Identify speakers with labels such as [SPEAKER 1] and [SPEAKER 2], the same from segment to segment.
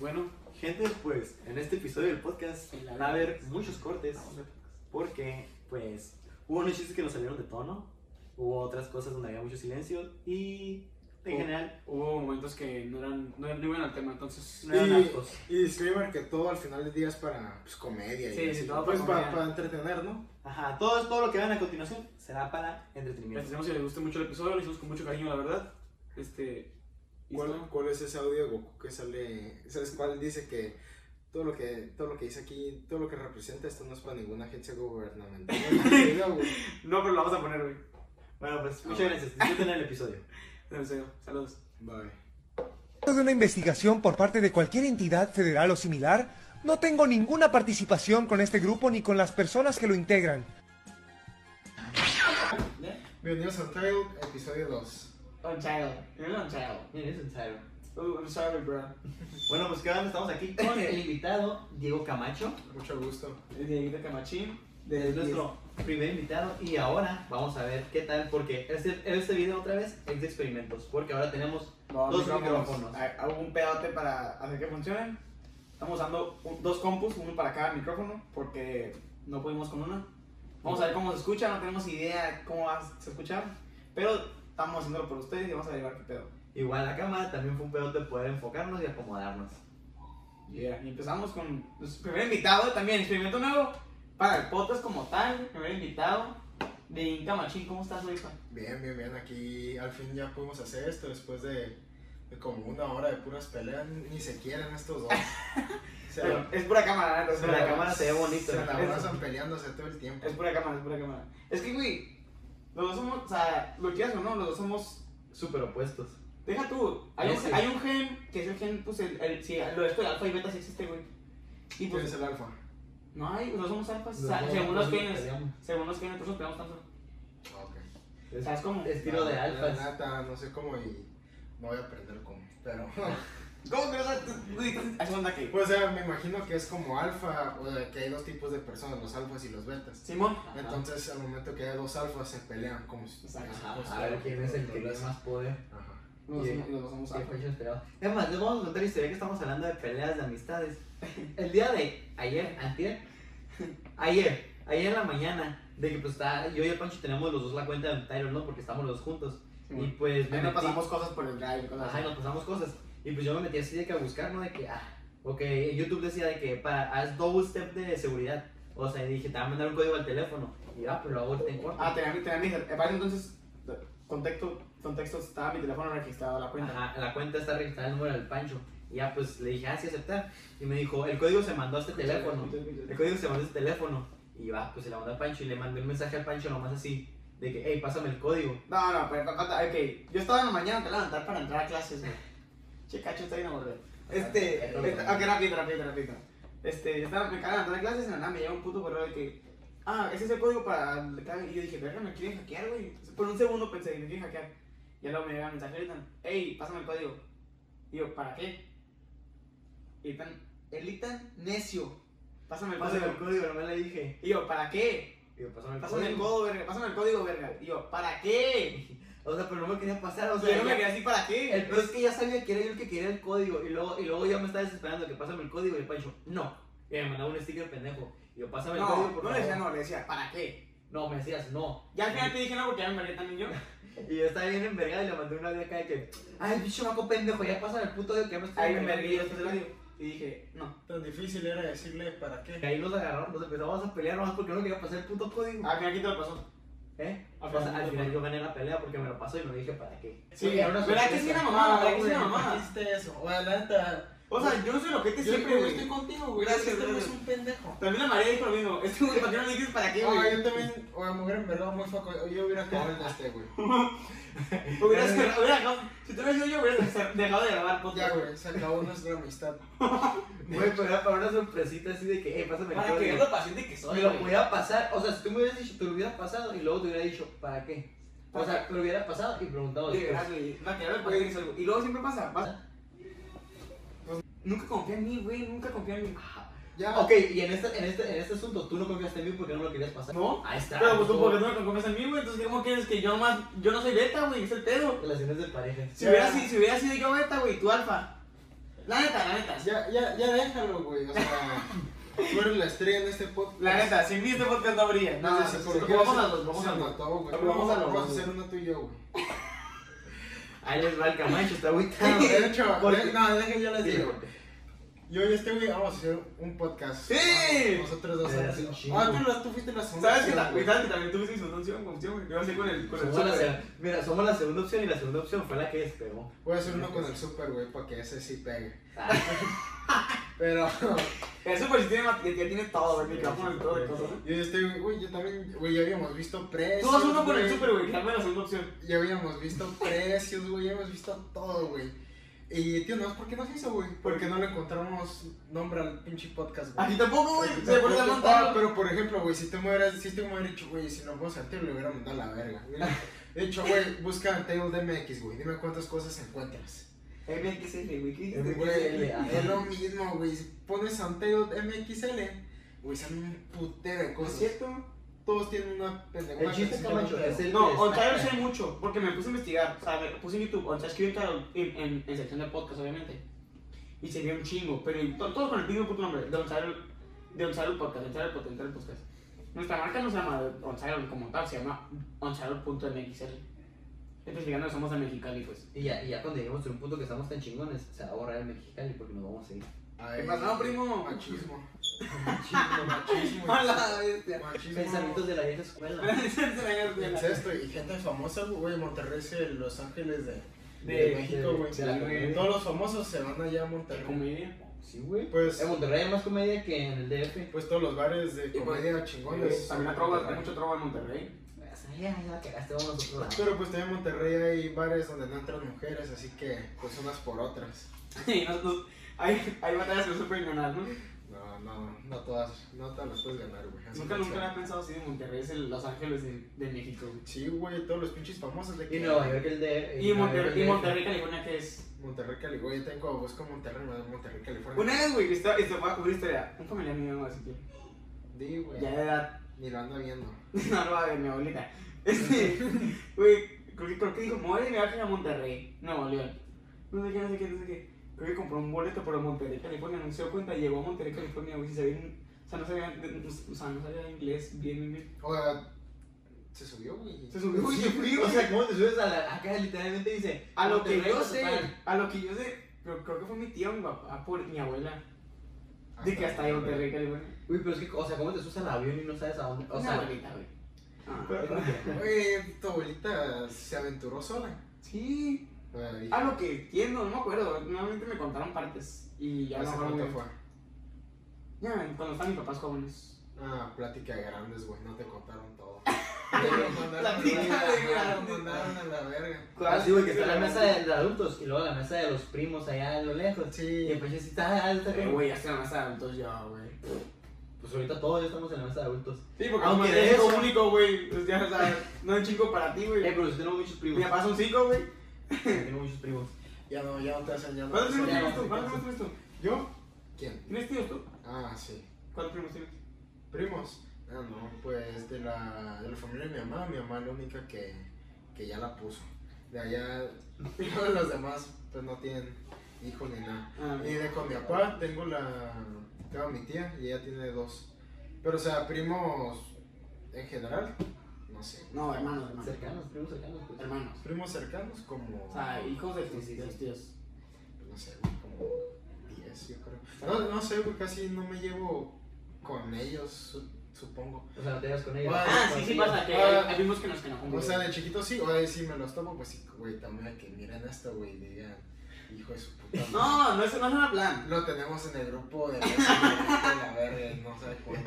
[SPEAKER 1] Bueno, gente, pues en este episodio del podcast
[SPEAKER 2] En la
[SPEAKER 1] va a haber
[SPEAKER 2] verga.
[SPEAKER 1] muchos cortes porque, pues, hubo unos chistes que nos salieron de tono, hubo otras cosas donde había mucho silencio y, en
[SPEAKER 3] Oh.
[SPEAKER 1] general,
[SPEAKER 3] Hubo momentos que no eran, no, no iban al tema, entonces.
[SPEAKER 1] no eran
[SPEAKER 4] Y-
[SPEAKER 1] aptos.
[SPEAKER 4] Y disclaimer que todo al final del día es para pues, comedia.
[SPEAKER 3] Sí,
[SPEAKER 4] y
[SPEAKER 3] sí,
[SPEAKER 4] así,
[SPEAKER 3] todo
[SPEAKER 4] pues
[SPEAKER 3] para
[SPEAKER 4] para,
[SPEAKER 3] comedia.
[SPEAKER 4] para entretener, ¿no?
[SPEAKER 1] Ajá, todo, todo lo que vean a continuación será para
[SPEAKER 3] Les
[SPEAKER 1] entretenimiento.
[SPEAKER 3] deseamos que les guste mucho el episodio, lo hicimos con mucho cariño, la verdad. Este.
[SPEAKER 4] ¿Cuál,
[SPEAKER 3] ¿listo?
[SPEAKER 4] cuál es ese audio de Goku que sale? ¿Sabes cuál dice que todo lo que todo lo que dice aquí, todo lo que representa esto no es para ninguna agencia gubernamental? Diga, güey.
[SPEAKER 3] No, pero lo vamos a poner, güey.
[SPEAKER 1] Bueno, pues, muchas gracias. Disfruten el episodio.
[SPEAKER 3] En serio, saludos.
[SPEAKER 4] Bye.
[SPEAKER 5] de una investigación por parte de cualquier entidad federal o similar, no tengo ninguna participación con este grupo ni con las personas que lo integran.
[SPEAKER 4] Bienvenidos a Trail, episodio 2.
[SPEAKER 2] On child. You're on child.
[SPEAKER 3] Oh, I'm sorry, bro.
[SPEAKER 1] Bueno, pues, ¿qué onda? Estamos aquí
[SPEAKER 2] Con
[SPEAKER 1] con
[SPEAKER 2] el
[SPEAKER 1] el-
[SPEAKER 2] invitado Diego Camacho.
[SPEAKER 4] Mucho gusto.
[SPEAKER 3] Dieguito Camachín.
[SPEAKER 2] Es
[SPEAKER 3] De
[SPEAKER 2] nuestro primer invitado y ahora vamos a ver qué tal porque este, este video otra vez es de experimentos porque ahora tenemos
[SPEAKER 3] Dos
[SPEAKER 2] Dos
[SPEAKER 3] micrófonos.
[SPEAKER 2] micrófonos.
[SPEAKER 3] Ah, Hago un pedote para hacer que funcionen. Estamos usando un- dos compus, uno para cada micrófono, porque no pudimos con una. Vamos a ver cómo se escucha, no tenemos idea cómo va a se escuchar, pero estamos haciéndolo por ustedes y vamos a llevar qué pedo.
[SPEAKER 2] igual la cámara también fue un pedote poder enfocarnos y acomodarnos.
[SPEAKER 3] Yeah, Y empezamos con nuestro primer invitado también, experimento nuevo para el podcast como tal, primer invitado de Inca Machín. ¿Cómo estás, Luisa?
[SPEAKER 4] Bien, bien, bien. Aquí al fin ya pudimos hacer esto después de, de como una hora de puras peleas. Ni se quieren estos dos. O sea,
[SPEAKER 3] Pero es pura cámara, ¿no? Es
[SPEAKER 4] se
[SPEAKER 3] pura
[SPEAKER 2] la
[SPEAKER 3] cámara.
[SPEAKER 2] cámara se ve bonito,
[SPEAKER 4] Se la
[SPEAKER 2] ¿no?
[SPEAKER 4] pasan peleándose todo el tiempo.
[SPEAKER 3] Es pura cámara, es pura cámara. Es que, güey, los dos somos, o sea, lo quieras o no, los dos somos.
[SPEAKER 2] Super opuestos.
[SPEAKER 3] Deja tú, hay,
[SPEAKER 2] Sí, sí.
[SPEAKER 3] un, hay un gen que es el gen, pues, el, el- sí, lo de esto de alfa y beta sí existe, güey.
[SPEAKER 4] ¿Quién
[SPEAKER 3] Y pues,
[SPEAKER 4] es el alfa?
[SPEAKER 3] no hay, los dos somos alfas, o sea,
[SPEAKER 2] Los dos
[SPEAKER 3] según los
[SPEAKER 2] nos
[SPEAKER 3] genes,
[SPEAKER 2] peleamos.
[SPEAKER 3] según los genes, por eso pegamos tanto.
[SPEAKER 4] Ok.
[SPEAKER 3] O sea, es como.
[SPEAKER 2] Estilo de
[SPEAKER 4] La- La
[SPEAKER 2] alfas.
[SPEAKER 4] nata, no sé cómo y no voy a aprender cómo. Pero,
[SPEAKER 3] ¿Cómo que no sabes? Tú- güey, tú- ¿Hace onda que?
[SPEAKER 4] pues, o sea, me imagino que es como alfa, o sea, que hay dos tipos de personas, los alfas y los betas.
[SPEAKER 3] Simón.
[SPEAKER 4] Entonces, al momento que hay dos alfas, se pelean como si.
[SPEAKER 3] Exacto.
[SPEAKER 4] como si-
[SPEAKER 2] Ajá,
[SPEAKER 4] como si-
[SPEAKER 2] a ver quién es el que
[SPEAKER 3] Pues,
[SPEAKER 2] tiene más poder.
[SPEAKER 4] Ajá.
[SPEAKER 3] Los
[SPEAKER 2] Y-
[SPEAKER 3] dos- los dos somos
[SPEAKER 2] Qué
[SPEAKER 3] alfas.
[SPEAKER 2] fechas pegadas. Es más, les vamos a contar historia que estamos hablando de peleas de amistades. El día de ayer, antier, ayer, ayer en la mañana, de que pues está, yo y el Pancho tenemos los dos la cuenta de Tyler, ¿no? Porque estamos los dos juntos. Y
[SPEAKER 3] Simón.
[SPEAKER 2] pues
[SPEAKER 3] Ahí
[SPEAKER 2] me
[SPEAKER 3] nos
[SPEAKER 2] metí-
[SPEAKER 3] pasamos cosas por el drive, y cosas
[SPEAKER 2] ajá, y
[SPEAKER 3] así.
[SPEAKER 2] nos pasamos cosas. Y pues yo me metí así de que a buscar, ¿no? De que, ah, ok, YouTube decía de que para, haz double step de seguridad. O sea, y dije, te van a mandar un código al teléfono. Y va, pero lo hago ahorita en corto.
[SPEAKER 3] Ah, tenía mi, tenía mi, eh, para entonces, contexto, contexto, estaba mi teléfono registrado a la cuenta.
[SPEAKER 2] Ajá, la cuenta está registrada el número del Pancho. Y ya pues le dije, ah, sí, aceptar. Y me dijo, el código se mandó a este teléfono. El código se mandó a este teléfono. Y va, pues se la mandó al Pancho y le mandé un mensaje al Pancho nomás así, de que, hey, pásame el código.
[SPEAKER 3] No, no, pero papá, ok. Yo estaba en la mañana, te levantar para entrar a clases, güey. Che, cacho, está bien aburrido. Este,
[SPEAKER 2] Ajá.
[SPEAKER 3] este, ok, rápido, rápido, rápido. Este, yo estaba, me cagaba de entrar a clases y de la nada me llega un puto correo de que, ah, ese es el código para. el tal", Y yo dije, verga, me quieren hackear, güey. Por un segundo pensé que me quieren hackear. Y luego me llega un mensaje ahorita, hey, pásame el código. Y yo, ¿para qué? Y tan, el tan necio, pásame el
[SPEAKER 2] Pásame el
[SPEAKER 3] código.
[SPEAKER 2] código, nomás le dije.
[SPEAKER 3] Y yo, ¿para qué?
[SPEAKER 2] Digo, pásame el
[SPEAKER 3] Pásame el
[SPEAKER 2] código.
[SPEAKER 3] código, verga, pásame el código, verga. Y yo, ¿para qué?
[SPEAKER 2] O sea, pero no me quería pasar, o
[SPEAKER 3] O sea,
[SPEAKER 2] sea,
[SPEAKER 3] yo me
[SPEAKER 2] ya-
[SPEAKER 3] quedé así para
[SPEAKER 2] el
[SPEAKER 3] qué.
[SPEAKER 2] peor es que ya sabía que era yo el que quería el código. Y luego, y luego ya me estaba desesperando que pásame el código. Y el Pancho, no. Y me mandaba un sticker pendejo. Y yo, pásame el código,
[SPEAKER 3] No,
[SPEAKER 2] por
[SPEAKER 3] no le
[SPEAKER 2] favor.
[SPEAKER 3] decía no, le decía, ¿para qué?
[SPEAKER 2] No, me decías, no.
[SPEAKER 3] Ya al final te dije no porque ya me mareé también yo.
[SPEAKER 2] Y yo estaba bien envergado y le mandé una de acá de que, ay, bicho maco pendejo, ya pasa el puto de que me estoy
[SPEAKER 3] Ahí me
[SPEAKER 2] envergando".
[SPEAKER 3] mareé yo después del audio. Y dije, no.
[SPEAKER 4] Tan difícil era decirle para
[SPEAKER 2] Y
[SPEAKER 4] qué.
[SPEAKER 2] ahí nos agarraron, nos empezamos a pelear nomás porque no quería pasar el puto código.
[SPEAKER 3] Al final, ¿quién te lo pasó?
[SPEAKER 2] ¿Eh?
[SPEAKER 3] al
[SPEAKER 2] O sea,
[SPEAKER 3] final-
[SPEAKER 2] al final yo gané la pelea porque me lo pasó y no dije para qué.
[SPEAKER 3] Sí,
[SPEAKER 2] Era una
[SPEAKER 3] ¿verdad que sí
[SPEAKER 2] sorpresa.
[SPEAKER 3] era mamada? ¿Verdad
[SPEAKER 4] Ah,
[SPEAKER 3] que sí
[SPEAKER 4] güey,
[SPEAKER 3] era
[SPEAKER 4] ¿por qué
[SPEAKER 3] mamada?
[SPEAKER 4] hiciste eso? O adelanta.
[SPEAKER 3] O sea, yo no soy lo que te siempre,
[SPEAKER 4] yo
[SPEAKER 3] güey.
[SPEAKER 4] estoy contigo, güey.
[SPEAKER 3] Gracias,
[SPEAKER 4] Este güey
[SPEAKER 3] gracias.
[SPEAKER 4] es un pendejo.
[SPEAKER 3] También la mareé dijo lo mismo. Este güey, ¿para qué no le dices para qué,
[SPEAKER 4] Ah,
[SPEAKER 3] güey?
[SPEAKER 4] yo también, o a mujer en verdad muy foco. Yo hubiera acabado en este, güey.
[SPEAKER 3] Hubieras cerrado- hubiera dejado- Si te hubieras ido yo, hubieras cer- dejado de grabar
[SPEAKER 4] Ya,
[SPEAKER 3] podcast.
[SPEAKER 4] güey, se acabó nuestra amistad.
[SPEAKER 2] Güey, pero era para una sorpresita así de que, eh, pásame el
[SPEAKER 3] Para que veas
[SPEAKER 2] código.
[SPEAKER 3] lo paciente que soy,
[SPEAKER 2] Me lo
[SPEAKER 3] güey.
[SPEAKER 2] podía pasar, o sea, si tú me hubieras dicho, te lo hubieras pasado y luego te hubiera dicho, ¿para qué? O sea, te lo hubiera pasado y preguntado
[SPEAKER 3] Oye,
[SPEAKER 2] después.
[SPEAKER 3] gracias, "Ah, güey. Para que veas lo paciente que soy, güey. Y luego siempre pasa, pasa. Pues, Nunca confía en mí, güey. Nunca confía en mí.
[SPEAKER 4] Ya,
[SPEAKER 2] Ok, y en este, en, este, en este asunto tú no confiaste en mí porque no lo querías pasar.
[SPEAKER 3] No.
[SPEAKER 2] Ahí está.
[SPEAKER 3] Pero pues tú porque no me confías en mí, güey, entonces ¿cómo quieres que yo más, yo no soy beta, güey, es el pedo.
[SPEAKER 2] Relaciones de pareja.
[SPEAKER 3] Si hubiera sido, si hubiera sido yo beta, güey, tú alfa. La neta, la neta.
[SPEAKER 4] Ya, ya, ya déjalo, güey. O sea, tú eres la estrella en este podcast.
[SPEAKER 3] La neta, sin mí este podcast no habría.
[SPEAKER 4] No,
[SPEAKER 3] No,
[SPEAKER 4] no,
[SPEAKER 3] sí,
[SPEAKER 4] psicología
[SPEAKER 3] sí, vamos
[SPEAKER 4] se-
[SPEAKER 3] a los, vamos
[SPEAKER 4] se
[SPEAKER 3] a los.
[SPEAKER 4] mató, güey.
[SPEAKER 3] Vamos
[SPEAKER 4] Vamos
[SPEAKER 3] a los-
[SPEAKER 4] a hacer una tú y yo, güey.
[SPEAKER 2] Ahí les va el camacho, está
[SPEAKER 4] No,
[SPEAKER 2] agüitado. ¿eh?
[SPEAKER 4] de
[SPEAKER 3] eh,
[SPEAKER 4] hecho,
[SPEAKER 2] Porque-
[SPEAKER 4] de- no, dejen yo les digo. Yo y este güey vamos a hacer un podcast.
[SPEAKER 3] ¡Sí!
[SPEAKER 4] Nosotros dos.
[SPEAKER 2] Eh,
[SPEAKER 4] vamos a hacer-
[SPEAKER 2] es un chingo.
[SPEAKER 4] Ah, tú, la- tú fuiste la segunda.
[SPEAKER 3] ¿Sabes que la-
[SPEAKER 4] güey.
[SPEAKER 3] güey, Pues, sabes que también tuviste su función, función, güey? Yo así con el. Con el
[SPEAKER 2] Somos la
[SPEAKER 3] súper.
[SPEAKER 2] se- Mira, somos la segunda opción y la segunda opción fue la que despegó.
[SPEAKER 4] Voy a hacer uno con el super, güey, para que ese sí pegue.
[SPEAKER 2] Ah,
[SPEAKER 4] Pero
[SPEAKER 3] El súper sí tiene, mat- ya tiene todo, güey. Micrófono y todo de cosas.
[SPEAKER 4] yo y este güey, güey, yo también, güey, ya habíamos visto precios.
[SPEAKER 3] Tú vas uno con el
[SPEAKER 4] güey.
[SPEAKER 3] súper, güey. Dame la segunda opción.
[SPEAKER 4] Ya habíamos visto precios, güey, ya habíamos visto todo, güey. Y, tío, no, ¿por qué no se hizo, güey? Porque no le encontramos nombre al pinche podcast, güey.
[SPEAKER 3] Aquí tampoco, güey.
[SPEAKER 4] Porque
[SPEAKER 3] Se
[SPEAKER 4] tampoco-
[SPEAKER 3] pone a
[SPEAKER 4] Ah,
[SPEAKER 3] montar.
[SPEAKER 4] pero por ejemplo, güey, si tú me hubieras, si tú me hubieras dicho, güey, si no puedo tío, le hubiera mandado a la verga. Mira, De hecho, güey, busca en Table DMX, güey, dime cuántas cosas encuentras.
[SPEAKER 3] MXL, güey. Eh, ¿Qué dijiste?
[SPEAKER 4] Güey,
[SPEAKER 2] MXL, ajá.
[SPEAKER 4] es lo mismo, güey, si pones Untailed MXL, güey, salen un putero de
[SPEAKER 3] ¿No es
[SPEAKER 4] cosas.
[SPEAKER 3] cierto?
[SPEAKER 4] Todos tienen una pendejada.
[SPEAKER 2] El chiste, Camacho, es el.
[SPEAKER 3] No,
[SPEAKER 2] que
[SPEAKER 3] Ontario sé
[SPEAKER 2] destaca.
[SPEAKER 3] mucho, porque me puse a investigar, o sea, me puse en YouTube, Ontario escribí Ontario en, en, en sección de podcast, obviamente, y se vio un chingo, pero en- to- todos con el mismo puto nombre, de Ontario, de Ontario Podcast, Ontario Podcast, Ontario Podcast. Nuestra marca no se llama Ontario como tal, se llama Ontario.mxl. Especificando que somos de Mexicali, pues.
[SPEAKER 2] Y ya, y ya cuando lleguemos a un punto que estamos tan chingones, se va a borrar el Mexicali porque nos vamos a ir.
[SPEAKER 4] Ay,
[SPEAKER 3] ¿Qué pasó, primo?
[SPEAKER 4] Machismo. Machismo, machismo.
[SPEAKER 3] ¡Hala, bestia!
[SPEAKER 4] Machismo.
[SPEAKER 2] Pensamientos de la vieja escuela.
[SPEAKER 4] Incesto y gente famosa, güey. Monterrey es el Los Ángeles de, de,
[SPEAKER 3] De-
[SPEAKER 4] México, güey.
[SPEAKER 2] de la comedia.
[SPEAKER 4] Todos los famosos se van allá a
[SPEAKER 3] De
[SPEAKER 4] Monterrey.
[SPEAKER 3] comedia.
[SPEAKER 2] Sí, güey.
[SPEAKER 4] Pues,
[SPEAKER 2] En Monterrey hay más comedia que en el DF.
[SPEAKER 4] pues todos los bares de
[SPEAKER 3] pues,
[SPEAKER 4] comedia chingones.
[SPEAKER 3] También la trova, hay mucho trova en Monterrey.
[SPEAKER 2] Ya, Pues, ya la cagaste, vamos a otro lado.
[SPEAKER 4] Pero pues también en Monterrey hay bares donde no entran mujeres, así que pues unas por otras.
[SPEAKER 3] Y nos- nos- hay, hay batallas que no se pueden ganar, ¿no?
[SPEAKER 4] No, no, no todas, no todas las puedes ganar, güey. Así
[SPEAKER 3] Nunca,
[SPEAKER 4] que-
[SPEAKER 3] nunca había pensado así de Monterrey, es el Los Ángeles de, de México, güey.
[SPEAKER 4] Sí, güey, todos los pinches famosos de aquí.
[SPEAKER 2] Y Nueva York el DF.
[SPEAKER 3] Y,
[SPEAKER 2] Nueva York,
[SPEAKER 3] Monter-
[SPEAKER 2] el
[SPEAKER 3] y
[SPEAKER 2] DF.
[SPEAKER 3] Monterrey, California, ¿qué es?
[SPEAKER 4] Monterrey, Cali, güey, yo tengo cuando busco Monterrey, me da Monterrey, California.
[SPEAKER 3] Una vez, güey, esto, esto va a cubrir historia. Un familiar mío, así que. pues,
[SPEAKER 4] Di, güey.
[SPEAKER 3] Ya de edad.
[SPEAKER 4] Ni lo anda viendo.
[SPEAKER 3] No lo va a ver, mi abuelita. Este. Güey, creo que, creo que dijo: Me voy de viaje a Monterrey, Nuevo León. No sé qué, no sé qué, no sé qué. Creo que compró un boleto para Monterrey, California. No se dio cuenta, llegó a Monterrey, California, güey. Si se ven. O sea, no sabía, o sea, no sabía inglés bien, bien.
[SPEAKER 4] O sea, se subió, güey.
[SPEAKER 3] Se subió, güey, se frío.
[SPEAKER 2] O sea, ¿cómo te subes a la. Acá literalmente dice.
[SPEAKER 3] A lo que
[SPEAKER 2] Monterrey,
[SPEAKER 3] yo sé,
[SPEAKER 2] Zapopan.
[SPEAKER 3] a lo que yo sé, creo, creo que fue mi tía, mi papá, por mi abuela. De que hasta ahí,
[SPEAKER 4] ahí
[SPEAKER 3] Monterrey, California.
[SPEAKER 2] Uy, pero es que, o sea, ¿cómo te subes al avión y no sabes a dónde? O
[SPEAKER 3] Una
[SPEAKER 2] sea,
[SPEAKER 3] abuelita, güey. Ah,
[SPEAKER 2] es
[SPEAKER 3] pero-
[SPEAKER 2] como que-
[SPEAKER 4] Güey, tu abuelita se aventuró sola.
[SPEAKER 3] sí.
[SPEAKER 4] Ay,
[SPEAKER 3] Ah, lo que entiendo, no me acuerdo. Normalmente me contaron partes. Y ya no
[SPEAKER 4] ¿Hace
[SPEAKER 3] me acuerdo.
[SPEAKER 4] cuánto
[SPEAKER 3] muy
[SPEAKER 4] fue?
[SPEAKER 3] bien. Ya, cuando están mis papás jóvenes.
[SPEAKER 4] Ah, plática de grandes, güey, no te contaron todo.
[SPEAKER 3] Plática de
[SPEAKER 4] grandes.
[SPEAKER 3] grandes.
[SPEAKER 4] mandaron a la verga.
[SPEAKER 2] Ah, sí, güey, que está la mesa de, de adultos y luego la mesa de los primos allá a lo lejos. Y
[SPEAKER 4] Sí,
[SPEAKER 2] el pecho sí está alta,
[SPEAKER 3] Eh,
[SPEAKER 2] güey.
[SPEAKER 3] güey, ya se me hace adultos ya, güey.
[SPEAKER 2] Pues ahorita todos ya estamos en la mesa de adultos.
[SPEAKER 3] Sí,
[SPEAKER 2] Aunque
[SPEAKER 3] porque como
[SPEAKER 2] de
[SPEAKER 3] eres
[SPEAKER 2] eso-
[SPEAKER 3] hijo único, güey. Pues ya, o sea, no es chico para ti,
[SPEAKER 2] Eh,
[SPEAKER 3] güey.
[SPEAKER 2] pero yo tengo muchos
[SPEAKER 3] Mi
[SPEAKER 2] primos.
[SPEAKER 3] papá son cinco, güey.
[SPEAKER 2] Tengo muchos primos.
[SPEAKER 4] ya no, ya no te hacen, ya no
[SPEAKER 3] ¿Cuántos
[SPEAKER 4] te
[SPEAKER 3] primos
[SPEAKER 4] hacen.
[SPEAKER 3] tienes
[SPEAKER 2] no,
[SPEAKER 3] tú?
[SPEAKER 2] sí,
[SPEAKER 3] ¿Cuántos
[SPEAKER 2] sí.
[SPEAKER 3] primos tienes tú?
[SPEAKER 4] ¿Yo? ¿Quién?
[SPEAKER 3] ¿Tienes tíos tú?
[SPEAKER 4] Ah, sí.
[SPEAKER 3] ¿Cuántos primos tienes?
[SPEAKER 4] ¿Primos? Ah, no, pues de la, de la familia de mi mamá, mi mamá es la única que, que ya la puso. De allá, los demás pues no tienen hijos ni nada.
[SPEAKER 3] Ah,
[SPEAKER 4] Y de con mi papá tengo la. Tengo a mi tía y ella tiene dos. Pero, o sea, primos en general, no sé.
[SPEAKER 3] no, hermanos, hermanos.
[SPEAKER 2] Cercanos, primos cercanos. Pues.
[SPEAKER 3] Hermanos.
[SPEAKER 4] Primos cercanos como.
[SPEAKER 3] O sea, hijos de tus
[SPEAKER 4] Sí, sí,
[SPEAKER 3] de tus
[SPEAKER 4] sí.
[SPEAKER 3] tíos.
[SPEAKER 4] No sé, güey, como 10, yo creo. No, no sé, güey, casi no me llevo con ellos, su- supongo.
[SPEAKER 2] O sea, no te llevas con ellos.
[SPEAKER 4] Ah,
[SPEAKER 3] Ah, sí,
[SPEAKER 2] Con
[SPEAKER 3] sí
[SPEAKER 2] ellos.
[SPEAKER 3] pasa, que
[SPEAKER 4] Ah.
[SPEAKER 3] hay primos que nos que no
[SPEAKER 4] O
[SPEAKER 3] conviven.
[SPEAKER 4] sea, de chiquito sí, o de si me los tomo, pues sí, güey, también que miren esto, güey, y digan, hijo de su puta madre.
[SPEAKER 3] No, no, eso no es una plan.
[SPEAKER 4] Lo tenemos en el grupo de. la verga, no sé cuál.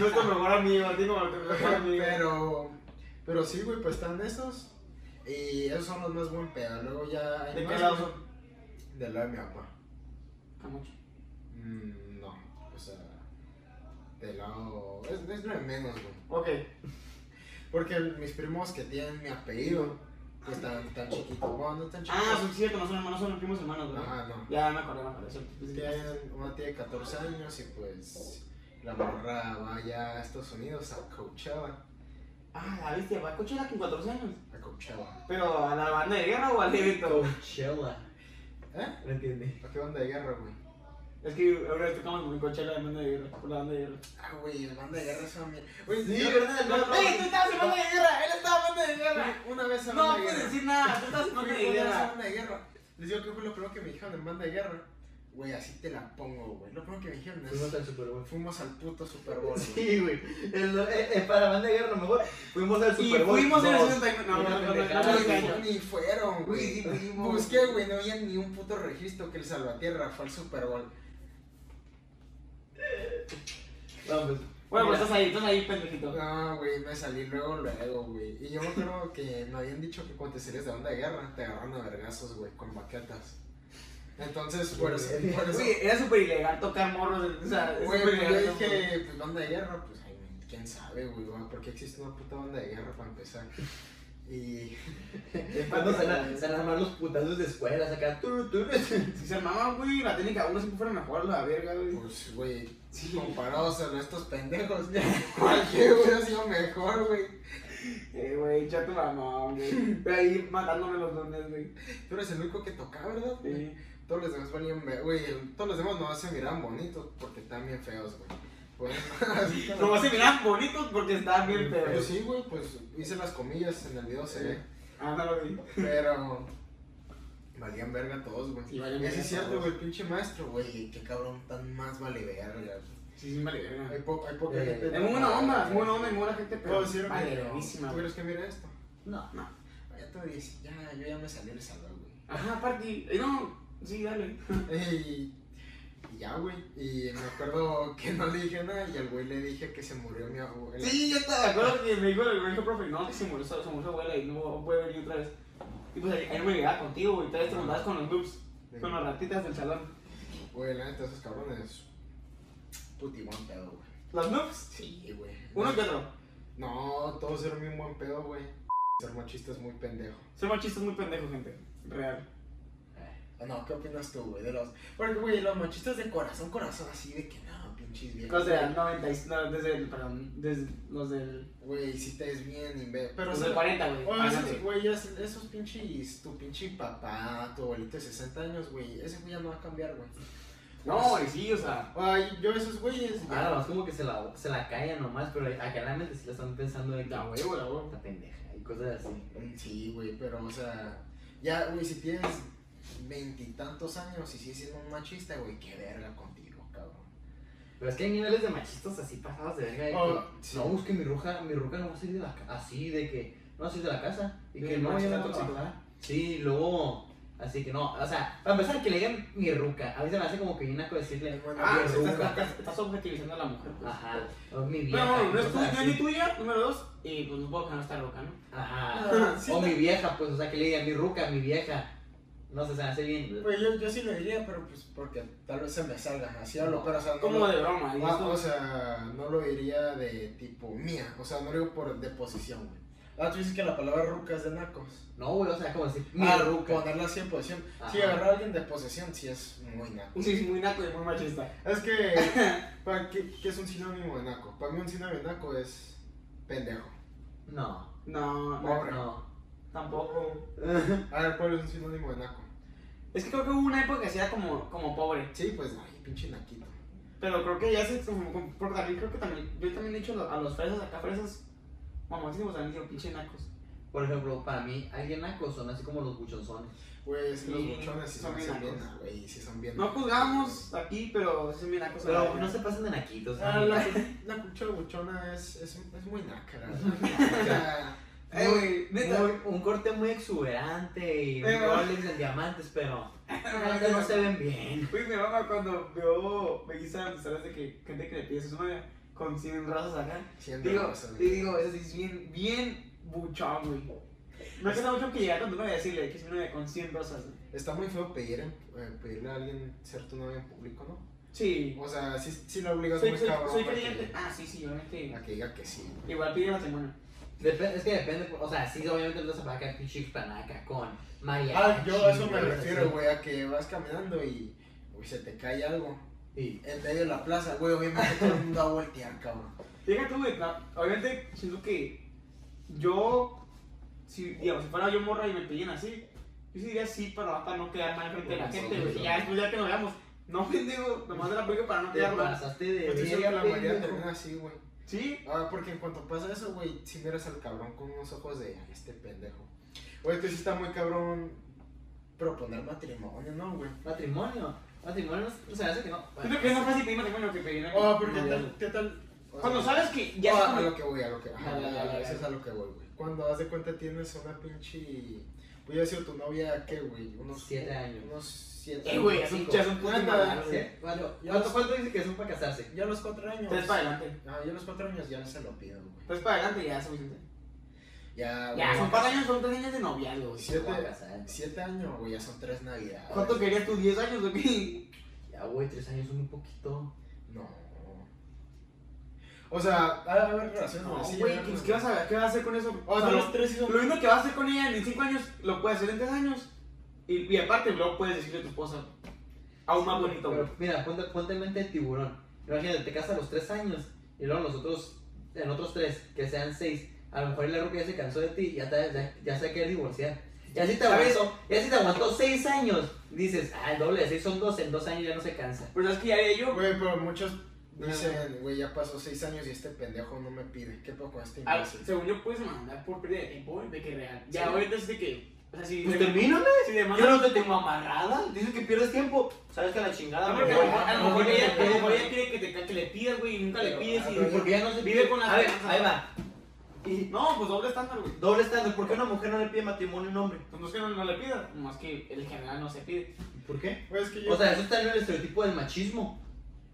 [SPEAKER 3] No es tu mejor amigo, a ti como tu mejor amigo.
[SPEAKER 4] Pero, pero sí, güey, pues están esos. Y esos son los más buen pedo. Luego ya hay
[SPEAKER 3] ¿De
[SPEAKER 4] más,
[SPEAKER 3] qué lado
[SPEAKER 4] güey.
[SPEAKER 3] son?
[SPEAKER 4] Del lado de mi papá.
[SPEAKER 3] Camacho.
[SPEAKER 4] Mm, no, o sea, del lado. Es, es lo de menos, güey.
[SPEAKER 3] Ok.
[SPEAKER 4] Porque mis primos que tienen mi apellido, pues están tan chiquitos. Bueno, no están chiquitos.
[SPEAKER 3] Ah, son cierto, no son hermanos, son primos hermanos, ¿verdad?
[SPEAKER 4] Ajá, no.
[SPEAKER 3] Ya me acordé, me acordé. sí, sí, sí.
[SPEAKER 4] Tienen, una tiene 14 años y pues la morra va ya a Estados Unidos a Coachella.
[SPEAKER 3] Ah, la bestia, va a Coachella con 14 años.
[SPEAKER 4] A Coachella.
[SPEAKER 3] Pero a la banda de guerra o al evento.
[SPEAKER 2] Coachella.
[SPEAKER 4] ¿Eh?
[SPEAKER 1] No entiende.
[SPEAKER 4] ¿A qué banda de guerra, güey?
[SPEAKER 3] Es que ahora tocamos con Coachella de banda de guerra, por la banda de guerra.
[SPEAKER 4] Ah, güey, la banda de guerra es una mierda. Güey,
[SPEAKER 2] Sí,
[SPEAKER 4] yo-
[SPEAKER 2] ¿verdad?
[SPEAKER 4] yo-
[SPEAKER 2] No,
[SPEAKER 4] ¡Ey,
[SPEAKER 3] tú estabas en banda de guerra! ¡Él estaba en banda de guerra!
[SPEAKER 4] tú- Una vez a
[SPEAKER 3] No
[SPEAKER 4] banda de
[SPEAKER 3] puedes
[SPEAKER 4] guerra.
[SPEAKER 3] decir nada, tú estabas en
[SPEAKER 4] Porque
[SPEAKER 3] banda de
[SPEAKER 4] una vez a
[SPEAKER 3] guerra.
[SPEAKER 4] banda de guerra. Les digo que fue lo primero que me dijeron en banda de guerra. Güey, así te la pongo, güey. Lo primero que me dijeron
[SPEAKER 2] Fuimos
[SPEAKER 4] es.
[SPEAKER 2] al Super Bowl.
[SPEAKER 4] Fuimos al puto Super Bowl. güey.
[SPEAKER 2] Sí, güey. El- eh, eh, para banda de guerra, a lo mejor fuimos al
[SPEAKER 3] Y
[SPEAKER 2] Super Bowl.
[SPEAKER 3] fuimos en el
[SPEAKER 2] dos.
[SPEAKER 3] 69. No, no, no, no, no,
[SPEAKER 4] Ah,
[SPEAKER 2] Ah,
[SPEAKER 4] güey,
[SPEAKER 2] sí.
[SPEAKER 3] no, no.
[SPEAKER 4] Ni fueron, güey. Busqué, güey, no había ni un puto registro que el Salvatierra fue al Super Bowl.
[SPEAKER 2] No, pues,
[SPEAKER 3] Bueno, pues
[SPEAKER 2] mira,
[SPEAKER 3] estás ahí, estás ahí, pendejito.
[SPEAKER 4] No, güey, me salí luego, luego, güey. Y yo me acuerdo que me habían dicho que cuando te salías de banda de guerra te agarran a vergazos, güey, con baquetas. Entonces, por eso, por eso,
[SPEAKER 3] Güey, era súper ilegal tocar morros, o sea, es
[SPEAKER 4] güey,
[SPEAKER 3] súper
[SPEAKER 4] pues, yo
[SPEAKER 3] ilegal.
[SPEAKER 4] dije, pues banda de guerra, pues, ay, güey, quién sabe, güey, güey, porque existe una puta banda de guerra para empezar. Y,
[SPEAKER 2] Después nos van a- pues, se van a armar los putazos de escuela, sacar turu, turu.
[SPEAKER 3] Si se armaban, güey, la técnica uno siempre fuera mejor, la verga, güey.
[SPEAKER 4] pues, güey, comparados a estos pendejos, cualquier hubiera sido mejor, güey.
[SPEAKER 3] Eh, güey, ya tu mamá, güey. Pero ahí matándome los dones, güey.
[SPEAKER 4] Tú eres el único que tocaba, ¿verdad? güey?
[SPEAKER 3] Sí.
[SPEAKER 4] Todos los demás valían, ver- güey, el- todos los demás no se miraban bonitos porque están bien feos, güey. Pues, Bueno, así como-
[SPEAKER 3] Nomás se miran bonitos porque estaban bien
[SPEAKER 4] Pues
[SPEAKER 3] pedos.
[SPEAKER 4] sí, güey, pues hice las comillas en el video, se ve.
[SPEAKER 3] Ah, no lo vi.
[SPEAKER 4] Pero. Valían verga todos, güey.
[SPEAKER 3] Sí, valían
[SPEAKER 4] Y así
[SPEAKER 3] verga
[SPEAKER 4] es cierto,
[SPEAKER 3] todos.
[SPEAKER 4] güey, pinche maestro, güey. Qué cabrón tan más vale verga.
[SPEAKER 3] Sí, sí, vale, verga.
[SPEAKER 4] Hay, po- hay poca
[SPEAKER 2] Eh,
[SPEAKER 4] gente.
[SPEAKER 3] Es muy buena onda, es muy buena onda y muy buena gente, pero.
[SPEAKER 4] Puedo decir,
[SPEAKER 3] Vale,
[SPEAKER 4] pero.
[SPEAKER 3] verguísima,
[SPEAKER 4] ¿Tú
[SPEAKER 3] güey.
[SPEAKER 4] crees que mira esto? Ah,
[SPEAKER 2] No.
[SPEAKER 3] No.
[SPEAKER 4] Ya te dices, ya, yo ya me salí del salón, güey.
[SPEAKER 3] Ajá, party. Eh, no, sí, dale.
[SPEAKER 4] Y, y ya, güey. Y me acuerdo que no le dije nada y al güey le dije que se murió mi abuela.
[SPEAKER 3] Sí, yo estaba de acuerdo que me dijo, me dijo, profe, no, que se murió, su- se murió su abuela y no puede venir otra vez. Y pues ahí, ahí no me llegaba contigo, güey, todavía te juntabas con los groups,
[SPEAKER 4] Sí.
[SPEAKER 3] con las ratitas del salón.
[SPEAKER 4] Güey, la neta, esos cabrones. Puti, buen pedo, güey.
[SPEAKER 3] ¿Los noobs?
[SPEAKER 4] Sí, güey.
[SPEAKER 3] Uno que otro.
[SPEAKER 4] No, todos eran bien buen pedo, güey. Ser machista es muy pendejo.
[SPEAKER 3] Ser machista es muy pendejo, gente. Real.
[SPEAKER 4] Ah, No, ¿qué opinas tú, güey? De los. Porque, güey, los machistas de corazón, corazón, así de que no, pinches bien.
[SPEAKER 3] Los del 90, y- no, desde el, perdón, desde los del,
[SPEAKER 4] Güey, si te es bien, imbe. Pero,
[SPEAKER 3] los
[SPEAKER 4] sí-
[SPEAKER 3] del 40, güey.
[SPEAKER 4] Oye, esos-
[SPEAKER 3] adelante.
[SPEAKER 4] güey, ya es- esos pinches, tu pinche papá, tu abuelito de 60 años, güey, ese güey ya no va a cambiar, güey.
[SPEAKER 3] No, y sí, o sea.
[SPEAKER 4] Ay, yo esos güeyes. ya-
[SPEAKER 2] Ah, nomás como que se la, se la callan nomás, pero acá en la mente sí la están pensando de que
[SPEAKER 3] La huevo, la huevo.
[SPEAKER 2] Esta pendeja y cosas así.
[SPEAKER 4] Sí, güey, pero, o sea, ya, güey, si tienes veintitantos años y sigues siendo un machista, güey, qué verga contigo, cabrón.
[SPEAKER 2] Pero es que hay niveles de machistas así pasados de verga. de que,
[SPEAKER 4] Ah, sí.
[SPEAKER 2] No, es que mi ruca, mi ruca no va a salir de la casa. Así, de que no va a salir de la casa. Y
[SPEAKER 3] Sí,
[SPEAKER 2] que no vaya
[SPEAKER 3] machista
[SPEAKER 2] a
[SPEAKER 3] tóxico.
[SPEAKER 2] trabajar. Sí, luego. Así que no, o sea, para empezar, que le digan mi ruca. A veces me hace como que viene a decirle.
[SPEAKER 4] Bueno,
[SPEAKER 3] Ah,
[SPEAKER 4] güey,
[SPEAKER 2] sí,
[SPEAKER 4] ruca.
[SPEAKER 3] estás, estás- estás objetivizando a la mujer. pues.
[SPEAKER 2] Ajá, o mi vieja.
[SPEAKER 3] No, no, no
[SPEAKER 2] y
[SPEAKER 3] es
[SPEAKER 2] cosas
[SPEAKER 3] tuya, no es ni
[SPEAKER 2] así.
[SPEAKER 3] tuya, número dos, y pues no puedo que no está loca, ¿no?
[SPEAKER 2] Ajá.
[SPEAKER 4] Sí,
[SPEAKER 2] o
[SPEAKER 4] no.
[SPEAKER 2] mi vieja, pues, o sea, que le digan mi ruca, mi vieja. No sé, se me hace bien.
[SPEAKER 4] Güey, yo, yo sí lo diría, pero pues porque tal vez se me salga, así hablo, pero, o sea, no.
[SPEAKER 3] Como
[SPEAKER 4] lo-
[SPEAKER 3] de broma, y
[SPEAKER 4] Ah,
[SPEAKER 3] esto-
[SPEAKER 4] o sea, no lo diría de tipo mía, o sea, no lo digo por de posición, güey. Ah, tú dices que la palabra ruca es de narcos.
[SPEAKER 2] No, güey, o sea, como decir mi
[SPEAKER 4] ah,
[SPEAKER 2] ruca.
[SPEAKER 4] Ponerla así en posición. Sí,
[SPEAKER 2] Ajá.
[SPEAKER 4] agarrar a alguien de posesión sí es muy naco.
[SPEAKER 3] Sí, sí, muy naco y muy machista.
[SPEAKER 4] Es que, ¿para qué, qué es un sinónimo de naco? Para mí un sinónimo de naco es pendejo.
[SPEAKER 2] No,
[SPEAKER 3] No, no,
[SPEAKER 4] Pobre.
[SPEAKER 2] no.
[SPEAKER 3] tampoco.
[SPEAKER 4] A ver, ¿cuál es un sinónimo de naco?
[SPEAKER 3] Es que creo que hubo una época que se era como, como pobre.
[SPEAKER 4] Sí, pues, ay, pinche naquito.
[SPEAKER 3] Pero creo que ya se. como- como- Porque también creo que también. Yo también he dicho a los fresas acá, fresas. Mamacísimos también digo pinche nacos.
[SPEAKER 2] Por ejemplo, para mí, alguien naco son así como los buchonzones.
[SPEAKER 4] Pues, los
[SPEAKER 3] Sí,
[SPEAKER 4] buchones sí
[SPEAKER 3] son
[SPEAKER 4] son,
[SPEAKER 3] bien
[SPEAKER 4] bien,
[SPEAKER 3] nacos.
[SPEAKER 4] güey, sí son bien
[SPEAKER 3] No
[SPEAKER 4] nacos.
[SPEAKER 3] juzgamos aquí, pero sí son bien nacos.
[SPEAKER 2] Pero no se pasen de naquitos.
[SPEAKER 4] Ah,
[SPEAKER 2] ¿no?
[SPEAKER 4] la, la cucha buchona es, es, es muy naca, la verdad. O sea,
[SPEAKER 3] Eh, güey, neta.
[SPEAKER 2] Muy- un corte muy exuberante y
[SPEAKER 3] Eh, no.
[SPEAKER 2] roles de diamantes, pero realmente no se ven bien.
[SPEAKER 3] Uy, Pues mi mamá cuando veo. Me guisa empezar de que gente que le pide su novia con 100 razas acá.
[SPEAKER 4] siendo
[SPEAKER 3] Digo,
[SPEAKER 4] grosero.
[SPEAKER 3] te digo, eso sí es bien, bien buchón, güey. Me ha quedado mucho que llegar con tu novia y decirle que es mi novia con 100 rosas. güey.
[SPEAKER 4] Está muy feo pedir, en- eh, pedirle a alguien ser tu novia en público, ¿no?
[SPEAKER 3] Sí.
[SPEAKER 4] O sea, sí, sí la obligas
[SPEAKER 3] Soy,
[SPEAKER 4] muy
[SPEAKER 3] soy,
[SPEAKER 4] cabrón
[SPEAKER 3] soy
[SPEAKER 4] a que-
[SPEAKER 3] creyente. Ah, sí, sí, obviamente.
[SPEAKER 4] a que diga que sí.
[SPEAKER 3] Igual pide matrimonio.
[SPEAKER 2] Depe- es que depende, o sea, sí, obviamente no vas a pagar pinche panaca con mariachi.
[SPEAKER 4] Ah, yo a eso me
[SPEAKER 2] cosas
[SPEAKER 4] refiero,
[SPEAKER 2] así.
[SPEAKER 4] güey, a que vas caminando y güey, se te cae algo.
[SPEAKER 2] Sí.
[SPEAKER 4] En medio de la plaza, güey, obviamente todo el mundo va a voltear, cabrón.
[SPEAKER 3] Llega tú, güey. no, Obviamente, siento que yo, si, digamos, si fuera yo morra y me pidieran así, Yo sí diría sí, pero hasta no quedar mal frente a la
[SPEAKER 4] Bueno,
[SPEAKER 3] gente,
[SPEAKER 4] sí,
[SPEAKER 3] güey.
[SPEAKER 4] sí.
[SPEAKER 3] Y ya después ya que nos veamos. No, pendejo, nomás de la aplico para no
[SPEAKER 2] Te
[SPEAKER 3] quedar mal.
[SPEAKER 2] pasaste de. verga,
[SPEAKER 4] Yo siento que pues la mayoría
[SPEAKER 2] pendejo.
[SPEAKER 4] termina así, güey.
[SPEAKER 3] Sí,
[SPEAKER 4] Ah, porque en cuanto pasa eso, güey, si miras al cabrón con unos ojos de "Ay, este pendejo. Güey, pues sí está muy cabrón proponer matrimonio, ¿no, güey?
[SPEAKER 2] Matrimonio. Matrimonio no se hace que no.
[SPEAKER 3] siento que es más fácil pedir matrimonio que pedir una
[SPEAKER 4] Oh, porque
[SPEAKER 2] No,
[SPEAKER 4] ¿qué
[SPEAKER 2] ya
[SPEAKER 4] tal?
[SPEAKER 2] no.
[SPEAKER 4] ¿Qué tal? O
[SPEAKER 3] Cuando
[SPEAKER 4] sea,
[SPEAKER 3] sabes que
[SPEAKER 4] oh,
[SPEAKER 3] ya
[SPEAKER 4] a
[SPEAKER 3] es
[SPEAKER 4] lo que voy, a lo que. Ajá,
[SPEAKER 3] Ya, ya, ya,
[SPEAKER 4] a
[SPEAKER 3] ya,
[SPEAKER 4] eso es
[SPEAKER 3] ya.
[SPEAKER 4] a lo que voy, güey. Cuando das de cuenta tienes una pinche. Voy a decir tu novia, ¿qué, güey? Unos.
[SPEAKER 2] Siete años.
[SPEAKER 4] Unos siete
[SPEAKER 3] Eh, güey,
[SPEAKER 4] años.
[SPEAKER 3] es un
[SPEAKER 2] Cinco.
[SPEAKER 3] ya es un puto
[SPEAKER 4] Bueno,
[SPEAKER 3] madral,
[SPEAKER 2] ¿Sí?
[SPEAKER 3] güey.
[SPEAKER 2] ¿Cuánto,
[SPEAKER 4] Ya
[SPEAKER 2] cuánto-
[SPEAKER 4] los-
[SPEAKER 2] cuánto dice que son para casarse?
[SPEAKER 4] Yo a los cuatro años.
[SPEAKER 3] Tres para adelante.
[SPEAKER 4] Ah, yo a los cuatro años ya se lo pido, güey.
[SPEAKER 3] Tres para adelante ya es suficiente.
[SPEAKER 4] Ya,
[SPEAKER 3] Ya,
[SPEAKER 4] güey,
[SPEAKER 3] son par de años, son tres años de noviazgo, güey.
[SPEAKER 4] Siete,
[SPEAKER 2] Voy a casar.
[SPEAKER 4] siete años, güey, ya son tres navidades.
[SPEAKER 3] ¿Cuánto querías tú? ¿10 años o qué?
[SPEAKER 2] Ya, güey, tres años son muy poquito.
[SPEAKER 4] No. O sea, ha de haber relaciones
[SPEAKER 3] No,
[SPEAKER 4] donde sí
[SPEAKER 3] güey,
[SPEAKER 4] llegan,
[SPEAKER 3] pues, ¿qué vas a qué vas a hacer con eso?
[SPEAKER 4] O
[SPEAKER 3] O sea,
[SPEAKER 4] sea,
[SPEAKER 3] lo-
[SPEAKER 4] los tres sí son.
[SPEAKER 3] Lo mismo que vas a hacer con ella en 5 años, lo puedes hacer en 3 años. Y, y aparte, luego puedes decirle a tu esposa. Aún más bonito, güey.
[SPEAKER 2] Pero mira, ponte, ponte en mente el tiburón. Imagínate, te casas a los tres años y luego los otros, en otros tres, que sean seis, a lo mejor la ruca ya se cansó de ti y ya, te- ya, ya se quiere divorciar. Y así te
[SPEAKER 3] ¿Sabes?
[SPEAKER 2] aguantó, y así te aguantó seis años. Dices, ah, el doble de seis son dos, en dos años ya no se cansa.
[SPEAKER 3] Pero sabes que ya haría yo.
[SPEAKER 4] Güey, pero muchos
[SPEAKER 3] No,
[SPEAKER 4] dicen, güey, ya pasó seis años y este pendejo no me pide. ¿Qué poco este
[SPEAKER 3] Ah,
[SPEAKER 4] imbécil?
[SPEAKER 3] según yo, puedes mandar por pérdida de tiempo, güey, de que real. Ya,
[SPEAKER 2] Sí.
[SPEAKER 3] ahorita sí de que. O sea, si.
[SPEAKER 2] Pues
[SPEAKER 3] de-
[SPEAKER 2] termíname.
[SPEAKER 3] Si demandas.
[SPEAKER 1] Yo no te tengo amarrada. Dices que pierdes tiempo. Sabes que a la chingada.
[SPEAKER 3] No,
[SPEAKER 1] me
[SPEAKER 3] porque a
[SPEAKER 1] voy.
[SPEAKER 3] lo mejor- a lo mejor
[SPEAKER 2] No,
[SPEAKER 3] ella,
[SPEAKER 2] no,
[SPEAKER 3] a lo
[SPEAKER 2] no,
[SPEAKER 3] mejor
[SPEAKER 2] no.
[SPEAKER 3] ella quiere que, te, que le pidas, güey, y nunca le
[SPEAKER 4] Pero,
[SPEAKER 3] pides.
[SPEAKER 4] ah,
[SPEAKER 3] Y
[SPEAKER 4] pero-
[SPEAKER 2] Porque ya no se
[SPEAKER 3] Vive con la
[SPEAKER 2] A ver,
[SPEAKER 3] esperanza.
[SPEAKER 2] ahí va.
[SPEAKER 1] Y
[SPEAKER 3] No, pues doble estándar, güey.
[SPEAKER 1] doble estándar. ¿Por qué una mujer no le pide matrimonio a un hombre?
[SPEAKER 3] Pues no es que no, no le pidas, más que el general no se pide.
[SPEAKER 2] ¿Por qué?
[SPEAKER 4] Güey, es que yo.
[SPEAKER 2] O sea, eso está en el estereotipo del machismo.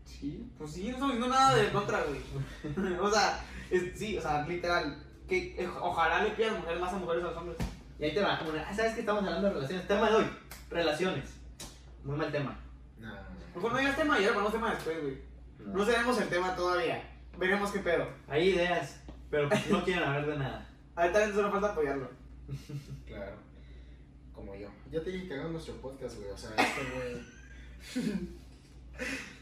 [SPEAKER 3] Sí. Pues sí, no estamos diciendo nada de contra, güey. o sea, es- sí, o sea, literal. Que eh, ojalá le pidas mujeres más a mujeres a los hombres.
[SPEAKER 2] Y ahí te va. Bueno, ah, ¿Sabes que estamos hablando de relaciones? Tema de hoy, relaciones. Muy mal tema.
[SPEAKER 4] Nah.
[SPEAKER 3] Mejor no digas tema y ahora ponemos tema después, güey. No sabemos el tema todavía. Veremos qué pedo.
[SPEAKER 2] Hay ideas, pero pues no quieren hablar de nada.
[SPEAKER 3] Al talento solo falta apoyarlo.
[SPEAKER 4] Claro. Como yo. Ya te dije que hagamos nuestro podcast, güey. O sea, este güey.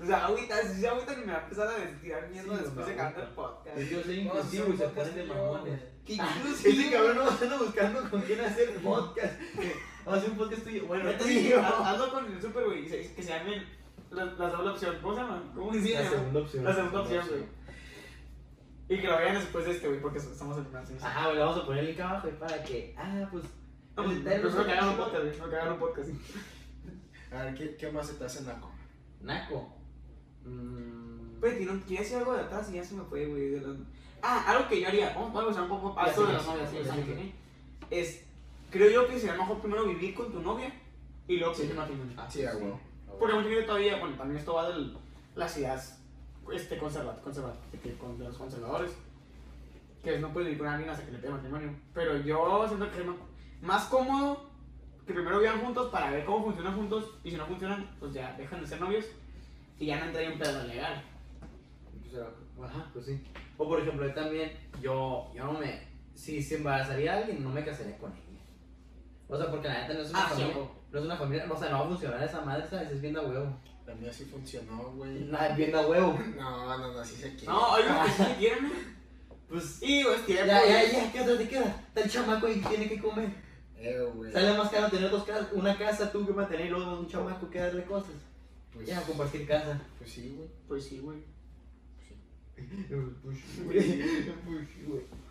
[SPEAKER 3] O sea, agüita, si se agüita ni me va a empezar a tirar mierda
[SPEAKER 2] Sí,
[SPEAKER 3] después
[SPEAKER 2] no,
[SPEAKER 3] de
[SPEAKER 2] no,
[SPEAKER 3] cantar
[SPEAKER 2] no.
[SPEAKER 3] el podcast.
[SPEAKER 2] Yo soy
[SPEAKER 4] Vamos a hacer
[SPEAKER 2] inclusivo
[SPEAKER 4] un
[SPEAKER 2] y se
[SPEAKER 4] podcast
[SPEAKER 2] ponen de
[SPEAKER 4] tú y yo,
[SPEAKER 2] mamones.
[SPEAKER 4] güey.
[SPEAKER 3] Que
[SPEAKER 2] Este cabrón no anda buscando con quién hacer podcast. Vamos a hacer un podcast tuyo. Bueno,
[SPEAKER 3] Yo te dije, haz- hazlo con el super, güey. y se- Que se llamen las la doble opción. ¿Cómo se llaman? ¿Cómo se
[SPEAKER 2] La
[SPEAKER 3] llama?
[SPEAKER 2] segunda opción.
[SPEAKER 3] La segunda opción, güey. Y que lo vean después de este, güey, porque estamos en el
[SPEAKER 2] Ajá, güey, le vamos a poner el link abajo y para que. Ah, pues.
[SPEAKER 3] No, pues,
[SPEAKER 2] Dale,
[SPEAKER 3] no
[SPEAKER 2] dale,
[SPEAKER 3] que hagan un
[SPEAKER 2] dale.
[SPEAKER 3] podcast, güey. No que hagan un podcast.
[SPEAKER 4] A ver, ¿qué, qué más se te hace naco?
[SPEAKER 2] Naco. Mm,
[SPEAKER 3] Güey, tirón, quería decir algo de atrás y ya se me fue, güey. de las- Ah, algo que yo haría. Vamos vamos a usar un poco a
[SPEAKER 2] Ya,
[SPEAKER 3] esto
[SPEAKER 2] sí,
[SPEAKER 3] de
[SPEAKER 2] ya,
[SPEAKER 3] las
[SPEAKER 2] sí,
[SPEAKER 3] novias.
[SPEAKER 2] sí,
[SPEAKER 3] sí,
[SPEAKER 2] sí,
[SPEAKER 3] o sea,
[SPEAKER 2] sí.
[SPEAKER 3] que- Es, creo yo que sería mejor primero vivir con tu novia y luego pedir matrimonio.
[SPEAKER 4] Sí, a huevo.
[SPEAKER 3] Ah, Porque mucha gente todavía, bueno, también esto va de las ideas este, conserva, conserva, que- con de los conservadores, que no puedes vivir con alguien hasta que le pida matrimonio. Pero yo siento que es más- más cómodo que primero vivan juntos para ver cómo funcionan juntos y si no funcionan, pues ya dejan de ser novios y ya no entraría un pedo legal.
[SPEAKER 2] pues, era- Ajá, pues sí. O por ejemplo, yo también, yo, yo no me. Si se embarazaría alguien, no me casaría con ella. O sea, porque la neta no es una
[SPEAKER 3] Ah, sí,
[SPEAKER 2] familia.
[SPEAKER 3] güey.
[SPEAKER 2] No es una familia. O sea, no va a funcionar esa madre, ¿sabes? Es bien a huevo.
[SPEAKER 4] La mía sí funcionó, güey.
[SPEAKER 2] Nada, bien a huevo.
[SPEAKER 4] No, no, no, sí se quiere.
[SPEAKER 3] No, hay unos que sí se quieren.
[SPEAKER 2] Pues.
[SPEAKER 3] Y pues tiempo.
[SPEAKER 2] Ya, ya, ya, ¿qué otra te queda? Está el chamaco y tiene que comer.
[SPEAKER 4] Eh, güey.
[SPEAKER 2] Sale más caro tener dos casas, una casa tú que mantener y luego un chamaco que darle cosas.
[SPEAKER 4] Pues,
[SPEAKER 2] Ya, compartir casa.
[SPEAKER 4] pues sí, güey.
[SPEAKER 3] Pues sí, güey.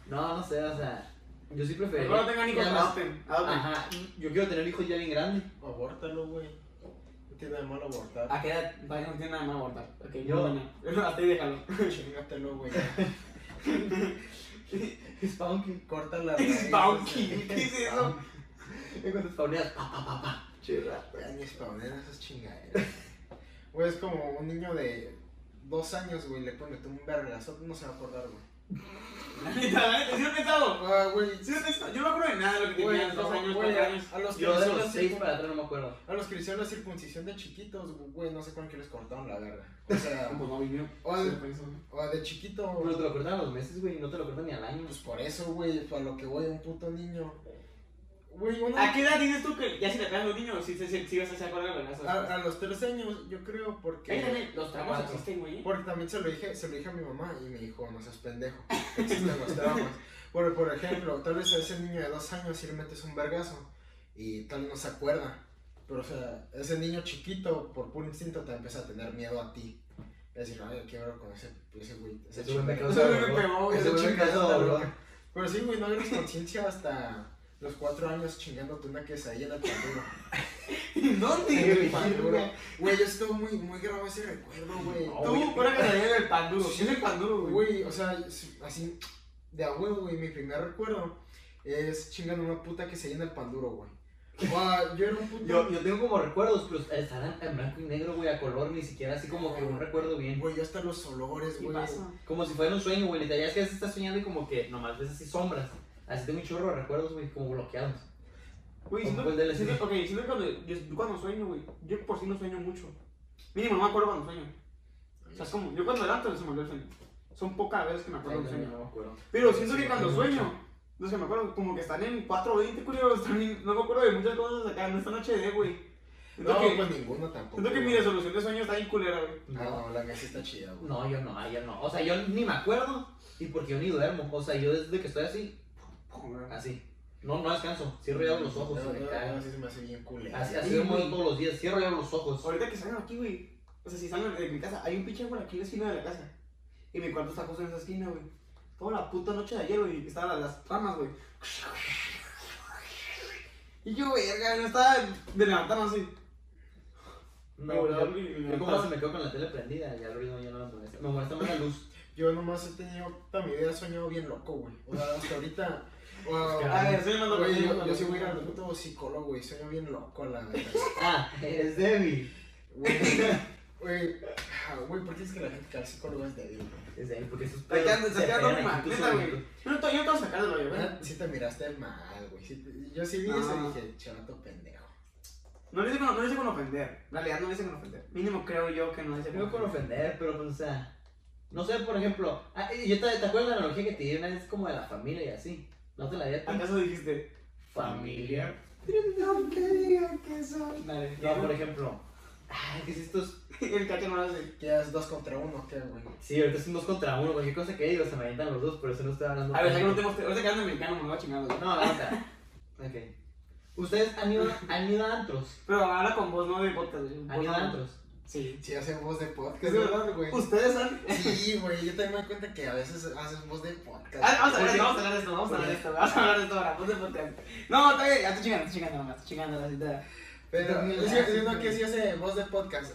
[SPEAKER 2] No, no sé, o sea, yo sí preferiría.
[SPEAKER 3] Pero no Ah, tengan hijos,
[SPEAKER 2] Ya más-
[SPEAKER 3] adopten. adopten.
[SPEAKER 2] Ajá, yo quiero tener hijos ya bien grandes.
[SPEAKER 4] Abórtalo, güey. No tiene de malo abortar.
[SPEAKER 3] ¿A qué edad? Vaya, no tiene nada más abordar. Ok,
[SPEAKER 2] Yo-
[SPEAKER 3] yo. No, hasta ahí déjalo.
[SPEAKER 4] Chingatelo, güey.
[SPEAKER 2] Spawnking.
[SPEAKER 4] Corta la raíz. Ah,
[SPEAKER 3] Spunky, ¿qué es eso?
[SPEAKER 2] Y cuando spawneas, pa, pa, pa, pa.
[SPEAKER 4] Ya ni spawnean esas chingaderas. Güey, es como un niño de dos años, güey, le pone tú un vergazo, no se va a acordar, güey.
[SPEAKER 3] La neta, la neta, sí lo he pensado.
[SPEAKER 4] Ah, güey.
[SPEAKER 3] Sí lo he pensado. Yo no me acuerdo de nada de lo que tenía
[SPEAKER 4] Güey,
[SPEAKER 3] dos
[SPEAKER 4] no,
[SPEAKER 3] años,
[SPEAKER 4] güey,
[SPEAKER 3] cuatro años.
[SPEAKER 4] a, a los que
[SPEAKER 2] Yo de
[SPEAKER 4] hicieron
[SPEAKER 2] los
[SPEAKER 4] la
[SPEAKER 2] seis
[SPEAKER 4] circun-
[SPEAKER 2] para atrás no me acuerdo.
[SPEAKER 4] a los que hicieron la circuncisión de chiquitos, güey, no sé cuándo que les cortaron la verga. O sea,
[SPEAKER 3] Pues no vivió.
[SPEAKER 4] Oye.
[SPEAKER 3] Sí, por eso.
[SPEAKER 4] o de chiquito,
[SPEAKER 2] Pero te lo cortan a los meses, güey, y no te lo cortan ni al año.
[SPEAKER 4] pues por eso, güey, para lo que voy, un puto niño. Güey, uno.
[SPEAKER 3] ¿A qué edad dices tú que ya si le pegas a los niños, si, si, si, si vas a sacar algo de las
[SPEAKER 4] A, a los tres años, yo creo, porque.
[SPEAKER 3] Los tramos
[SPEAKER 2] Cuatro.
[SPEAKER 3] existen, güey.
[SPEAKER 4] Porque también se lo dije, se lo dije a mi mamá y me dijo, no seas pendejo, existen los traumas. Por, por ejemplo, tal vez a ese niño de dos años si le metes un vergazo y tal vez no se acuerda. Pero, o sea, ese niño chiquito, por puro instinto, te empieza a tener miedo a ti. Es decir, ay, qué ver con ese, pues, ese güey. Ese
[SPEAKER 2] Ese güey me
[SPEAKER 4] chingadero".
[SPEAKER 2] causa
[SPEAKER 4] Ese güey
[SPEAKER 2] dolor.
[SPEAKER 4] me pegó,
[SPEAKER 2] Ese
[SPEAKER 4] ese
[SPEAKER 2] güey me
[SPEAKER 4] chingadero
[SPEAKER 2] causa
[SPEAKER 4] está
[SPEAKER 2] dolor.
[SPEAKER 4] loca. Pero sí, güey, no agarras conciencia hasta los cuatro años chingándote una quesadilla en la pandura.
[SPEAKER 3] ¿En
[SPEAKER 4] Güey,
[SPEAKER 3] dónde?
[SPEAKER 4] güey, Güey, yo estuvo muy, muy grabado ese recuerdo, güey.
[SPEAKER 2] No,
[SPEAKER 3] Tú, pura casadilla del panduro. ¿Quién es el panduro, güey?
[SPEAKER 4] Güey, o sea, s- así de a huevo, güey, mi primer recuerdo es chingando una puta que se llena el pan duro, güey. O sea, yo era un puto.
[SPEAKER 2] Yo, yo tengo como recuerdos, pero estarán en blanco y negro, güey, a color, ni siquiera así como que no recuerdo bien.
[SPEAKER 4] Güey, yo hasta los olores,
[SPEAKER 3] ¿Qué
[SPEAKER 4] güey.
[SPEAKER 3] pasa?
[SPEAKER 2] Como si fuera un sueño, güey. Literal, es que a veces estás soñando y como que nomás ves así sombras. Así tengo un chorro de recuerdos, güey, como bloqueados.
[SPEAKER 3] Güey,
[SPEAKER 2] ¿Cómo
[SPEAKER 3] siento,
[SPEAKER 2] fue el DLC?
[SPEAKER 3] siento, ok, siento que cuando, yo, yo cuando sueño, güey, yo por si no sueño mucho. Mínimo, no me acuerdo cuando sueño. O sea, es como, yo cuando levanto se me olvidó el sueño. Son pocas veces que me acuerdo
[SPEAKER 2] Ay,
[SPEAKER 3] del
[SPEAKER 2] no,
[SPEAKER 3] sueño.
[SPEAKER 2] no me acuerdo.
[SPEAKER 3] Pero siento que cuando
[SPEAKER 2] Mucho.
[SPEAKER 3] sueño, los que me acuerdo, como que están en 420, curioso, están en- no me acuerdo de muchas cosas acá, no están HD, güey. Siento,
[SPEAKER 4] No,
[SPEAKER 3] que,
[SPEAKER 4] pues ninguno tampoco.
[SPEAKER 3] siento que mi
[SPEAKER 4] güey.
[SPEAKER 3] resolución de sueño está bien culera, güey.
[SPEAKER 4] Ah, no, la mía sí está chida, güey.
[SPEAKER 2] No, yo no, yo no. O sea, yo ni me acuerdo y porque yo ni duermo. O sea, yo desde que estoy así, así. No, no descanso. Cierro y abro los ojos.
[SPEAKER 4] No,
[SPEAKER 2] se me
[SPEAKER 4] no,
[SPEAKER 2] cae.
[SPEAKER 4] no, sí se me hace bien culera.
[SPEAKER 2] Así, así duermo yo todos los días. Cierro y abro los ojos.
[SPEAKER 3] Ahorita que salgan aquí, güey. O sea, si salgan de mi casa, hay un pinche árbol aquí en la esquina de la casa. Y mi cuarto está justo en esa esquina, güey. Toda la puta noche de ayer, güey. Estaban las, las ramas, güey. Y yo, verga, no estaba de levantarme así.
[SPEAKER 2] No,
[SPEAKER 3] Me voy
[SPEAKER 4] Pues,
[SPEAKER 3] a
[SPEAKER 2] yo-
[SPEAKER 3] dormir y me
[SPEAKER 2] yo como
[SPEAKER 3] levanto.
[SPEAKER 2] se me quedo con la tele prendida, ya el ruido ya no me molesta. Me molesta más la luz.
[SPEAKER 4] Yo nomás he tenido toda mi vida he soñado bien loco, güey. O sea, hasta ahorita. o-
[SPEAKER 3] A ver, estoy llamando
[SPEAKER 4] Güey, yo, yo sí voy a ir al puto psicólogo, güey. Sueño bien loco a la verga.
[SPEAKER 2] Ah, eres débil.
[SPEAKER 4] Güey, güey, ah, güey, ¿por qué es que la gente que al psicólogo es débil, güey?
[SPEAKER 2] Es débil porque esos
[SPEAKER 3] Te quedas-
[SPEAKER 2] pedos
[SPEAKER 3] te
[SPEAKER 2] se
[SPEAKER 3] quedas
[SPEAKER 2] pegan
[SPEAKER 3] dormida,
[SPEAKER 2] aquí en tu
[SPEAKER 3] neta, güey.
[SPEAKER 2] sueño.
[SPEAKER 3] Yo no te yo no te voy a sacar del hoyo, güey.
[SPEAKER 4] Ah, Sí te miraste mal, güey. Sí te- yo sí vi
[SPEAKER 3] No.
[SPEAKER 4] eso y dije, chavato pendejo.
[SPEAKER 3] No le hice con, no le hice con ofender. En realidad no le hice con ofender. Mínimo creo yo que no le hice
[SPEAKER 2] No con ofender, pero pues, o sea, no sé, por ejemplo, ah, eh, yo te, ¿te acuerdas la analogía que te di una vez como de la familia y así? ¿No te la di a ti?
[SPEAKER 3] ¿Acaso dijiste?
[SPEAKER 2] Familia.
[SPEAKER 3] Aunque digan que son. Dale.
[SPEAKER 2] No, por ejemplo, ay, que si estos,
[SPEAKER 3] El cacho no lo hace.
[SPEAKER 4] Quedas dos contra uno, ¿qué, güey?
[SPEAKER 2] sí, ahorita es un dos contra uno, cualquier cosa que digo se me avientan los dos, por eso no estoy hablando.
[SPEAKER 3] A ver, ya que no tengo. Ahorita que ando mexicano, me voy a chingar los dos.
[SPEAKER 2] No, aguanta. ok. ¿Ustedes han ido, han ido a antros?
[SPEAKER 3] Pero habla con voz, no de podcast. güey.
[SPEAKER 2] ¿Han ido
[SPEAKER 3] Voz,
[SPEAKER 2] a
[SPEAKER 3] no.
[SPEAKER 2] antros?
[SPEAKER 3] Sí.
[SPEAKER 4] Si hacen voz de
[SPEAKER 3] Es
[SPEAKER 4] podcast, Pues,
[SPEAKER 3] verdad,
[SPEAKER 4] ¿verdad, güey?
[SPEAKER 3] Ustedes han.
[SPEAKER 4] Sí, güey, yo también me doy cuenta que a veces haces voz de podcast.
[SPEAKER 3] Ah, Vamos a hablar
[SPEAKER 4] Porque-
[SPEAKER 3] de esto, vamos a hablar de esto, vamos a hablar de esto, vamos a hablar de esto ahora, voz de podcast. No, está bien, ya estoy chingando, estoy chingando nomás, estoy chingando la cita.
[SPEAKER 4] Pero
[SPEAKER 3] También
[SPEAKER 4] es
[SPEAKER 3] la
[SPEAKER 4] que- es
[SPEAKER 3] haces,
[SPEAKER 4] no, que
[SPEAKER 3] güey.
[SPEAKER 4] sí hace voz de podcast.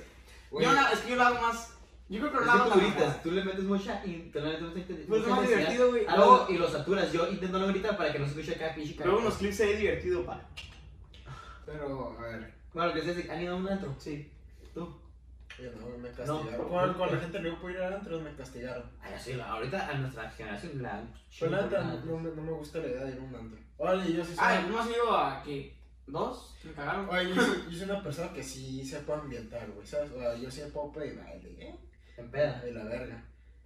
[SPEAKER 4] Güey,
[SPEAKER 3] Yo la- es que yo la hago más. Yo creo que
[SPEAKER 2] Es
[SPEAKER 3] la hago
[SPEAKER 2] que
[SPEAKER 3] más.
[SPEAKER 2] tú gritas, tú le metes mucha y te le metes mucha intensidad.
[SPEAKER 3] Pues es más divertido, güey.
[SPEAKER 2] Algo y lo saturas. Yo intento no gritar para que no se escuche acá, pinche cara.
[SPEAKER 3] Luego unos clips se ve divertido, pa.
[SPEAKER 4] Pero, a ver,
[SPEAKER 2] Bueno, que se han ido a un antro.
[SPEAKER 3] Sí.
[SPEAKER 2] Tú.
[SPEAKER 4] yo no, me castigaron.
[SPEAKER 2] No.
[SPEAKER 4] Cuando- Cuando la gente le dijo por ir al antro, me castigaron.
[SPEAKER 2] Ah, ya sí, la- ahorita a nuestra generación la.
[SPEAKER 4] Pero la neta,
[SPEAKER 2] chingada.
[SPEAKER 4] no, me- no me gusta la idea de ir a un antro. Oye, yo sí soy
[SPEAKER 3] Ah, ¿no has ido a qué? ¿Dos? Me cagaron.
[SPEAKER 4] Oye, yo soy, yo soy una persona que sí se puede ambientar, güey, ¿sabes? O sea, yo sí me puedo pedir baile, ¿eh?
[SPEAKER 2] En peda.
[SPEAKER 4] De la verga.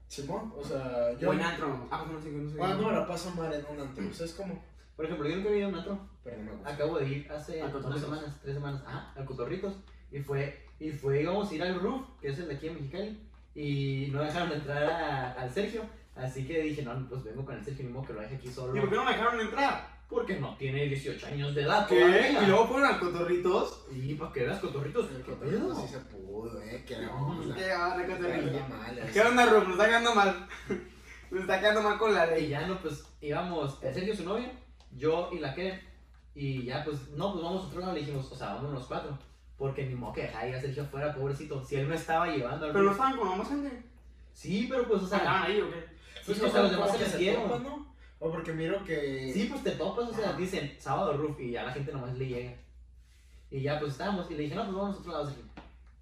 [SPEAKER 4] Simón, o sea, yo...
[SPEAKER 3] Buen antro. Ah, pues no sé, no sé.
[SPEAKER 4] Ah, no, la paso mal en un antro, ¿sabes cómo?
[SPEAKER 2] Por ejemplo, yo nunca he ido a un antro.
[SPEAKER 4] Pero no me gusta.
[SPEAKER 2] Acabo de ir hace
[SPEAKER 3] A
[SPEAKER 2] dos
[SPEAKER 3] Cotorritos.
[SPEAKER 2] semanas, tres semanas, ajá, a Cotorritos. Y fue, y fue, íbamos a ir al Roof, que es el de aquí en Mexicali. Y no dejaron entrar a- al Sergio. Así que dije, no, pues vengo con el Sergio, mismo que lo deje aquí solo.
[SPEAKER 3] ¿Y por qué no me dejaron entrar?
[SPEAKER 2] Porque no tiene 18 años de edad.
[SPEAKER 3] ¿Qué?
[SPEAKER 2] todavía.
[SPEAKER 3] Y luego ponen al cotorritos.
[SPEAKER 2] Y para que veas cotorritos.
[SPEAKER 4] El
[SPEAKER 2] ¿qué
[SPEAKER 4] cotorreo
[SPEAKER 2] pedo?
[SPEAKER 4] sí se pudo, ¿eh? Que no,
[SPEAKER 2] No,
[SPEAKER 4] o sea,
[SPEAKER 3] ¿Qué onda, cotorritos?
[SPEAKER 4] caía mal.
[SPEAKER 3] ¿Qué onda, Ruf? Nos está quedando mal. Nos está quedando mal con la
[SPEAKER 2] Y
[SPEAKER 3] ley.
[SPEAKER 2] ya no, pues íbamos, el Sergio, su novia, yo y la que. Y ya, pues, no, pues vamos a otro lado. Le dijimos, o sea, vamos los cuatro. Porque ni modo que dejara ir a Sergio fuera, pobrecito. Si él me estaba llevando al
[SPEAKER 3] Pero no
[SPEAKER 2] Roof.
[SPEAKER 3] estaban como más gente.
[SPEAKER 2] Sí, pero pues, o sea.
[SPEAKER 3] ¿Estaban ahí o qué?
[SPEAKER 2] Sí,
[SPEAKER 4] Pues,
[SPEAKER 2] o sea, los demás se
[SPEAKER 4] que
[SPEAKER 2] les dieron.
[SPEAKER 4] topan, ¿no? O porque miro que...
[SPEAKER 2] Sí, pues te topas, o sea,
[SPEAKER 4] Ajá.
[SPEAKER 2] dicen sábado Roof y ya la gente nomás le llega. Y ya, pues estábamos. Y le dije, no, pues vamos a otro lado, Sergio.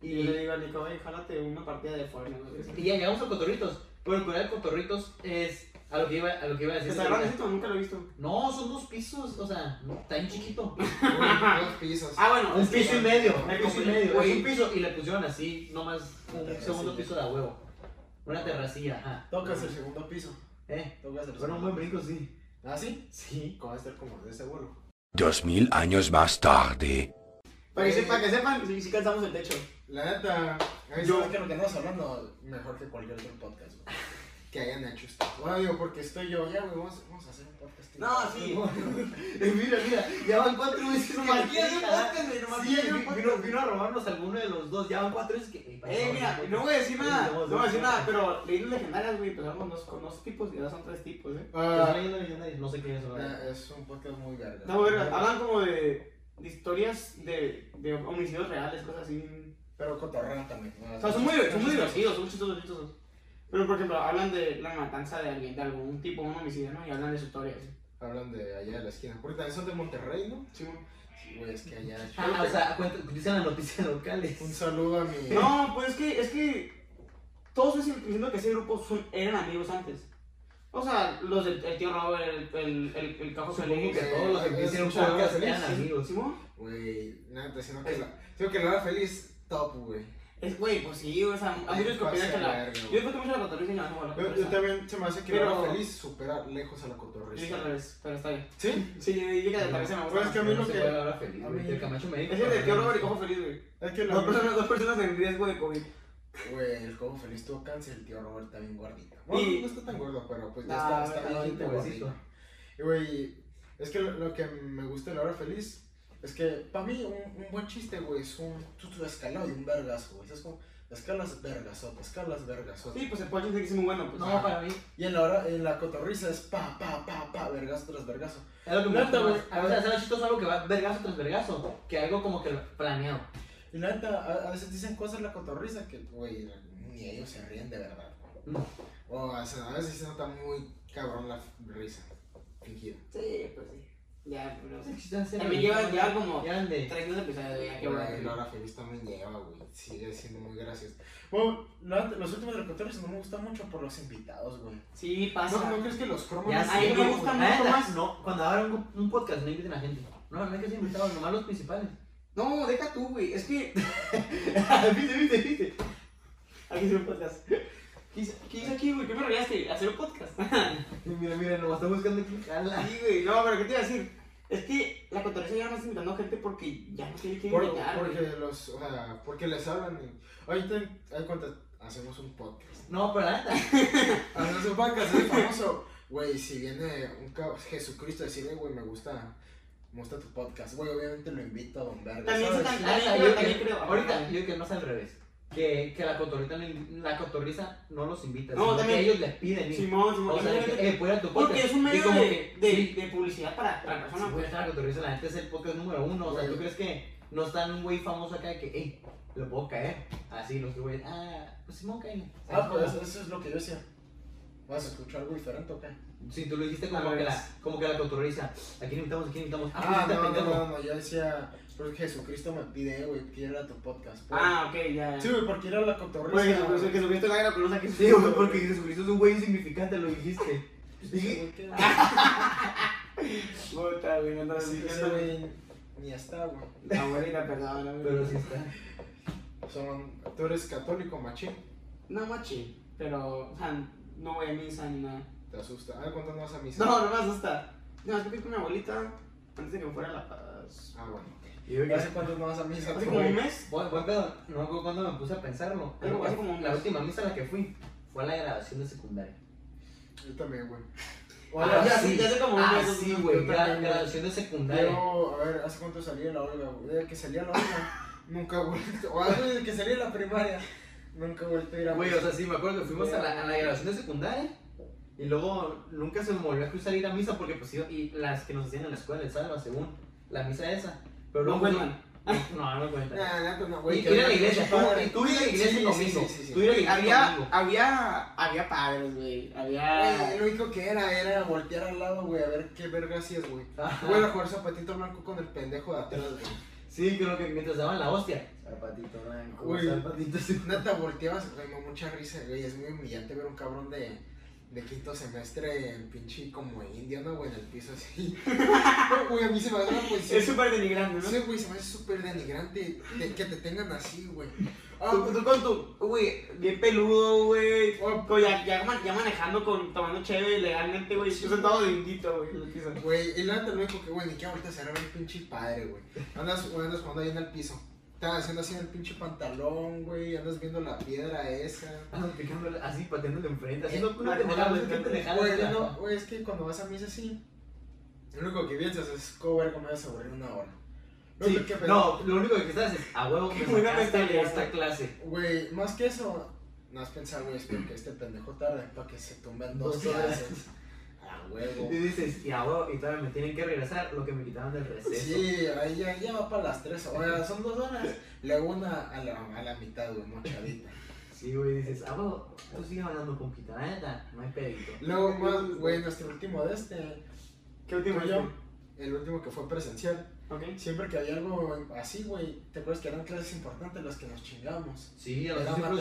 [SPEAKER 3] Y yo le digo a Nico, "Ey, jálate una partida de Fortnite.
[SPEAKER 2] Y ya llegamos a Cotorritos. Pero el curar de Cotorritos es a lo que iba a, lo que iba a decir.
[SPEAKER 3] ¿Está grande esto? Nunca lo he visto.
[SPEAKER 2] No, son dos pisos, o sea, está bien chiquito.
[SPEAKER 4] Güey, dos pisos.
[SPEAKER 3] Ah, bueno.
[SPEAKER 2] Un piso y medio, un piso y medio.
[SPEAKER 3] Güey.
[SPEAKER 2] Es un piso y le pusieron así, nomás un
[SPEAKER 4] Terracilla.
[SPEAKER 2] segundo piso de a huevo. Una terracilla, ajá.
[SPEAKER 4] Tocas el segundo piso.
[SPEAKER 2] Eh,
[SPEAKER 4] Tocas el
[SPEAKER 2] fueron un
[SPEAKER 4] segundo
[SPEAKER 2] buen brinco, sí.
[SPEAKER 4] ¿Ah, sí?
[SPEAKER 2] Sí.
[SPEAKER 4] ¿Cómo va a estar como de seguro?
[SPEAKER 6] Dos mil años más tarde.
[SPEAKER 3] Para que, sepa- que sepan, si, si calzamos el techo.
[SPEAKER 4] La neta, a mí
[SPEAKER 3] Yo-
[SPEAKER 4] sabes que lo que andamos hablando mejor que cualquier otro podcast, güey. que hayan hecho esto. Bueno, digo, porque estoy yo, ya, güey, vamos, vamos a hacer un podcast.
[SPEAKER 3] No, sí.
[SPEAKER 2] Eh, mira, mira, ya van cuatro veces.
[SPEAKER 3] Nomás
[SPEAKER 2] que-
[SPEAKER 3] quiere un podcast, güey, nomás
[SPEAKER 2] Sí,
[SPEAKER 3] quiere un
[SPEAKER 2] vino- vino,
[SPEAKER 3] podcast.
[SPEAKER 2] vino a robarnos alguno de los dos. Ya van cuatro veces que.
[SPEAKER 3] Eh, mira, no voy a decir nada, no voy a decir nada, pero leyendas legendarias, güey, empezamos dos- con dos tipos y ahora son tres tipos, eh.
[SPEAKER 2] Son
[SPEAKER 4] Ah,
[SPEAKER 2] leyendas legendarias, No sé qué es. ¿verdad?
[SPEAKER 4] eh, es un podcast muy verga.
[SPEAKER 3] No, ah. güey, hablan como de, de historias de, de homicidios reales, cosas así.
[SPEAKER 4] Pero cotorreo también.
[SPEAKER 3] O sea, son muy, son muy divertidos, son chistosos, chistosos. Pero, por ejemplo, hablan de la matanza de alguien, de algún tipo, un homicidio, ¿no? Y hablan de su historia, ¿sí?
[SPEAKER 4] Hablan de allá de la esquina. Porque también son de Monterrey, ¿no?
[SPEAKER 3] Sí, güey.
[SPEAKER 4] Sí, güey, es que allá.
[SPEAKER 2] Ah, o sea, cuenta- utilizan las noticias locales.
[SPEAKER 4] Un saludo a mi.
[SPEAKER 3] No, pues es que, es que todos esos- diciendo que ese grupo son- eran amigos antes. O sea, los del el tío Robert, el, el, el, el Capo
[SPEAKER 2] Supongo
[SPEAKER 3] Feliz,
[SPEAKER 2] que todos los que
[SPEAKER 4] Eh,
[SPEAKER 2] hicieron
[SPEAKER 4] es un
[SPEAKER 2] podcast
[SPEAKER 4] podcast,
[SPEAKER 2] eran
[SPEAKER 4] sí.
[SPEAKER 2] amigos.
[SPEAKER 3] Simón.
[SPEAKER 4] Güey, nada, sino que, la, sino que Lara Feliz, top, güey.
[SPEAKER 3] Es güey, pues sí, o sea, hay muchos que
[SPEAKER 4] Pase
[SPEAKER 3] opinan que la.
[SPEAKER 4] verga,
[SPEAKER 3] Yo
[SPEAKER 4] güey.
[SPEAKER 3] disfruto mucho la cotorriza y no hacemos la
[SPEAKER 4] Yo,
[SPEAKER 3] cotorriza.
[SPEAKER 4] yo también se me hace que
[SPEAKER 3] Pero-
[SPEAKER 4] Lara Feliz supera lejos a la
[SPEAKER 3] Yo dije al
[SPEAKER 4] cotorrista.
[SPEAKER 3] revés, pero está bien.
[SPEAKER 4] ¿Sí?
[SPEAKER 3] Sí, yo dije que la cotorriza me gusta.
[SPEAKER 4] Pues es que a mí lo
[SPEAKER 2] Se
[SPEAKER 4] que.
[SPEAKER 2] puede hablar feliz,
[SPEAKER 4] a
[SPEAKER 2] güey,
[SPEAKER 4] mí-
[SPEAKER 2] que el Camacho me dijo.
[SPEAKER 3] Es el de tío Robert y Cojo Feliz, güey.
[SPEAKER 4] Es que la.
[SPEAKER 3] Dos personas, dos personas en riesgo de COVID.
[SPEAKER 4] Güey, el juego feliz tuvo cáncer, el tío Robert está bien gordito. Bueno,
[SPEAKER 3] Y-
[SPEAKER 4] no está tan gordo, pero pues ya
[SPEAKER 3] Ah,
[SPEAKER 4] está,
[SPEAKER 2] está
[SPEAKER 4] está bien
[SPEAKER 2] pobrecito.
[SPEAKER 4] gordito. Y güey, es que lo, lo que me gusta de la hora feliz es que para mí un, un buen chiste, güey, es un tú, tú escalado y un vergazo, güey. Es como escalas vergasota, escalas vergasota.
[SPEAKER 3] Sí, pues el pollo dice que es muy bueno, pues.
[SPEAKER 2] No, para mí.
[SPEAKER 4] Y en la hora, en la cotorriza es pa, pa, pa, pa, vergazo tras vergazo.
[SPEAKER 2] Es lo que me gusta
[SPEAKER 4] Neta,
[SPEAKER 2] más.
[SPEAKER 4] güey.
[SPEAKER 2] A veces hacer chistoso algo que va vergazo tras vergazo, que algo como que planeado.
[SPEAKER 4] Y la neta, a, a veces dicen cosas en la cotorriza que, güey, ni ellos se ríen de verdad.
[SPEAKER 2] No.
[SPEAKER 4] O sea, a veces se nota muy cabrón la risa fingida.
[SPEAKER 3] Sí, pues sí. Ya, pero. También
[SPEAKER 2] También
[SPEAKER 3] lleva ya como
[SPEAKER 2] Llevan de.
[SPEAKER 3] 300 episodios, ya, Ah, qué
[SPEAKER 4] Güey,
[SPEAKER 3] bueno.
[SPEAKER 4] Laura Feliz también lleva, güey. Sigue siendo muy gracioso. Bueno, la- los últimos repertorios no me gustan mucho por los invitados, güey.
[SPEAKER 3] Sí, pasa.
[SPEAKER 4] ¿No, ¿no crees que los cromas?
[SPEAKER 2] Ya
[SPEAKER 4] no
[SPEAKER 2] sé,
[SPEAKER 3] A mí me
[SPEAKER 2] güey.
[SPEAKER 3] gusta
[SPEAKER 2] La
[SPEAKER 3] mucho
[SPEAKER 2] neta,
[SPEAKER 3] más.
[SPEAKER 2] No, cuando abran un, un podcast no inviten a gente. No, no hay que ser invitados, nomás los principales.
[SPEAKER 3] No, deja tú, güey. Es que. viste, viste, viste. Aquí hice un podcast. ¿Qué hice, qué hice aquí, güey? ¿Qué me rodeaste? Hacer un podcast.
[SPEAKER 2] Mira, mira, nomás está buscando que jala.
[SPEAKER 3] Sí, güey. No, pero ¿qué te iba a decir? Es que la cotorriza ya no está invitando gente porque ya no tiene que
[SPEAKER 4] Por-
[SPEAKER 3] invitar. güey.
[SPEAKER 4] porque los, o sea, porque les hablan y... Ahorita, ahí cuenta, hacemos un podcast.
[SPEAKER 2] No, pero la neta.
[SPEAKER 4] Hacemos un podcast, es famoso. Güey, si viene un cab- Jesucristo a decirle, güey, me gusta, me gusta tu podcast. Güey, obviamente lo invito a Don Verga,
[SPEAKER 3] También se
[SPEAKER 4] ¿sabes?
[SPEAKER 3] tan-
[SPEAKER 2] La neta,
[SPEAKER 3] creo,
[SPEAKER 2] yo
[SPEAKER 3] también
[SPEAKER 2] que-
[SPEAKER 3] creo.
[SPEAKER 2] Ahorita, yo que no es al revés. Que, que la cotorrita, no in- la cotorriza no los invita.
[SPEAKER 3] No,
[SPEAKER 2] sino
[SPEAKER 3] también-
[SPEAKER 2] que ellos les piden. ir.
[SPEAKER 3] Simón, Simón.
[SPEAKER 2] o sea, de que, eh, puede ir a tu podcast.
[SPEAKER 3] porque es
[SPEAKER 2] Y
[SPEAKER 3] un medio
[SPEAKER 2] como
[SPEAKER 3] de,
[SPEAKER 2] que-
[SPEAKER 3] de,
[SPEAKER 2] sí,
[SPEAKER 3] de publicidad para, para
[SPEAKER 2] Sí,
[SPEAKER 3] personas,
[SPEAKER 2] güey,
[SPEAKER 3] güey.
[SPEAKER 2] está la cotorriza, la neta es el podcast número uno. O sea, ¿tú
[SPEAKER 4] Güey.
[SPEAKER 2] crees que no está un güey famoso acá de que, hey, lo puedo caer? Así, los güeyes, ah, pues Simón cae.
[SPEAKER 4] Ah, pues eso, eso es lo que yo decía. ¿Vas a escuchar algo diferente o qué?
[SPEAKER 2] Si tú lo dijiste
[SPEAKER 3] Al
[SPEAKER 2] como que, la,
[SPEAKER 3] revés.
[SPEAKER 2] como que la cotorriza, ¿a quién invitamos? ¿A quién invitamos?
[SPEAKER 4] Ah,
[SPEAKER 2] Ah, pues este
[SPEAKER 4] no, no,
[SPEAKER 2] pendejo.
[SPEAKER 4] no, no, yo decía, pues Jesucristo me pide, güey, quiero ir a tu podcast. pues.
[SPEAKER 3] Ah, ok, ya.
[SPEAKER 4] Sí, güey, porque ir a la cotorriza.
[SPEAKER 3] Güey, Jesucristo- Jesucristo la era, pero no sé qué
[SPEAKER 2] Sí, güey, porque Jesucristo es un güey insignificante, lo dijiste. Dije,
[SPEAKER 4] Ese güey,
[SPEAKER 3] Puta, güey, no
[SPEAKER 4] que-
[SPEAKER 3] andas
[SPEAKER 4] ese
[SPEAKER 3] diciendo, güey.
[SPEAKER 4] güey ni está, güey.
[SPEAKER 3] Abuelita, perdón, güey.
[SPEAKER 2] Pero sí está.
[SPEAKER 4] Son, tú eres católico, machín,
[SPEAKER 3] No, machi, pero, o sea, no voy a misa ni nada.
[SPEAKER 4] te asusta. Ah, ¿cuánto no vas a misa?
[SPEAKER 3] No, no me asusta. No, es que fui con mi abuelita antes de que me fuera a La Paz.
[SPEAKER 4] Ah, bueno.
[SPEAKER 2] Y yo que-
[SPEAKER 4] ¿Hace cuánto no vas a misa?
[SPEAKER 3] Hace
[SPEAKER 4] tú,
[SPEAKER 3] como un
[SPEAKER 4] güey?
[SPEAKER 3] mes.
[SPEAKER 2] Buen, buen pedo, no me acuerdo cuándo me puse a pensarlo.
[SPEAKER 3] Algo
[SPEAKER 2] Creo que
[SPEAKER 3] así como un
[SPEAKER 2] la
[SPEAKER 3] mes.
[SPEAKER 2] última misa a la que fui fue a la graduación de secundaria.
[SPEAKER 4] Yo también, güey.
[SPEAKER 3] Ah, ya
[SPEAKER 4] Hola,
[SPEAKER 3] sí, ya sé como un
[SPEAKER 2] Ah,
[SPEAKER 3] mes, dos
[SPEAKER 2] sí,
[SPEAKER 3] meses,
[SPEAKER 2] güey,
[SPEAKER 4] yo
[SPEAKER 2] gra-
[SPEAKER 4] también, güey.
[SPEAKER 2] graduación de secundaria.
[SPEAKER 4] Yo, a ver, ¿hace cuánto salía la Olga, güey? Desde que salía la Olga, nunca he vuelto. O antes de que salía la primaria, nunca he vuelto a ir a
[SPEAKER 2] Güey,
[SPEAKER 4] misa.
[SPEAKER 2] o sea, sí, me acuerdo que fuimos a la, a la graduación de secundaria y luego nunca se me volvió a cruzar ir a misa porque pues iba, y las que nos hacían en la escuela, el salva, según la misa esa. Pero
[SPEAKER 3] No
[SPEAKER 2] luego
[SPEAKER 3] cuentan.
[SPEAKER 2] No, no me cuenta.
[SPEAKER 4] Nah, neta, no,
[SPEAKER 2] Y
[SPEAKER 4] güey. que
[SPEAKER 2] ir a la
[SPEAKER 4] había
[SPEAKER 2] iglesia, tú,
[SPEAKER 4] mucho padre.
[SPEAKER 2] y tú ir a la iglesia
[SPEAKER 4] Sí, sí,
[SPEAKER 2] conmigo.
[SPEAKER 4] sí, sí, sí.
[SPEAKER 2] Tú ir a la iglesia
[SPEAKER 3] Había,
[SPEAKER 2] conmigo.
[SPEAKER 3] había, había padres, güey.
[SPEAKER 4] Güey,
[SPEAKER 2] Eh,
[SPEAKER 3] Había.
[SPEAKER 4] lo único que era era voltear al lado, güey, a ver qué verga hacías, güey.
[SPEAKER 2] Ajá.
[SPEAKER 4] Güey, a jugar zapatito blanco con el pendejo de atrás, güey.
[SPEAKER 2] Sí, creo que mientras daban la hostia. Zapatito blanco,
[SPEAKER 4] Güey.
[SPEAKER 2] zapatito azul.
[SPEAKER 4] Neta, volteabas, güey, me da mucha risa, güey. Es muy humillante ver un cabrón de, de quinto semestre en pinche como indio, ¿no, güey? En el piso así. Güey, a mí se me hace una posición.
[SPEAKER 3] Es súper denigrante, ¿no?
[SPEAKER 4] Sí, güey, se me hace súper denigrante de- que te tengan así, güey. Ah,
[SPEAKER 3] Tú,
[SPEAKER 4] güey,
[SPEAKER 3] pues, tú con tu, güey, bien peludo, güey. Como Ya, ya, ma- ya manejando, con, tomando chévere legalmente, güey. Yo sentado de indito, güey. en el piso.
[SPEAKER 4] Güey, y la neta, lo único que, güey, ni que ahorita será un pinche padre, güey. Andas, güey, andas jugando ahí en el piso. Te vas haciendo así en el pinche pantalón, güey. Andas viendo la piedra esa.
[SPEAKER 2] Andan picándole así, pateándole enfrente, haciendo
[SPEAKER 4] Una
[SPEAKER 2] una pendejada, güey, qué pendejada
[SPEAKER 4] Güey,
[SPEAKER 2] es Eh, la-
[SPEAKER 4] no, güey, es que cuando vas a misa así, lo único que piensas es cómo ver cómo vas a aburrir una hora. Lo
[SPEAKER 2] Sí,
[SPEAKER 4] único que-
[SPEAKER 2] no, lo único que estás es, a huevo,
[SPEAKER 3] Qué
[SPEAKER 2] me
[SPEAKER 3] buena
[SPEAKER 2] sacaste de
[SPEAKER 3] mentalidad,
[SPEAKER 2] esta
[SPEAKER 3] güey.
[SPEAKER 2] clase.
[SPEAKER 4] Güey, más que eso, no has pensado, güey, espero que este pendejo tarde para que se tumben dos
[SPEAKER 2] Dos clases.
[SPEAKER 4] clases. A
[SPEAKER 2] Y
[SPEAKER 4] huevo.
[SPEAKER 2] dices, y a huevo, y todavía me tienen que regresar lo que me quitaron del receso.
[SPEAKER 4] Sí, ahí ya, ya va para las tres horas, son dos horas. Le hago una a la, a la mitad, güey, mochadita.
[SPEAKER 2] Sí, güey, dices, ah, bueno, tú sigues hablando con Pita, la neta, no hay pedito.
[SPEAKER 4] Luego, más, güey, nuestro último de este,
[SPEAKER 3] ¿Qué último
[SPEAKER 4] Tú y yo. el último que fue presencial,
[SPEAKER 3] Ok.
[SPEAKER 4] siempre que había algo así, güey, ¿te acuerdas que eran clases importantes las que nos chingamos?
[SPEAKER 2] Sí, a los
[SPEAKER 4] Era
[SPEAKER 2] círculos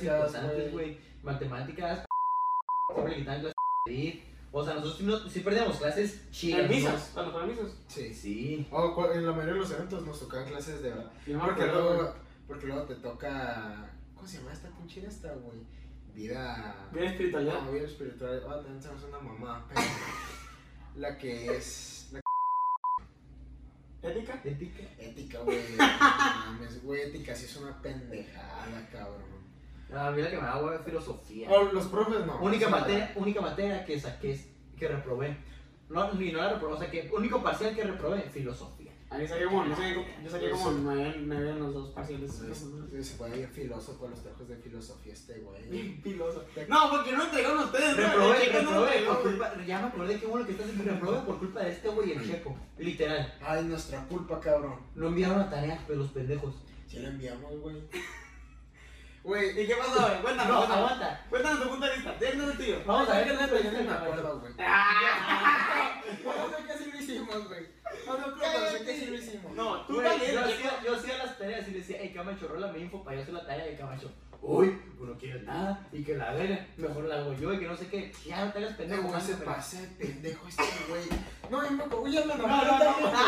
[SPEAKER 2] chingadas, clases importantes,
[SPEAKER 4] güey.
[SPEAKER 2] güey. Matemáticas, siempre le quitaban clases de O sea, nosotros sí, no- sí perdíamos clases chidas.
[SPEAKER 3] ¿En
[SPEAKER 2] ¿no?
[SPEAKER 3] misas? ¿A los permisos?
[SPEAKER 4] Sí.
[SPEAKER 2] Sí.
[SPEAKER 4] O cu- en la mayoría de los eventos nos tocaban clases de Porque luego, porque luego te toca. ¿Cómo se llama esta pinche esta, güey? Vida.
[SPEAKER 3] Bien espiritual ya.
[SPEAKER 4] No, vida espiritual. Ah, también se me hace una mamá. pero- la que es. La
[SPEAKER 3] ¿Ética?
[SPEAKER 2] Ética.
[SPEAKER 4] ética, güey. No mames, güey, ética sí es una pendejada, cabrón.
[SPEAKER 2] A mí la Ah, que me da hueva es filosofía.
[SPEAKER 4] O los profes no.
[SPEAKER 2] Única
[SPEAKER 4] o sea,
[SPEAKER 2] materia, única materia que saqué, es- que reprobé. No, ni no la reprobé, o sea, que único parcial que reprobé, filosofía.
[SPEAKER 3] A mí saqué como, yo saqué como- yo saqué como
[SPEAKER 4] Eso.
[SPEAKER 3] nueve nueve en los dos parciales.
[SPEAKER 4] es- es- Se puede ir filósofo con los trabajos de filosofía este, güey.
[SPEAKER 3] Bien piloso. No, porque no entregaron ustedes. ¿no?
[SPEAKER 2] Reprobé, reprobé,
[SPEAKER 3] Checa, no entregaron.
[SPEAKER 2] por culpa, ya me acordé que uno que está haciendo reprobé por culpa de este güey, el checo. Literal,
[SPEAKER 4] Ay, nuestra culpa, cabrón.
[SPEAKER 2] no enviaron la tarea, pero los pendejos.
[SPEAKER 4] Si la enviamos, güey. Güey,
[SPEAKER 3] ¿Y qué pasó? güey?
[SPEAKER 2] No,
[SPEAKER 3] Cuéntanos, cuéntanos.
[SPEAKER 2] aguanta.
[SPEAKER 3] Cuéntanos tu punto de vista. Déjame tío.
[SPEAKER 2] Vamos a ver qué es la
[SPEAKER 4] yo ni me acuerdo, güey. No sé qué sí lo hicimos, güey. No me acuerdo, pero sé que sí lo hicimos.
[SPEAKER 3] No, tú
[SPEAKER 2] Güey,
[SPEAKER 3] también.
[SPEAKER 2] yo, hacía, yo hacía las tareas y le decía, hey Camacho, rola mi info para yo hacer la tarea de Camacho. Uy, uno quiere nada y que la verga, mejor la hago yo y que no sé qué. Ya no te hagas
[SPEAKER 4] Pendejo,
[SPEAKER 2] pendejo.
[SPEAKER 4] güey, se
[SPEAKER 2] manda, pero-
[SPEAKER 4] pasa de pendejo este güey. No, yo me voy a la
[SPEAKER 2] No, no, no.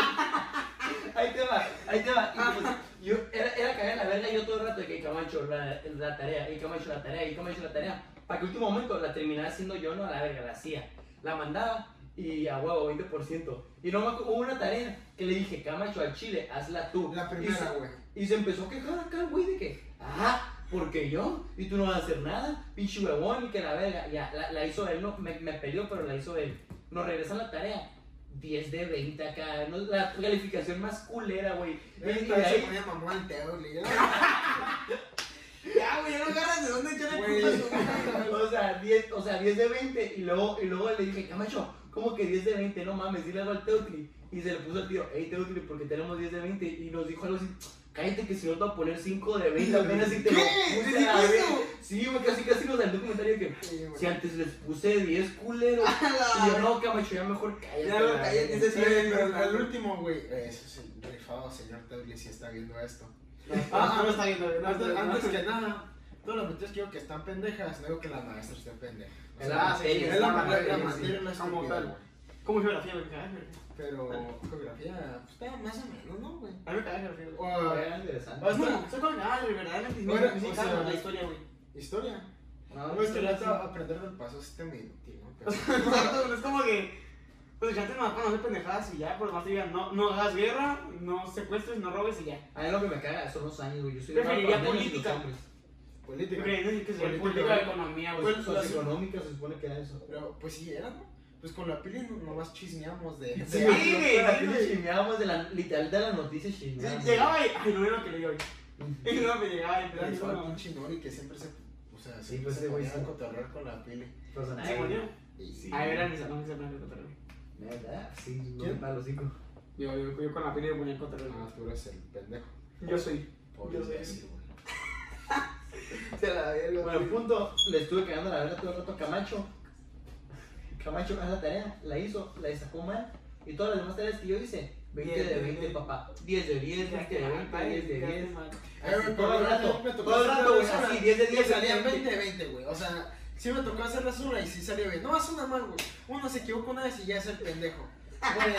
[SPEAKER 2] Ahí te va, ahí te va.
[SPEAKER 4] Ah.
[SPEAKER 2] Y pues, yo era, era cagar la verga yo todo el rato de que Camacho la, la tarea, y Camacho la tarea, y Camacho la tarea. Para que último momento la terminara haciendo yo, no la verga, la hacía. La mandaba y a huevo, 20%. Y no me acu- hubo una tarea que le dije, Camacho, al chile, hazla tú.
[SPEAKER 4] La
[SPEAKER 2] Y se-
[SPEAKER 4] primera, güey.
[SPEAKER 2] y se empezó a quejar acá, güey, de que, ah, porque yo, y tú no vas a hacer nada, pinche huevón, y que la verga, ya, la, la hizo él, no, me, me peleó, pero la hizo él. Nos regresan la tarea, 10 de 20 acá, no, la calificación más culera, güey. Y, y de
[SPEAKER 4] Entonces se
[SPEAKER 2] ahí,
[SPEAKER 4] ponía mamón al dedo, le digo,
[SPEAKER 3] Ya, güey, ya no agarras de dónde echarle
[SPEAKER 4] Güey.
[SPEAKER 3] culpa a su-
[SPEAKER 2] o sea, 10, o sea, 10 de 20, y luego, y luego le dije, Camacho, ¿cómo que 10 de 20? No mames, dile algo al Teutli. Y se le puso el tío, hey Teutli, porque tenemos 10 de 20, y nos dijo algo así, cállate que si no te voy a poner 5 de 20 apenas si te lo
[SPEAKER 4] ¿Qué?
[SPEAKER 2] puse
[SPEAKER 4] ¿Te
[SPEAKER 2] a
[SPEAKER 4] dijo
[SPEAKER 2] ver".
[SPEAKER 4] eso?
[SPEAKER 2] Sí, güey, casi casi nos salió un comentario que,
[SPEAKER 4] Sí,
[SPEAKER 2] si
[SPEAKER 4] güey.
[SPEAKER 2] antes les puse 10 culeros, y yo, no, Camacho, ya mejor cállate.
[SPEAKER 3] Ya, güey,
[SPEAKER 2] la
[SPEAKER 3] cállate,
[SPEAKER 2] verga".
[SPEAKER 3] ese sí es-
[SPEAKER 4] Pero al último, güey. Eso es el rifado, señor Tedley, si está viendo esto.
[SPEAKER 3] Ah, no está viendo. no
[SPEAKER 4] Antes,
[SPEAKER 3] está-
[SPEAKER 4] antes que nada, todas las materias que digo que están pendejas, no digo que la maestra esté pendeja. O
[SPEAKER 2] Es
[SPEAKER 4] sea,
[SPEAKER 2] la
[SPEAKER 3] Ah, sí, sí,
[SPEAKER 2] materia,
[SPEAKER 4] es la
[SPEAKER 2] es la
[SPEAKER 4] materia, la
[SPEAKER 2] materia,
[SPEAKER 4] materia no es
[SPEAKER 3] como
[SPEAKER 4] como
[SPEAKER 3] tal.
[SPEAKER 4] tal,
[SPEAKER 3] ¿Cómo geografía, güey? Ay, güey.
[SPEAKER 4] Pero geografía, pues estaba más o menos, ¿no, güey?
[SPEAKER 3] A mí me caga geografía, güey.
[SPEAKER 4] O,
[SPEAKER 2] Era interesante.
[SPEAKER 4] o sea,
[SPEAKER 3] No, soy con ah, güey, verdaderamente. sí,
[SPEAKER 4] Bueno,
[SPEAKER 3] sí, sí,
[SPEAKER 4] o
[SPEAKER 3] claro,
[SPEAKER 4] sea-
[SPEAKER 3] la historia, güey.
[SPEAKER 4] historia.
[SPEAKER 2] No,
[SPEAKER 4] No, es que
[SPEAKER 2] sí,
[SPEAKER 4] la
[SPEAKER 2] sí.
[SPEAKER 4] neta, aprender del paso sí está muy inútil, ¿no? Pero-
[SPEAKER 3] Exacto, es como que. Pues ya te no hacer pendejadas y ya, por lo más te digan, no, no hagas guerra, no secuestres, no robes y ya.
[SPEAKER 2] A mí lo que me caga son los años, güey. Yo soy
[SPEAKER 3] Preferiría
[SPEAKER 2] más para los niños y los
[SPEAKER 3] política.
[SPEAKER 2] hombres.
[SPEAKER 4] Política.
[SPEAKER 3] Porque dicen que sería
[SPEAKER 4] Política,
[SPEAKER 3] política de
[SPEAKER 4] güey.
[SPEAKER 3] economía, güey.
[SPEAKER 2] Pues, socioeconómica se supone que era eso.
[SPEAKER 4] Pero, pues sí, era, ¿no? Pues con la pili no- nomás chismeamos de. de-
[SPEAKER 2] Sí,
[SPEAKER 3] Sí, güey,
[SPEAKER 2] güey.
[SPEAKER 3] sí,
[SPEAKER 2] Aquí
[SPEAKER 3] güey.
[SPEAKER 2] chingábamos de la literal de las noticias
[SPEAKER 3] Sí,
[SPEAKER 2] chingábamos.
[SPEAKER 3] llegaba y. Ay, no veo lo que le dio hoy. Y no me llegaba y
[SPEAKER 4] de- de-
[SPEAKER 3] empezaba
[SPEAKER 4] de-
[SPEAKER 3] a
[SPEAKER 4] pinche Nori que siempre se. O sea,
[SPEAKER 2] Sí,
[SPEAKER 4] siempre
[SPEAKER 2] pues,
[SPEAKER 4] se
[SPEAKER 2] ese güey
[SPEAKER 4] ponía
[SPEAKER 2] sí.
[SPEAKER 4] a cotorrear con la pili.
[SPEAKER 3] ¿Se
[SPEAKER 2] Personal.
[SPEAKER 3] murió?
[SPEAKER 4] Y- Ah,
[SPEAKER 2] Sí.
[SPEAKER 3] Ahí era mi salón que se ponía cotorreo.
[SPEAKER 2] ¿Verdad? Sí,
[SPEAKER 4] ¿Quién?
[SPEAKER 2] güey, para los cinco.
[SPEAKER 3] Yo, yo, yo con la pila le ponía cotorreo.
[SPEAKER 4] Ah, tú eres el pendejo.
[SPEAKER 3] Yo soy.
[SPEAKER 4] Pobre
[SPEAKER 3] Yo soy-
[SPEAKER 4] imbécil, güey.
[SPEAKER 3] Se la verga.
[SPEAKER 2] Bueno, el punto, le estuve cagando la verga todo el rato a Camacho. Camacho haz la tarea, la hizo, la sacó mal. Y todas las demás tareas que yo hice, 20
[SPEAKER 3] Diez
[SPEAKER 2] de
[SPEAKER 3] de
[SPEAKER 2] 20,
[SPEAKER 3] veinte.
[SPEAKER 2] papá. 10 de 10, 20 de 20, 10 de 10.
[SPEAKER 4] Ay, güey, pero
[SPEAKER 2] Todo el
[SPEAKER 4] a mí
[SPEAKER 2] rato,
[SPEAKER 4] me tocó
[SPEAKER 2] todo el
[SPEAKER 4] hacer
[SPEAKER 2] rato, güey,
[SPEAKER 4] la basura.
[SPEAKER 2] así, 10 de 10.
[SPEAKER 4] Y salían 20 de 20, güey. O sea, sí me tocó hacer la sola y sí salió bien. No, es una mal, güey. Uno se equivocó una vez y ya es el pendejo. Güey,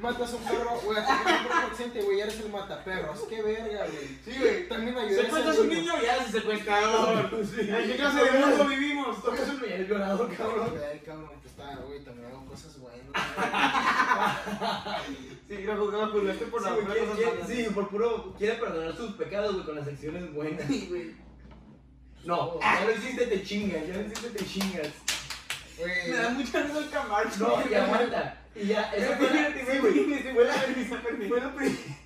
[SPEAKER 4] matas un perro, güey, hasta que un perro consciente, güey, eres el mataperros. Qué verga, güey.
[SPEAKER 3] Sí, güey.
[SPEAKER 4] También ayudas
[SPEAKER 3] Secuestras un niño y eres el secuestrador. ¿En qué clase de mundo vivimos? Tocas un el violador, cabrón.
[SPEAKER 4] Ay, cabrón, pues está, güey, también hago cosas buenas.
[SPEAKER 3] Sí, lo juzgaba por este por
[SPEAKER 2] Sí,
[SPEAKER 3] la
[SPEAKER 2] güey,
[SPEAKER 3] por
[SPEAKER 2] quiere-
[SPEAKER 3] esas
[SPEAKER 2] quiere-
[SPEAKER 3] bandas.
[SPEAKER 2] sí, por puro. Quiere perdonar sus pecados, güey, con las acciones buenas.
[SPEAKER 3] Sí, güey.
[SPEAKER 2] No, ya lo hiciste, te chingas. Ya lo hiciste, te chingas.
[SPEAKER 4] Güey,
[SPEAKER 3] Me da mucha risa el Camacho.
[SPEAKER 2] No, y aguanta. Y ya, esa fue la, sí, güey,
[SPEAKER 3] Fue la risa,
[SPEAKER 2] fue la pri-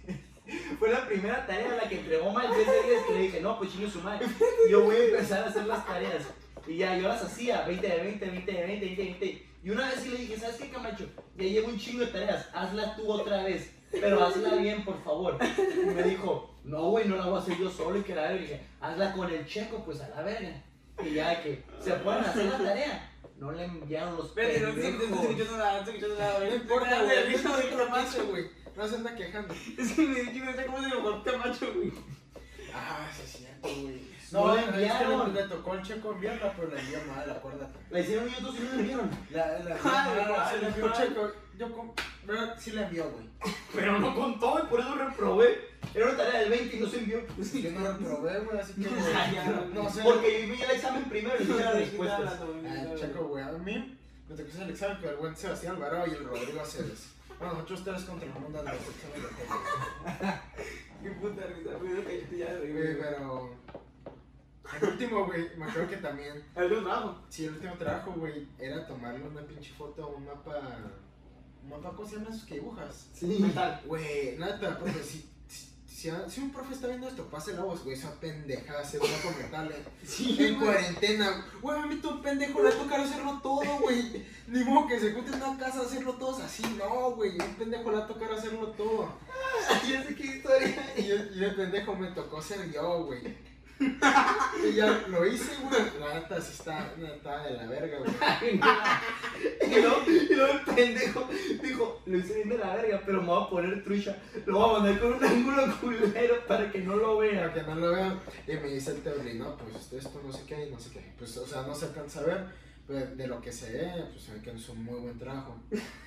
[SPEAKER 2] fue la primera tarea a la que entregó mal 10 de 10 que le dije, no, pues chingue su madre. Yo voy a empezar a hacer las tareas. Y ya, yo las hacía, 20 de 20, 20 de 20, 20 de 20. Y una vez sí le dije, ¿sabes qué, Camacho? Ya llevo un chingo de tareas, hazla tú otra vez. Pero hazla bien, por favor. Y me dijo, no, güey, no la voy a hacer yo solo y que la verga. Y dije, hazla con el checo, pues a la verga. Y ya que se pueden hacer la tarea. No le enviaron los
[SPEAKER 3] Espérate, no estoy
[SPEAKER 2] pendejos.
[SPEAKER 3] escuchando nada, no estoy escuchando nada.
[SPEAKER 4] no importa, güey, a mí no me dijo güey. No se anda quejando.
[SPEAKER 3] Es que me dije, no sé cómo se me cortó Camacho, güey.
[SPEAKER 4] Ah, sí es cierto, güey.
[SPEAKER 2] No,
[SPEAKER 4] No,
[SPEAKER 2] la
[SPEAKER 4] es que
[SPEAKER 2] enviaron.
[SPEAKER 4] le, le tocó el checo enviarla, pero la envió mal, acuérdate.
[SPEAKER 2] La hicieron ellos dos y no la vieron.
[SPEAKER 4] La, la,
[SPEAKER 3] Ah,
[SPEAKER 4] la-
[SPEAKER 3] igual,
[SPEAKER 4] se la envió el
[SPEAKER 3] igual.
[SPEAKER 4] checo. Yo, con- ¿verdad? Sí la envió, güey.
[SPEAKER 2] Pero no contó y por eso reprobé. Era una tarea del 20 y no se envió.
[SPEAKER 4] Yo no reprobé, güey, así que.
[SPEAKER 3] Ah, ya,
[SPEAKER 4] güey, No sé.
[SPEAKER 2] Porque yo vi el examen primero y vi las respuestas.
[SPEAKER 4] Ah, Chaco, güey, a mí me tocó hacer el examen con el buen Sebastián Alvarado y el Rodrigo Aceves. Bueno, nosotros tres contra el mundo de los exámenes de tele.
[SPEAKER 3] Qué puta risa, güey, no te- ya,
[SPEAKER 4] Güey,
[SPEAKER 3] güey.
[SPEAKER 4] pero. El último, güey, me acuerdo que también.
[SPEAKER 3] Algo de trabajo.
[SPEAKER 4] Sí, el último trabajo, güey, era tomarle una pinche foto a un mapa. Un mapa, ¿cómo se llaman esos que dibujas?
[SPEAKER 2] Sí.
[SPEAKER 4] Güey, nada, profe, si, si, si, si un profe está viendo esto, pase la voz, güey, esa pendeja, se lo va a comentarle.
[SPEAKER 3] Sí,
[SPEAKER 4] En cuarentena, güey, a mí tu pendejo le va a tocar hacerlo todo, güey. Ni modo que se junten en una casa a hacerlo todos así, no, güey. Un pendejo le va a tocar hacerlo todo.
[SPEAKER 2] Ya sé qué historia.
[SPEAKER 4] Y, yo- y el pendejo me tocó ser yo, güey. Y ya lo hice, güey. La neta sí está, la neta de la verga, güey.
[SPEAKER 2] Y luego, y luego el pendejo dijo, lo hice bien de la verga, pero me voy a poner trucha. Lo voy a mandar con un ángulo culero para que no lo
[SPEAKER 4] Pero
[SPEAKER 2] vea.
[SPEAKER 4] que no lo vean. Y me dice el teorino, no, pues esto, esto no sé qué y no sé qué. Pues, o sea, no se alcanza a ver. Pero de lo que se ve, pues se ve que es un muy buen trabajo.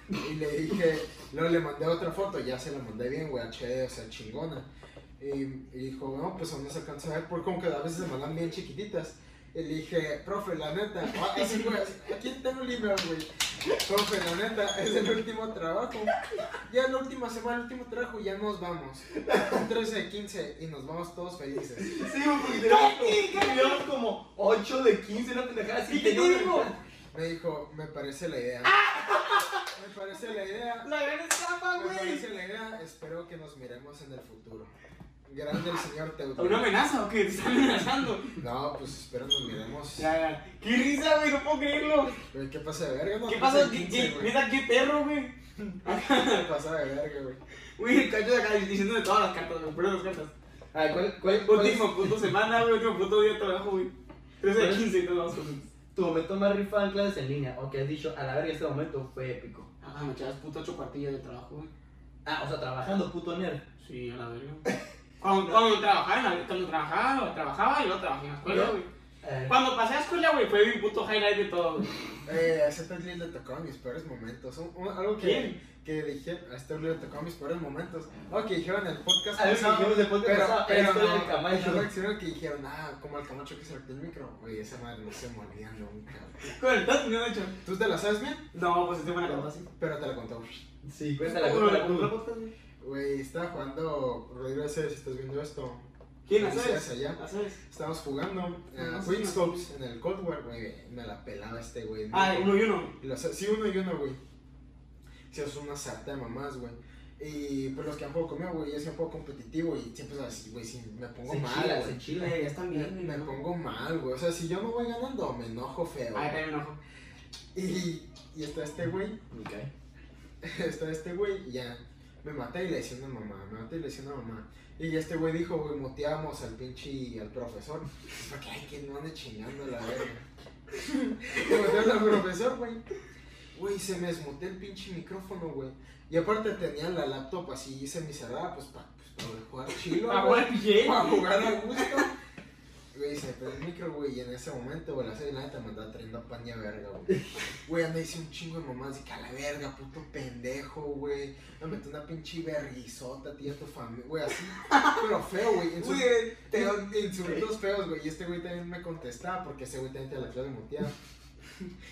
[SPEAKER 4] Y le dije, luego le mandé otra foto, ya se la mandé bien, güey, HD, o sea, chingona. Y, y dijo, no, pues aún no se alcanza a ver, porque como que a veces se mandan bien chiquititas. Y le dije, profe, la neta, ah, así, güey, así, aquí tengo el email, güey. Profe, la neta, es el último trabajo. Ya la última semana, el último trabajo, ya nos vamos. Son 13 de 15 y nos vamos todos felices.
[SPEAKER 2] Sí, porque teníamos como, teníamos como 8 de 15, una pendejada así.
[SPEAKER 3] ¿Y qué te
[SPEAKER 2] Tenía una-
[SPEAKER 3] dijo?
[SPEAKER 4] Me dijo, me parece la idea. Me parece la idea.
[SPEAKER 3] La gran escapa,
[SPEAKER 4] Me
[SPEAKER 3] güey.
[SPEAKER 4] parece la idea, espero que nos miremos en el futuro. Grande el señor Teudoro.
[SPEAKER 3] ¿Una amenaza o qué? ¿Te está amenazando?
[SPEAKER 4] No, pues espero nos miremos.
[SPEAKER 3] Ya, ya. ¡Qué risa, güey! ¡No puedo creerlo!
[SPEAKER 4] Güey, ¿Qué pasa de verga? No,
[SPEAKER 3] ¿Qué
[SPEAKER 4] no
[SPEAKER 3] pasa?
[SPEAKER 4] sé,
[SPEAKER 3] ¿Qué,
[SPEAKER 4] quince,
[SPEAKER 3] qué,
[SPEAKER 4] güey.
[SPEAKER 3] mira, qué perro, güey.
[SPEAKER 4] ¿Qué pasa de verga, güey?
[SPEAKER 3] Güey, el cacho de acá diciéndome todas las cartas, güey, puras las cartas.
[SPEAKER 2] A ver, Ah, ¿cuál, cuál, cuál es
[SPEAKER 3] Último puto semana, güey, último puto día de trabajo, güey. 13 de
[SPEAKER 2] ¿Cuál es?
[SPEAKER 3] 15 y todas las cosas.
[SPEAKER 2] tu momento más rifado en clases en línea? O que has dicho, a la verga, este momento fue épico.
[SPEAKER 3] Ah, me echabas puto ocho cuartillas de trabajo, güey.
[SPEAKER 2] Ah, o sea, trabajando, puto nerd.
[SPEAKER 3] Sí, a la verga. Cuando, cuando trabajaba, en la, cuando trabajaba, trabajaba y luego trabajé en la escuela,
[SPEAKER 2] ¿Yo?
[SPEAKER 3] güey.
[SPEAKER 2] Eh,
[SPEAKER 3] Cuando pasé a la escuela, güey, fue mi puto highlight de todo, güey.
[SPEAKER 4] Eh, a ese Teudoro le tocó mis peores momentos. Un- un- algo que,
[SPEAKER 3] ¿Quién?
[SPEAKER 4] que dije, a este Teudoro le tocó mis peores momentos. Algo que dijeron en el podcast.
[SPEAKER 2] A ver,
[SPEAKER 4] pasado,
[SPEAKER 2] dijimos de podcast
[SPEAKER 4] pero,
[SPEAKER 2] pasado,
[SPEAKER 4] pero
[SPEAKER 2] esto
[SPEAKER 4] no,
[SPEAKER 2] era el Camacho.
[SPEAKER 4] no reaccionaron que dijeron, ah, como el Camacho que se le quitó el micro. Güey, esa madre no se me olvida nunca.
[SPEAKER 3] Con el tat, no, de hecho.
[SPEAKER 4] ¿Tú te la sabes bien?
[SPEAKER 3] No, pues este fue una cosa así.
[SPEAKER 4] Pero te la contó.
[SPEAKER 2] sí, cuéntala, cuéntala tú.
[SPEAKER 3] ¿Quién
[SPEAKER 4] Güey, estaba jugando Rodrigo Aceves, si estás viendo esto.
[SPEAKER 3] la
[SPEAKER 4] Felicidades
[SPEAKER 3] sabes?
[SPEAKER 4] allá.
[SPEAKER 3] ¿La sabes?
[SPEAKER 4] Estábamos jugando
[SPEAKER 3] Ah,
[SPEAKER 4] a
[SPEAKER 3] sí.
[SPEAKER 4] Quick Scopes en el Cold War, güey. Me la pelaba este güey.
[SPEAKER 3] Ah, uno y uno.
[SPEAKER 4] Y los- sí, uno y uno, güey. Se es una sarta de mamás, güey. Y pues los que han jugado conmigo, güey, es un juego competitivo y siempre es así, güey, si me pongo
[SPEAKER 2] Se
[SPEAKER 4] mal,
[SPEAKER 2] chila,
[SPEAKER 4] güey. Eh,
[SPEAKER 2] se chila. Ya está
[SPEAKER 4] Me, me pongo mal, güey. O sea, si yo no voy ganando, me enojo feo.
[SPEAKER 3] Ay, también me enojo.
[SPEAKER 4] Y, y está este güey, está este güey, y ya. Me mata y le decía una mamá, me mata y le decía una mamá. Y ya este güey dijo, güey, muteamos al pinche, al profesor. Porque, ay, que no ande chingando la verga. Y mutearon al profesor, güey. Güey, se me desmuteó el pinche micrófono, güey. Y aparte tenía la laptop así semicerrada, pues para pues, pa jugar chilo,
[SPEAKER 3] Ah,
[SPEAKER 4] güey.
[SPEAKER 3] güey, bien.
[SPEAKER 4] Para jugar a gusto. Güey, se prendió el micro, güey, y en ese momento, güey, la serie nada te mandaba trayendo pan y a verga, güey. Güey, anda dice un chingo de mamás, y que a la verga, puto pendejo, güey. Me metió una pinche verguizota, tía, tu familia, güey, así, pero feo, güey. en su-
[SPEAKER 3] Güey, te
[SPEAKER 4] te insultos feos, güey. Y este güey también me contestaba porque ese güey también te la clase muteada.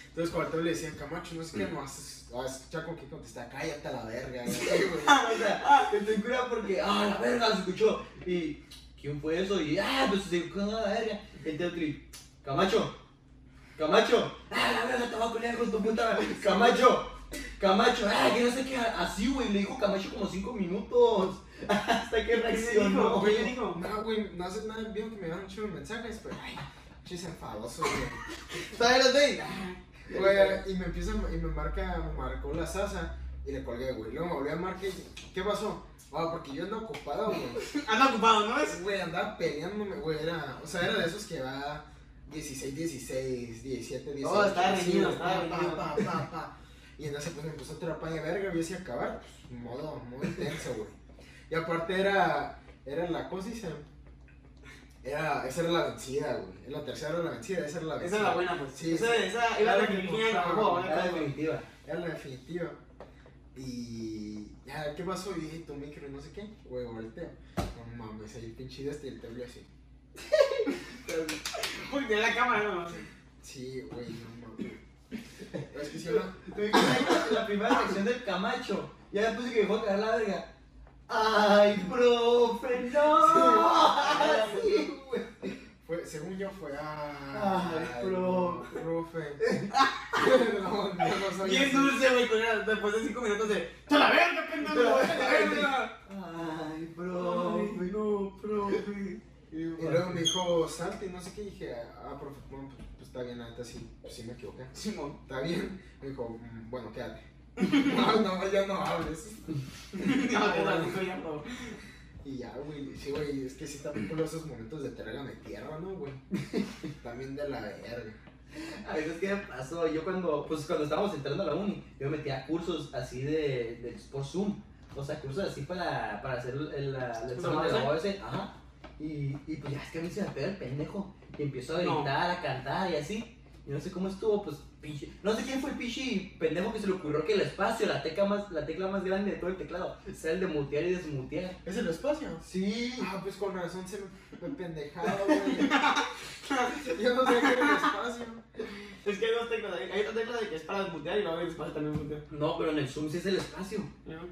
[SPEAKER 4] Entonces, cuando todos le decían, Camacho, no es
[SPEAKER 3] Mm.
[SPEAKER 4] que no haces. Ah, escucha con quién contestaba, cállate a la verga, güey.
[SPEAKER 2] Ah, O sea, estoy curado porque, ah, la verga, se escuchó. Y, ¿quién fue eso? Y, ah, pues se escuchó la verga. Y el otro, y, Camacho, Camacho, ah, la verga, te va a culiar con tu puta, Camacho, Camacho, ah, que no sé qué, así, güey, le dijo Camacho como cinco minutos. Hasta que reaccionó.
[SPEAKER 3] ¿Qué le dijo?
[SPEAKER 4] No, güey, no haces nada bien que me dan un chingo de mensajes, pero ay, chis enfadoso, güey.
[SPEAKER 3] ¿Sabes los de?
[SPEAKER 2] Ah,
[SPEAKER 4] Güey, y me empieza, y me marca, me marcó la sasa y le colgué, güey. Luego me volvió a marcar y, ¿qué pasó? Ah, porque yo ando ocupado, güey.
[SPEAKER 3] Anda ocupado, ¿no es?
[SPEAKER 4] Güey, andaba peleándome, güey, era, o sea, era de esos que va 16, 16, 17, 18.
[SPEAKER 3] Oh, estaba
[SPEAKER 4] así,
[SPEAKER 3] reñido,
[SPEAKER 4] güey,
[SPEAKER 3] estaba
[SPEAKER 4] pa,
[SPEAKER 3] reñido.
[SPEAKER 4] pa, pa, pa. Y en ese pues me empezó a trapar de verga, yo hacía acabar, pues, modo, modo intenso, güey. Y aparte era, era la, ¿cómo se dice? Era, esa era la vencida, güey. La tercera era la vencida, esa era la
[SPEAKER 3] Esa
[SPEAKER 4] vencida.
[SPEAKER 3] es la buena, pues.
[SPEAKER 4] Sí,
[SPEAKER 3] esa,
[SPEAKER 4] sí.
[SPEAKER 3] esa es la
[SPEAKER 4] Claro
[SPEAKER 3] que
[SPEAKER 4] que
[SPEAKER 3] Virginia
[SPEAKER 4] no.
[SPEAKER 3] grabó, ¿eh?
[SPEAKER 2] La definitiva.
[SPEAKER 4] Era la definitiva. Y ya, ¿qué pasó? Y dije, tu micro y no sé qué. Güey, volteo. No mames, ahí el pinche de este y el tablero así.
[SPEAKER 3] Uy, de la cámara, no, no.
[SPEAKER 4] Sí, güey, no mames. Pero Es que si habla.
[SPEAKER 2] La primera reacción del Camacho. Ya después de que dejó caer la verga. Ay, profe, no. Sí, güey.
[SPEAKER 4] Fue, según yo fue. Ah,
[SPEAKER 2] Ay,
[SPEAKER 4] no, profe. no, no, no soy
[SPEAKER 3] Bien
[SPEAKER 4] así.
[SPEAKER 3] dulce, güey, con él, después de cinco minutos de ¡Te la verga, pendejo!
[SPEAKER 2] Te la
[SPEAKER 3] ¡Te la verga!
[SPEAKER 2] Ay, profe.
[SPEAKER 3] no, profe.
[SPEAKER 4] Y luego me dijo, salte y no sé qué. Y dije, ah, profe, bueno, pues, pues, está bien, ahorita sí, pues, sí me equivoqué.
[SPEAKER 3] Simón.
[SPEAKER 4] Está bien. Me dijo, "Mm, bueno, quédate. no, no, ya no hables.
[SPEAKER 3] No, te la dijo ya, no.
[SPEAKER 4] Y ya, güey, sí, güey, es que sí también por esos momentos de trágame tierra, ¿no, güey? también de la verga.
[SPEAKER 2] A veces, ¿qué me pasó? Yo cuando, pues cuando estábamos entrando a la uni, yo metía cursos así de, de por Zoom. O sea, cursos así para, para hacer el, el- la, el examen de la OAS. Ajá. Y, y pues ya, es que a mí se me pega el pendejo. Y empiezo a
[SPEAKER 3] No.
[SPEAKER 2] gritar, a cantar y así. Y no sé cómo estuvo, pues pinche. No sé quién fue el pinche pendejo que se le ocurrió que el espacio, la tecla más, la tecla más grande de todo el teclado, sea el de mutear y desmutear.
[SPEAKER 4] ¿Es el espacio?
[SPEAKER 2] Sí.
[SPEAKER 4] Ah, pues con razón se me, me pendejaba, güey. Yo no sabía que era el espacio.
[SPEAKER 3] Es que hay dos teclas. Hay hay otra tecla de que es para desmutear y luego el espacio también mutea.
[SPEAKER 2] No, pero en el Zoom sí es el espacio.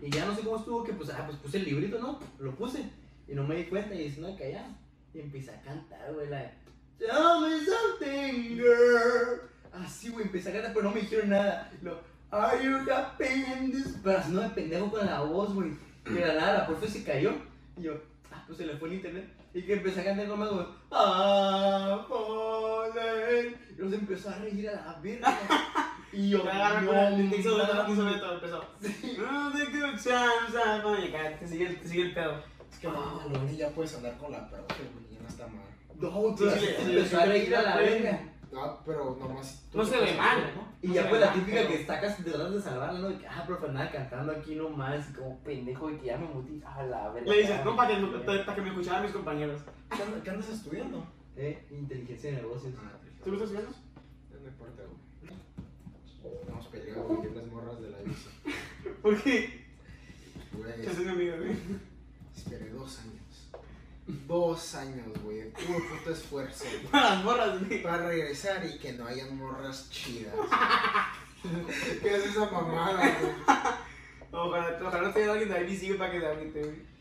[SPEAKER 2] Y ya no sé cómo estuvo que pues, ah, pues puse el librito, ¿no? Lo puse. Y no me di cuenta y dice, no, callado. Y empieza a cantar, güey, la de, Tell me something, girl. Así, güey, empecé a cantar, pero no me dijeron nada. Lo, Are you happy in this? Pero así no me pendejo con la voz, güey. Y de la nada, la profe se cayó. Y yo, ah, pues se le fue el internet. Y que empecé a cantar nomás, güey. Ah, fallen. Y los empezó a reír a la verga. Y yo,
[SPEAKER 3] Te agarra con el. Te hizo
[SPEAKER 2] no,
[SPEAKER 3] todo, te hizo
[SPEAKER 2] mames".
[SPEAKER 3] todo, empezó. No te escuchas, mamá. Y acá te sigue el- te sigue el pedo.
[SPEAKER 4] Es que no, no, ni ya puedes andar con la profe, güey, ya no está mal.
[SPEAKER 2] No,
[SPEAKER 3] Sí,
[SPEAKER 2] tú
[SPEAKER 3] sí, sí,
[SPEAKER 2] empezó a
[SPEAKER 3] sí,
[SPEAKER 2] reír
[SPEAKER 3] sí,
[SPEAKER 2] a la
[SPEAKER 3] sí.
[SPEAKER 2] verga.
[SPEAKER 4] No, pero nomás. tú
[SPEAKER 3] No
[SPEAKER 4] te
[SPEAKER 3] se ve
[SPEAKER 4] puedes
[SPEAKER 3] mal,
[SPEAKER 4] hacer,
[SPEAKER 3] ¿no?
[SPEAKER 2] Y
[SPEAKER 3] No
[SPEAKER 2] ya
[SPEAKER 3] se
[SPEAKER 2] pues
[SPEAKER 3] ve
[SPEAKER 2] la
[SPEAKER 3] mal,
[SPEAKER 2] típica
[SPEAKER 3] pero-
[SPEAKER 2] que sacas, te tratas de salvarla, ¿no? De que, ah, profe, nada, cantando aquí nomás, y como pendejo, de que ya me mutí, ah, la verga.
[SPEAKER 3] Le dices, no, para que, no- para que me escucharan mis compañeros.
[SPEAKER 4] ¿Qué andas- ¿Qué andas estudiando?
[SPEAKER 2] Eh, inteligencia de negocios.
[SPEAKER 4] Ah,
[SPEAKER 3] ¿Tú lo estás viendo?
[SPEAKER 4] no me importa, güey. Vamos peleando, güey, las morras de la bici.
[SPEAKER 3] ¿Por qué?
[SPEAKER 4] Güey,
[SPEAKER 3] Yo soy mi amigo, güey.
[SPEAKER 4] esperé dos años. Dos años, güey, de puro puto esfuerzo, güey.
[SPEAKER 3] Para las morras, güey.
[SPEAKER 4] Para regresar y que no hayan morras chidas. ¿Qué es esa mamada, güey?
[SPEAKER 3] Ojalá, ojalá no te haya alguien de ahí sigue para que te abrite, güey.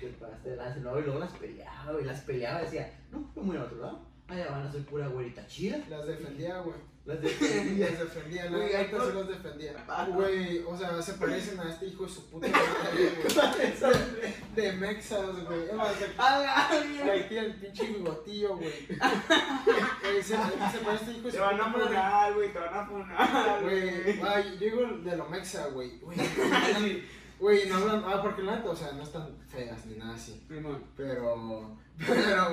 [SPEAKER 2] Te pasaste de lanza, no, y luego las peleaba, güey, las peleaba, decía, no, yo me voy a otro lado. Allá van a ser pura güerita chida.
[SPEAKER 4] Las defendía, güey.
[SPEAKER 2] Las
[SPEAKER 4] Las
[SPEAKER 2] de
[SPEAKER 4] defendía, la
[SPEAKER 3] Güey, hay
[SPEAKER 4] neta sí las defendía.
[SPEAKER 3] Ah.
[SPEAKER 4] Güey, o sea, se parecen a este hijo de su puta madre, güey. De Mexas, güey. Es más, de- Le tira el pinche bigotillo, güey. Güey, Se, se parece a este hijo de
[SPEAKER 3] Te
[SPEAKER 4] su
[SPEAKER 3] van
[SPEAKER 4] puta
[SPEAKER 3] a
[SPEAKER 4] madre.
[SPEAKER 3] funar, güey, te van a funar,
[SPEAKER 4] Güey,
[SPEAKER 3] güey.
[SPEAKER 4] ay, yo digo de lo mexa, güey. Güey, Güey, no hablan, ah, porque la neta, o sea, no están feas ni nada así.
[SPEAKER 3] Simón.
[SPEAKER 4] Pero, pero,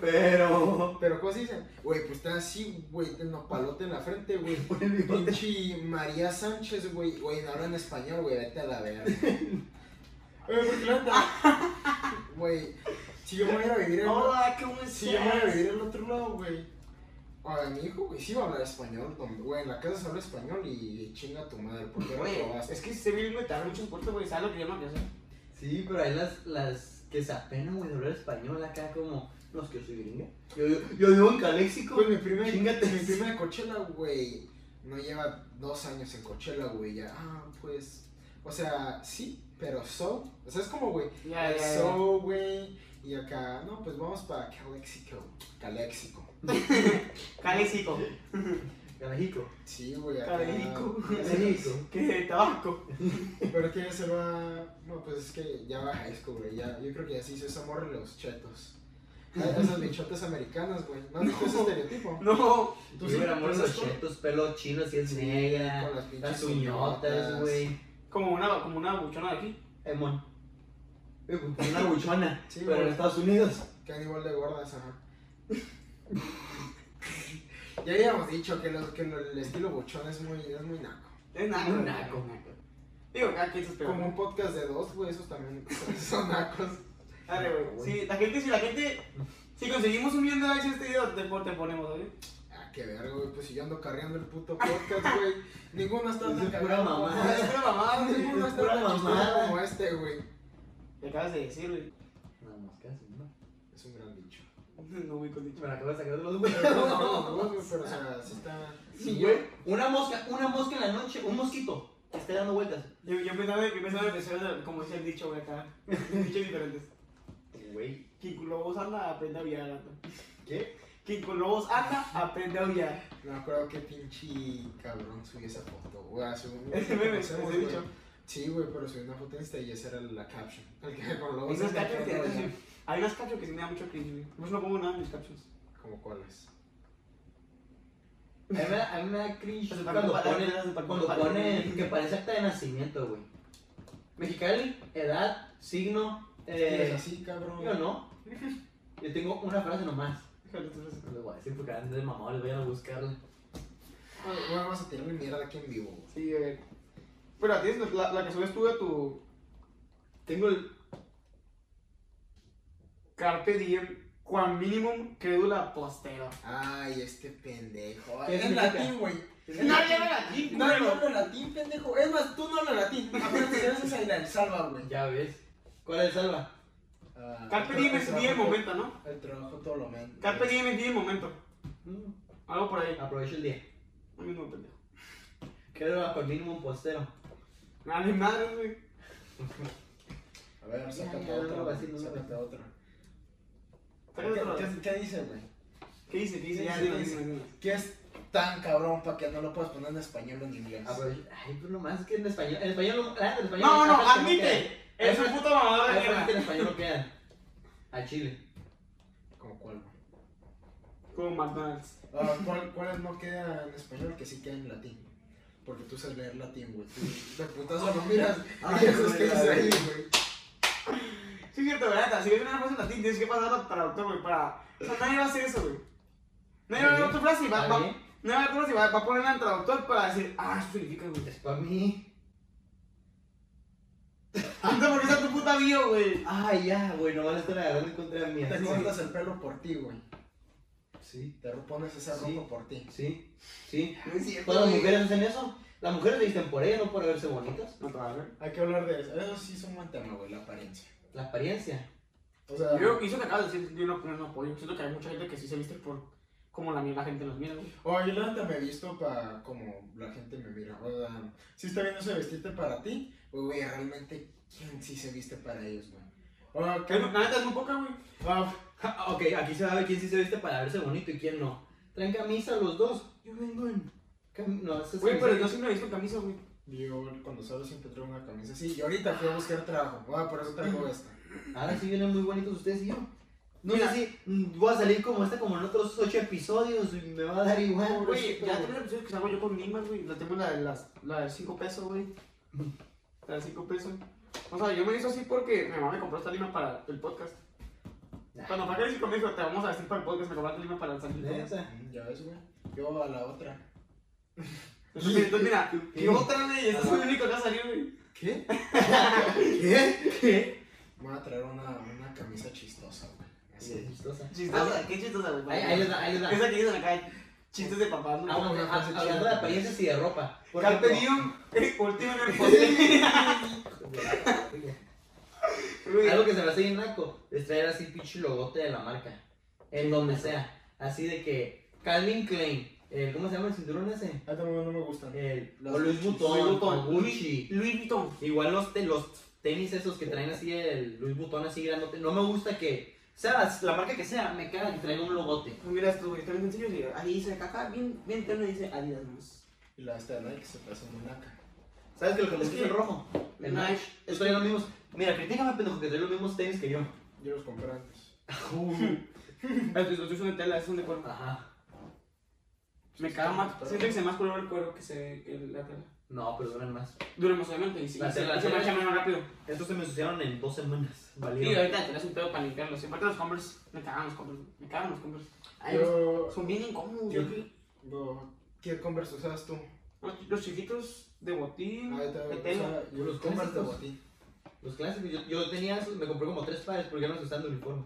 [SPEAKER 2] Pero.
[SPEAKER 4] pero, ¿cómo se dice? Güey, pues está así, güey, de palote en la frente, güey.
[SPEAKER 2] el bigote.
[SPEAKER 4] Pinche María Sánchez, güey. Güey, no hablan español, güey, vete a la verga. Güey, porque la neta, güey, Si yo me voy a ir a vivir en
[SPEAKER 3] Hola, ¿cómo estás?
[SPEAKER 4] Si yo me voy a vivir al otro lado, güey. A mi hijo, güey, sí va a hablar español. don- Güey, en la casa se habla español y chinga tu madre. Porque
[SPEAKER 3] Güey, es que se bilingüe te abre muchas puertas, güey. ¿Sabes lo que yo no quiero hacer?
[SPEAKER 2] Sí, pero hay las, las que se apenan, güey, de hablar español acá como, no es que yo soy gringa. Yo, yo vivo en Caléxico.
[SPEAKER 4] Pues mi prima,
[SPEAKER 2] Chíngate.
[SPEAKER 4] mi prima de Coachella, güey, no lleva dos años en Coachella, güey, ya, ah, pues, o sea, sí, pero so, o sea, es como, güey,
[SPEAKER 3] Ya, ya, ya.
[SPEAKER 4] so, güey, y acá, no, pues vamos para Calexico, Calexico,
[SPEAKER 3] Caléxico.
[SPEAKER 2] Caléxico.
[SPEAKER 4] sí, güey, acá,
[SPEAKER 3] Caléxico.
[SPEAKER 2] Caléxico.
[SPEAKER 3] Que tabaco.
[SPEAKER 4] pero es que ya se va, no, pues es que ya va a high school, güey, ya, yo creo que ya se hizo esa morra y los chetos, Ah, esas bichotas americanas, güey, no, no, ese estereotipo,
[SPEAKER 3] No.
[SPEAKER 4] tú
[SPEAKER 2] Yo
[SPEAKER 4] sí,
[SPEAKER 2] era amor
[SPEAKER 4] pues,
[SPEAKER 2] los
[SPEAKER 4] esto-
[SPEAKER 2] chetos, pelo chino, así es
[SPEAKER 4] Sí,
[SPEAKER 2] negra.
[SPEAKER 4] con las pinches
[SPEAKER 2] Las uñotas,
[SPEAKER 4] uñotas.
[SPEAKER 2] güey.
[SPEAKER 3] Como una, como una buchona de aquí.
[SPEAKER 2] Emon. Eh, pues, Una buchona.
[SPEAKER 4] Sí,
[SPEAKER 2] pero en
[SPEAKER 4] güey.
[SPEAKER 2] Estados Unidos.
[SPEAKER 4] Quedan igual de gordas, ajá. ya habíamos dicho que, los, que lo- el estilo buchón es muy, es muy naco.
[SPEAKER 3] Es naco.
[SPEAKER 2] Un
[SPEAKER 3] güey.
[SPEAKER 2] naco.
[SPEAKER 3] Digo, cada quien sus peores.
[SPEAKER 4] Como un podcast de dos, güey, esos también son- son nacos.
[SPEAKER 3] Dale, güey. Sí, la gente, si la gente. Si conseguimos un millón de likes a este video, te, pon- te ponemos, ¿vale?
[SPEAKER 4] Ah, qué verga, güey, pues si yo ando cargando el puto podcast, güey. Ninguno está tan
[SPEAKER 2] Es pura
[SPEAKER 4] cagado como- este.
[SPEAKER 2] mamada.
[SPEAKER 4] Es pura mamada, ninguno
[SPEAKER 2] Es
[SPEAKER 4] está
[SPEAKER 2] pura
[SPEAKER 4] tan chistoso
[SPEAKER 2] mamada.
[SPEAKER 4] como este, güey.
[SPEAKER 3] Te acabas de decir, güey.
[SPEAKER 2] Nada más casi, ¿no?
[SPEAKER 4] Es un gran dicho.
[SPEAKER 3] No voy con dicho.
[SPEAKER 2] Me la acabo de sacar de los
[SPEAKER 4] Pero
[SPEAKER 2] huevos.
[SPEAKER 4] no, no, no, güey, pero o sea, sí está.
[SPEAKER 2] Sí, güey. Una mosca, una mosca en la noche, un mosquito que esté dando vueltas.
[SPEAKER 3] Yo, yo pensaba, yo pensaba que era como dice el dicho, güey, acá. Dichos diferentes.
[SPEAKER 2] Güey.
[SPEAKER 3] Quien con lobos anda, aprende a aullar, gato.
[SPEAKER 2] ¿Qué?
[SPEAKER 3] Quien con lobos anda, aprende a aullar.
[SPEAKER 4] No me acuerdo qué pinche cabrón subí esa foto, güey. Hace un.
[SPEAKER 3] Ese meme, ese
[SPEAKER 4] conocemos, güey.
[SPEAKER 3] dicho.
[SPEAKER 4] Sí, güey, pero subí una foto en Insta y esa era la caption. El que con los
[SPEAKER 3] Hay unas captions que sí- hay unas captions que sí me da mucho cringe, güey. Pues no pongo nada en mis captions.
[SPEAKER 4] Como cuáles.
[SPEAKER 2] A mí me da, a mí me da cringe
[SPEAKER 3] Pues,
[SPEAKER 2] cuando
[SPEAKER 3] para-
[SPEAKER 2] ponen,
[SPEAKER 3] para- para-
[SPEAKER 2] cuando
[SPEAKER 3] para-
[SPEAKER 2] ponen que parece acta de nacimiento, güey. Mexicali, edad, signo,
[SPEAKER 4] ¿Tienes
[SPEAKER 2] eh,
[SPEAKER 4] así, cabrón?
[SPEAKER 2] yo no. Yo tengo una frase nomás.
[SPEAKER 3] Déjalo, tú lo haces.
[SPEAKER 2] No lo voy a decir porque antes de mamá le voy a buscarla.
[SPEAKER 4] Güey, güey, vamos a tirarle mierda aquí en vivo, güey.
[SPEAKER 3] Sí, güey. Pero a ti es la, la que subes tú a tu
[SPEAKER 2] Tengo el...
[SPEAKER 3] Carpe Diem, cuan minimum crédula postera.
[SPEAKER 4] Ay, este pendejo.
[SPEAKER 2] ¿Qué
[SPEAKER 4] Es en
[SPEAKER 2] significa?
[SPEAKER 4] latín, güey.
[SPEAKER 3] Nadie habla latín,
[SPEAKER 4] No,
[SPEAKER 3] güey.
[SPEAKER 4] no hablo latín, pendejo. Es más, tú no hablas latín. Apenas te haces a ir al salva, güey.
[SPEAKER 2] Ya ves. ¿Cuál es salva?
[SPEAKER 4] Ah,
[SPEAKER 3] Carpe
[SPEAKER 4] el
[SPEAKER 3] Diem
[SPEAKER 4] tra-
[SPEAKER 3] es
[SPEAKER 4] el
[SPEAKER 3] día el
[SPEAKER 4] trabajo-
[SPEAKER 3] momento, ¿no?
[SPEAKER 4] El trabajo todo lo mente.
[SPEAKER 3] Carpe Diem es día el momento.
[SPEAKER 2] Mm,
[SPEAKER 3] Algo por
[SPEAKER 4] Ah.
[SPEAKER 3] ahí.
[SPEAKER 2] Aprovecho el día.
[SPEAKER 3] No mismo pendejo.
[SPEAKER 2] Creo bajo el mínimo postero.
[SPEAKER 3] Nada de madre, güey.
[SPEAKER 4] A ver,
[SPEAKER 2] Ya,
[SPEAKER 4] sácate
[SPEAKER 2] ya, no
[SPEAKER 4] otra,
[SPEAKER 2] lo voy a
[SPEAKER 4] güey.
[SPEAKER 2] decir, no lo voy a
[SPEAKER 4] Sácate otra.
[SPEAKER 3] Sácate otra,
[SPEAKER 4] ¿Qué- qué-
[SPEAKER 3] güey.
[SPEAKER 4] ¿Qué dice, güey?
[SPEAKER 3] ¿Qué dice? ¿Qué dice?
[SPEAKER 4] Sí,
[SPEAKER 3] Ya,
[SPEAKER 4] sí,
[SPEAKER 3] dime,
[SPEAKER 4] sí.
[SPEAKER 3] dime, dime.
[SPEAKER 4] ¿Qué es tan cabrón para que no lo puedas poner en español o en inglés?
[SPEAKER 2] Aprovecho... Ay, pues nomás que en español... En español... no- ah, en español
[SPEAKER 3] No,
[SPEAKER 2] hay
[SPEAKER 3] no,
[SPEAKER 2] frases que quedan.
[SPEAKER 3] admite. Es un puto mamador de
[SPEAKER 2] Hay
[SPEAKER 3] mierda.
[SPEAKER 2] frases que en español no quedan. A Chile.
[SPEAKER 4] ¿Como cuál, güey?
[SPEAKER 3] Como McDonald's.
[SPEAKER 4] Ah, ¿cuál- ¿Cuáles no queda en español que sí queda en latín? Porque tú sabes leer latín, güey. Tú de putazo no miras.
[SPEAKER 2] Ay,
[SPEAKER 4] y eso es
[SPEAKER 2] güey,
[SPEAKER 4] que dice
[SPEAKER 2] la
[SPEAKER 4] ahí,
[SPEAKER 2] verdad.
[SPEAKER 4] güey.
[SPEAKER 3] Sí, es cierto, ¿verdad? Si ves una frase en latín, tienes que pasarla para doctor, güey. Para... O sea, nadie va a hacer eso, güey. Nadie va a ver
[SPEAKER 2] Está
[SPEAKER 3] otra frase y va,
[SPEAKER 2] Está
[SPEAKER 3] va,
[SPEAKER 2] bien.
[SPEAKER 3] nadie va a ver otra frase y va, va a ponerla en traductor para decir, ah, esto significa, güey.
[SPEAKER 2] Es para mí.
[SPEAKER 3] Anda, porque está tu puta vida, güey.
[SPEAKER 2] Ah, ya, güey, no van a estar agarrando en contra de mí.
[SPEAKER 4] Te
[SPEAKER 2] así.
[SPEAKER 4] cortas el pelo por ti, güey.
[SPEAKER 2] Sí,
[SPEAKER 4] Te pones esa
[SPEAKER 2] Sí.
[SPEAKER 4] ropa por ti.
[SPEAKER 2] sí, sí.
[SPEAKER 3] No es cierto.
[SPEAKER 2] Todas las
[SPEAKER 3] güey.
[SPEAKER 2] mujeres hacen eso. Las mujeres se visten por ello, no por verse bonitas.
[SPEAKER 3] No te va a ver.
[SPEAKER 4] Hay que hablar de eso. Eso sí es un buen tema, güey, la apariencia.
[SPEAKER 2] La apariencia.
[SPEAKER 4] O sea,
[SPEAKER 3] Yo, y eso que acabas de decir, yo no, yo no apoyo. Siento que hay mucha gente que sí se viste por como la, la gente los mira, güey.
[SPEAKER 4] o yo la neta me he visto para como la gente me mira. O sea, si está bien eso de vestirte para ti, o, güey, realmente, ¿quién sí se viste para ellos, güey? O,
[SPEAKER 3] Que
[SPEAKER 4] ¿qué?
[SPEAKER 3] La neta es muy poca, güey.
[SPEAKER 4] Ah,
[SPEAKER 2] Ja, ok, aquí se va a ver quién sí se viste para verse bonito y quién no. Traen camisa los dos. Yo vengo en. cam- No, esas
[SPEAKER 3] Güey, pero
[SPEAKER 2] camisas-
[SPEAKER 3] yo siempre he visto camisa, güey.
[SPEAKER 4] Yo cuando salgo siempre traigo una camisa así. Y ahorita fui a buscar trabajo. Ah, por eso traigo esta.
[SPEAKER 2] Ahora sí vienen muy bonitos ustedes y yo. No
[SPEAKER 3] Mira.
[SPEAKER 2] sé si mm, voy a salir como esta, como en otros ocho episodios. y Me va a dar igual.
[SPEAKER 3] Güey, ya tengo
[SPEAKER 2] güey.
[SPEAKER 3] la episodio que salgo yo con Nimas, güey. La tengo la de las la de 5 pesos, güey. La de 5 pesos. O sea, yo me hizo así porque mi mamá me compró esta lima para el podcast. Cuando fue a Jalisco me dijo, te vamos a decir para el podcast, me compraste lima para el San Entonces,
[SPEAKER 2] Neta.
[SPEAKER 4] Ya ves, güey. Yo a la otra.
[SPEAKER 3] mira, entonces, mira, y otra, güey, este es el único que va a salir, güey.
[SPEAKER 4] ¿Qué?
[SPEAKER 2] ¿Qué? ¿Qué?
[SPEAKER 4] Me voy a traer una, una camisa chistosa, güey. Así.
[SPEAKER 2] Chistosa.
[SPEAKER 3] Chistosa, qué chistosa, güey.
[SPEAKER 2] Ahí- ahí les da- ahí les da.
[SPEAKER 3] Esa que dicen acá, eh, chistes de papás, ¿no?
[SPEAKER 2] Ah, bueno,
[SPEAKER 4] una
[SPEAKER 2] ah,
[SPEAKER 4] frase
[SPEAKER 2] Hablando de
[SPEAKER 4] chida.
[SPEAKER 2] apariencias y de ropa. Por
[SPEAKER 3] Carpe
[SPEAKER 2] ejemplo-
[SPEAKER 3] diem, eh, último en el poste. Güey,
[SPEAKER 2] Algo que se me hace bien naco es traer así pinche logote de la marca. En donde sea. Así de que Calvin Klein. eh, ¿Cómo se llama el cinturón ese?
[SPEAKER 4] A también no me gustan.
[SPEAKER 2] El,
[SPEAKER 4] Los
[SPEAKER 2] Eh, o Luis
[SPEAKER 4] Gucci.
[SPEAKER 2] Vuitton. o
[SPEAKER 3] Louis Vuitton, Louis
[SPEAKER 2] Gucci.
[SPEAKER 3] Louis Vuitton.
[SPEAKER 2] Igual los, te- los tenis esos que traen así el Luis Vuitton así grandote. No me gusta que, sea la marca que sea, me caga que traiga un logote.
[SPEAKER 3] Pues Mira esto, güey, también sencillo. sí, Ahí dice acá, acá, bien, bien terno, dice Adidas más.
[SPEAKER 4] Y la esta de Nike se te hace muy naca.
[SPEAKER 2] ¿Sabes que lo que me
[SPEAKER 3] Es
[SPEAKER 2] gusta
[SPEAKER 3] que-
[SPEAKER 2] es el rojo? El
[SPEAKER 3] Nike.
[SPEAKER 2] Nike. Es traer los mismos. Mira, critícame, pendejo, que trae los mismos tenis que yo.
[SPEAKER 4] Yo los compré antes.
[SPEAKER 3] Los tuyos son de tela, esos son de cuero.
[SPEAKER 2] Ajá.
[SPEAKER 3] Me caga más. Siento que se ve más color el cuero que se que la tela.
[SPEAKER 2] No, pero duran más.
[SPEAKER 3] Dura más obviamente y sí,
[SPEAKER 2] La
[SPEAKER 3] se,
[SPEAKER 2] tela,
[SPEAKER 3] y se
[SPEAKER 2] la
[SPEAKER 3] mancha
[SPEAKER 2] tela.
[SPEAKER 3] menos rápido.
[SPEAKER 2] Estos se me ensuciaron en dos semanas.
[SPEAKER 3] Y
[SPEAKER 2] Valieron.
[SPEAKER 3] ahorita tenés un pedo para limpiarlos. Y aparte los Converse, me cagan los Converse. Me cagan los Converse. Ay,
[SPEAKER 4] Yo,
[SPEAKER 3] los- son bien incómodos.
[SPEAKER 4] yo-
[SPEAKER 3] güey.
[SPEAKER 4] yo- ¿Qué Converse usabas tú?
[SPEAKER 3] Los, los chiquitos de botín,
[SPEAKER 4] Ah, yo
[SPEAKER 3] de
[SPEAKER 4] también
[SPEAKER 3] tela.
[SPEAKER 4] usaba- yo los
[SPEAKER 2] Los
[SPEAKER 4] Converse de
[SPEAKER 2] clásicos.
[SPEAKER 4] botín.
[SPEAKER 2] Los clásicos, yo, yo tenía esos, me compré como tres pares porque ya no se usaban de uniforme.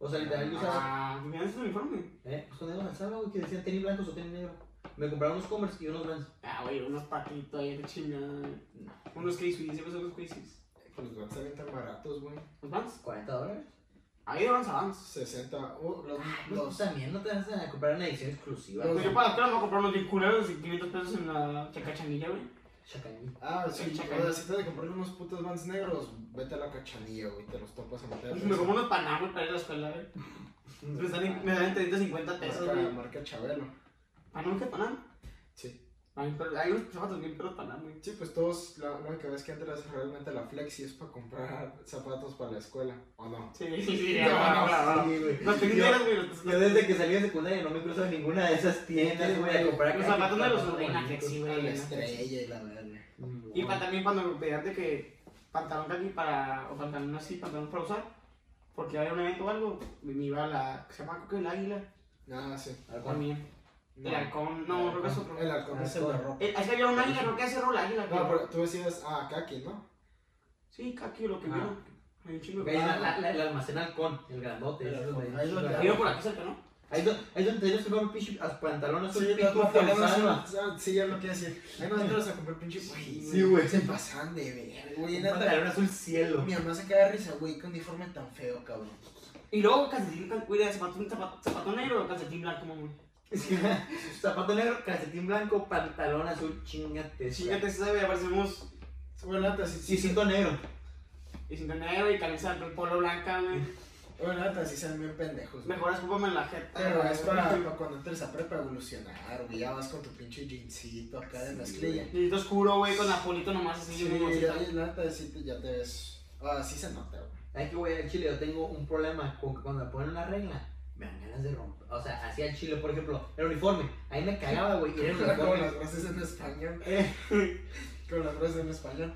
[SPEAKER 2] O sea, literal, yo usaba.
[SPEAKER 3] Ah, me dan ese uniforme.
[SPEAKER 2] ¿Eh? Pues cuando iba a lanzar, güey, que decían tenis blancos o tenis negro. Me compraron unos Converse y unos Vans.
[SPEAKER 3] Ah, güey, unos patitos ahí de chingada.
[SPEAKER 2] No.
[SPEAKER 3] Unos Casey, siempre son los Casey's.
[SPEAKER 4] Pues, Los Vans salen tan baratos, güey.
[SPEAKER 3] ¿Los Vans?
[SPEAKER 2] 40 dólares.
[SPEAKER 3] Ahí de Vans a Vans.
[SPEAKER 4] 60. Oh,
[SPEAKER 2] No,
[SPEAKER 4] los, los-
[SPEAKER 2] Pues también no te vas a comprar una edición exclusiva.
[SPEAKER 4] Los-
[SPEAKER 3] Pues yo para las pelas voy a comprar unos bien culeros y 500 pesos en la chacachanilla, güey.
[SPEAKER 2] Chacaní.
[SPEAKER 4] Ah, sí,
[SPEAKER 3] El
[SPEAKER 4] o
[SPEAKER 3] chacal.
[SPEAKER 4] sea, si te de comprar unos putos Vans negros, vete a la cachanilla, güey, te los topas a meter.
[SPEAKER 3] Me como unos paná, güey, para ir a la escuela, güey. Me
[SPEAKER 2] Ah.
[SPEAKER 3] salen, me salen 350 pesos,
[SPEAKER 4] Marca,
[SPEAKER 3] güey.
[SPEAKER 4] marca Chabelo.
[SPEAKER 3] ¿Paná, qué paná?
[SPEAKER 4] Sí.
[SPEAKER 3] Ay, pero Hay unos zapatos bien pelos paná, güey.
[SPEAKER 4] Sí, pues todos, la, la única vez que entras realmente a la Flexi es para comprar zapatos para la escuela, ¿o no?
[SPEAKER 3] Sí, sí, sí.
[SPEAKER 4] No,
[SPEAKER 3] ah,
[SPEAKER 4] no,
[SPEAKER 3] ah, ah.
[SPEAKER 2] Sí, güey.
[SPEAKER 3] Los tenis
[SPEAKER 2] Yo-
[SPEAKER 3] negros, güey. los-
[SPEAKER 2] Yo desde que salí de secundaria no me cruzo en ninguna de esas tiendas, güey, a comprar
[SPEAKER 3] Los
[SPEAKER 2] acá
[SPEAKER 3] zapatos de los
[SPEAKER 2] zapatos
[SPEAKER 3] Urbain
[SPEAKER 2] bonitos.
[SPEAKER 3] Flexi,
[SPEAKER 4] A
[SPEAKER 3] güey.
[SPEAKER 4] la
[SPEAKER 3] ¿no?
[SPEAKER 4] estrella y la verga.
[SPEAKER 2] Mm,
[SPEAKER 3] Y
[SPEAKER 2] no.
[SPEAKER 3] pa- también cuando pedías de que pantalón aquí para, o pantalón así, pantalón para usar, porque había un evento o algo, me iba a la, se llama creo que el águila,
[SPEAKER 4] Ah, sí.
[SPEAKER 2] Alcohol.
[SPEAKER 3] también.
[SPEAKER 4] No.
[SPEAKER 3] El halcón, no, creo que es otro.
[SPEAKER 4] El halcón es el de ropa.
[SPEAKER 3] Eh, Es que había un águila, creo que ese era el águila.
[SPEAKER 4] No,
[SPEAKER 3] creo.
[SPEAKER 4] pero tú decías, ah, Kaki, ¿no?
[SPEAKER 3] Sí, Kaki, lo que
[SPEAKER 2] Ah.
[SPEAKER 3] vieron. Hay un chingo.
[SPEAKER 2] Güey, la- la- la- El almacén Halcón, el grandote.
[SPEAKER 4] El
[SPEAKER 2] ese es
[SPEAKER 4] Halcón.
[SPEAKER 2] donde-
[SPEAKER 4] Ahí es donde-
[SPEAKER 3] Ah, Vieron por aquí cerca, ¿no?
[SPEAKER 2] Ahí es donde- ahí es donde tenías que comprar un pinche as- pantalón azul
[SPEAKER 4] Ah, Sí,
[SPEAKER 2] pico
[SPEAKER 4] los pantalones
[SPEAKER 2] forzado.
[SPEAKER 4] son- ah, sí, ya lo quiero decir. Ahí nos entras a comprar pinche güey.
[SPEAKER 2] Sí, güey.
[SPEAKER 4] Se pasan de ver, güey.
[SPEAKER 2] Un
[SPEAKER 4] neta.
[SPEAKER 2] pantalón azul cielo.
[SPEAKER 4] Mi mamá se cae de risa, güey, qué uniforme tan feo, cabrón.
[SPEAKER 3] Y luego calcetín, cal- güey, de zapato, un zapato, zapato negro o calcetín blanco, mamón.
[SPEAKER 2] Zapato negro, calcetín blanco, pantalón azul, chingate. esa.
[SPEAKER 3] Chingate, se sabe, aparecemos.
[SPEAKER 4] Bueno, neta, sí,
[SPEAKER 2] Sí,
[SPEAKER 4] sí, sí.
[SPEAKER 2] cinto negro.
[SPEAKER 3] Y sin negro y camisa de polo blanca, güey.
[SPEAKER 4] Bueno, neta, sí se ven bien pendejos. güey.
[SPEAKER 3] Mejor escúpame en la jeta.
[SPEAKER 4] Pero
[SPEAKER 3] güey.
[SPEAKER 4] es para, para cuando entres a prepa evolucionar, güey. Ya vas con tu pinche jeansito acá de mezclilla.
[SPEAKER 3] Necesito oscuro, güey, con la polito nomás así.
[SPEAKER 4] Sí,
[SPEAKER 3] güey, bolsita.
[SPEAKER 4] ya- la neta, sí, te- ya te ves. Ah, sí se nota, güey.
[SPEAKER 2] Ay, que güey, al chile yo tengo un problema con que cuando me ponen una regla, me dan ganas de romper. O sea, hacía el chile, por ejemplo, el uniforme. Ahí me cagaba, güey, y era el
[SPEAKER 4] Con
[SPEAKER 2] uniforme.
[SPEAKER 4] las frases en español.
[SPEAKER 2] Eh,
[SPEAKER 4] Con las frases en español.